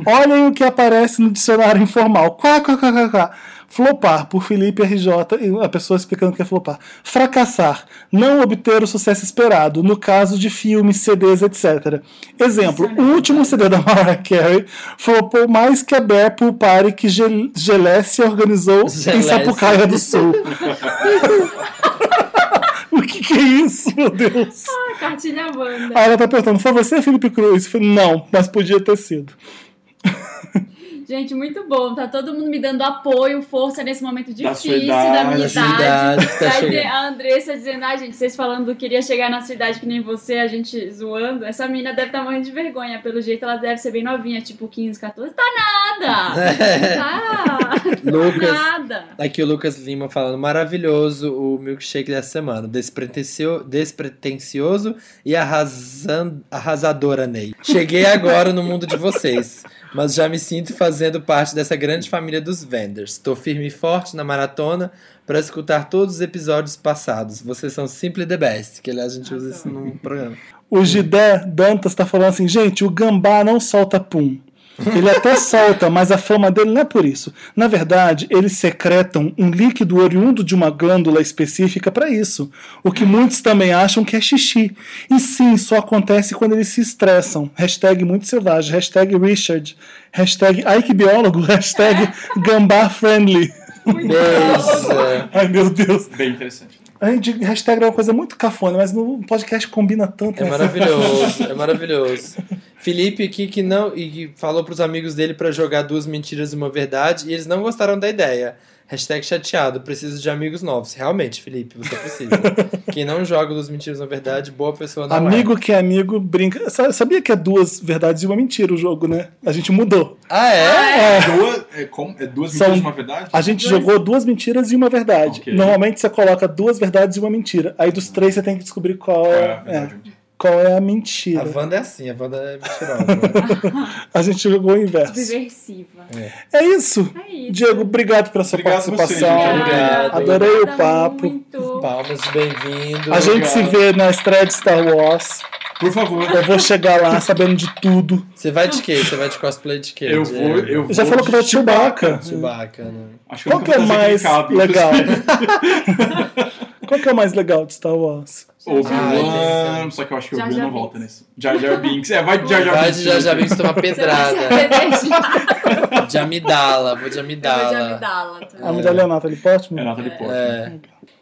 Speaker 1: Olhem o que aparece no dicionário informal. Quá, quá, quá, quá, quá. Flopar, por Felipe RJ, e a pessoa explicando o que é flopar. Fracassar, não obter o sucesso esperado, no caso de filmes, CDs, etc. Exemplo, o último CD da Mariah Carey flopou mais que a Bear Pool Party que Gel- Gelécia organizou em
Speaker 2: Gelécia.
Speaker 1: Sapucaia do Sul. o que, que é isso, meu Deus?
Speaker 3: Ah, cartilha Wanda.
Speaker 1: Aí ela tá perguntando, foi você, Felipe Cruz? Eu falei, não, mas podia ter sido.
Speaker 3: Gente, muito bom. Tá todo mundo me dando apoio, força nesse momento
Speaker 4: Da sua
Speaker 3: difícil da,
Speaker 4: idade,
Speaker 3: minha
Speaker 4: da sua
Speaker 3: idade.
Speaker 2: Cidade que tá
Speaker 3: Aí tem
Speaker 2: chegando.
Speaker 3: a Andressa dizendo, ah, gente, vocês falando que queria chegar na cidade que nem você, a gente zoando. Essa menina deve estar morrendo de vergonha. Pelo jeito, ela deve ser bem novinha, tipo 15, 14. Tá nada!
Speaker 2: [LAUGHS]
Speaker 3: Tá!
Speaker 2: Lucas.
Speaker 3: Nada!
Speaker 2: Aqui o Lucas Lima falando, maravilhoso o milkshake dessa semana, despretencio- despretensioso e arrasan- arrasadora, Ney. Cheguei agora no mundo de vocês, mas já me sinto fazendo parte dessa grande família dos vendors. Tô firme e forte na maratona para escutar todos os episódios passados. Vocês são simply the best, que aliás a gente usa isso num programa.
Speaker 1: O Gidé Dantas tá falando assim, gente, o gambá não solta pum. Ele até [LAUGHS] solta, mas a fama dele não é por isso. Na verdade, eles secretam um líquido oriundo de uma glândula específica para isso, o que muitos também acham que é xixi. E sim, só acontece quando eles se estressam. Hashtag muito selvagem, hashtag Richard, hashtag Ike biólogo, [LAUGHS] hashtag gambá friendly.
Speaker 3: Muito bom.
Speaker 2: Beleza.
Speaker 1: Ai meu Deus.
Speaker 4: Bem interessante.
Speaker 1: A gente hashtag é uma coisa muito cafona, mas no podcast combina tanto.
Speaker 2: É
Speaker 1: né?
Speaker 2: maravilhoso, é maravilhoso. Felipe aqui que não e que falou pros amigos dele pra jogar duas mentiras e uma verdade e eles não gostaram da ideia. Hashtag chateado, preciso de amigos novos. Realmente, Felipe, você precisa. Quem não joga duas mentiras e uma verdade, boa pessoa não
Speaker 1: [LAUGHS] Amigo
Speaker 2: é.
Speaker 1: que é amigo brinca. Sa- Sabia que é duas verdades e uma mentira o jogo, né? A gente mudou.
Speaker 2: Ah, é?
Speaker 4: Duas, é, como- é duas
Speaker 1: São-
Speaker 4: mentiras de uma verdade?
Speaker 1: A gente
Speaker 3: Dois-
Speaker 1: jogou duas mentiras e uma verdade.
Speaker 4: Ok.
Speaker 1: Normalmente você coloca duas verdades e uma mentira. Aí dos três você tem que descobrir qual
Speaker 4: É,
Speaker 1: é,
Speaker 4: a verdade.
Speaker 1: qual é a
Speaker 2: A
Speaker 1: mentira.
Speaker 2: Wanda é assim, a Wanda é mentirosa.
Speaker 1: A gente jogou o
Speaker 3: Tipo,
Speaker 1: inverso.
Speaker 3: Subversiva.
Speaker 1: É isso.
Speaker 3: É isso.
Speaker 1: Diego, obrigado pela sua
Speaker 4: Obrigado a vocês,
Speaker 1: participação.
Speaker 4: gente.
Speaker 2: Obrigado.
Speaker 1: Adorei o
Speaker 3: Obrigada
Speaker 1: papo.
Speaker 3: muito.
Speaker 2: Palmas, bem-vindo.
Speaker 1: A gente se vê na estreia de Star Wars.
Speaker 4: Por favor.
Speaker 1: Eu vou chegar lá sabendo de tudo.
Speaker 2: Você vai de quê? Você vai de cosplay de quê?
Speaker 4: Eu
Speaker 2: De-
Speaker 4: vou, eu vou.
Speaker 1: Já falou que vai te Chewbacca.
Speaker 2: Chewbacca, né?
Speaker 4: Acho
Speaker 1: Qual
Speaker 4: eu
Speaker 1: que é
Speaker 4: nunca
Speaker 1: o
Speaker 4: vou
Speaker 1: mais
Speaker 4: fazer aquele cabe. [LAUGHS]
Speaker 1: legal? Qual que é o mais legal de Star Wars?
Speaker 2: Ah,
Speaker 4: Obi-Wan, só que eu acho que o
Speaker 3: Jar
Speaker 4: Obi-Wan
Speaker 3: Jar
Speaker 4: não volta
Speaker 3: Binks.
Speaker 4: nesse. Jar Jar Binks. É, vai de Jar Jar
Speaker 2: Vai
Speaker 4: Binks.
Speaker 2: de já já vem tomar
Speaker 3: Você vai
Speaker 2: pedrada.
Speaker 3: ser pervertida.
Speaker 2: De amidala, vou de
Speaker 3: Eu vou de
Speaker 2: amidala.
Speaker 3: amidala. também.
Speaker 2: tá
Speaker 1: A medalha é a Natalie
Speaker 4: É
Speaker 1: Portman?
Speaker 4: Natalie Portman.
Speaker 2: É.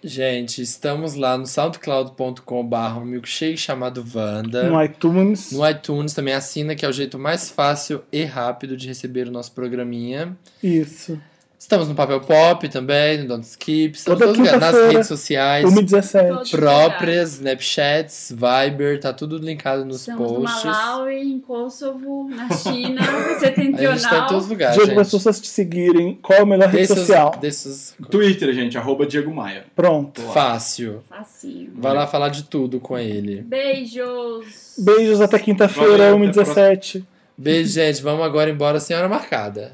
Speaker 2: Gente, estamos lá no soundcloud.com/barra um milkshake chamado Wanda.
Speaker 1: No iTunes.
Speaker 2: No iTunes também assina, que é o jeito mais fácil e rápido de receber o nosso programinha.
Speaker 1: Isso.
Speaker 2: Estamos no Papel Pop também, no Don't Skip, estamos em
Speaker 1: Toda
Speaker 2: todo lugar, nas
Speaker 1: quinta-feira,
Speaker 2: redes sociais
Speaker 1: 1,17.
Speaker 2: próprias, Snapchats, Viber, tá tudo linkado nos
Speaker 3: Estamos no
Speaker 2: posts.
Speaker 3: Malawi, em Kosovo, na China,
Speaker 2: A gente tá em
Speaker 3: setentrional.
Speaker 2: todos os lugares,
Speaker 1: Diego, para as
Speaker 2: gente.
Speaker 1: pessoas te seguirem, qual é a melhor rede
Speaker 2: Dê seus-
Speaker 1: social?
Speaker 2: dê seus-
Speaker 4: Twitter, gente, arroba Diego Maia.
Speaker 1: Pronto.
Speaker 2: Fácil.
Speaker 3: Facinho.
Speaker 2: Vai lá falar de tudo com ele.
Speaker 3: Beijos.
Speaker 1: Beijos até quinta-feira,
Speaker 4: Valeu, até
Speaker 1: 1,17.
Speaker 2: Beijo, gente. Vamos agora embora sem hora
Speaker 1: [LAUGHS]
Speaker 2: marcada.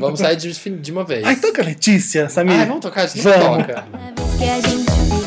Speaker 2: Vamos sair de, de uma vez.
Speaker 1: Ai, toca Letícia,
Speaker 2: Ai,
Speaker 1: Samir.
Speaker 2: Ah, vamos tocar de
Speaker 1: Vamos.
Speaker 2: toca.
Speaker 6: Cada vez que a gente assim, é assim,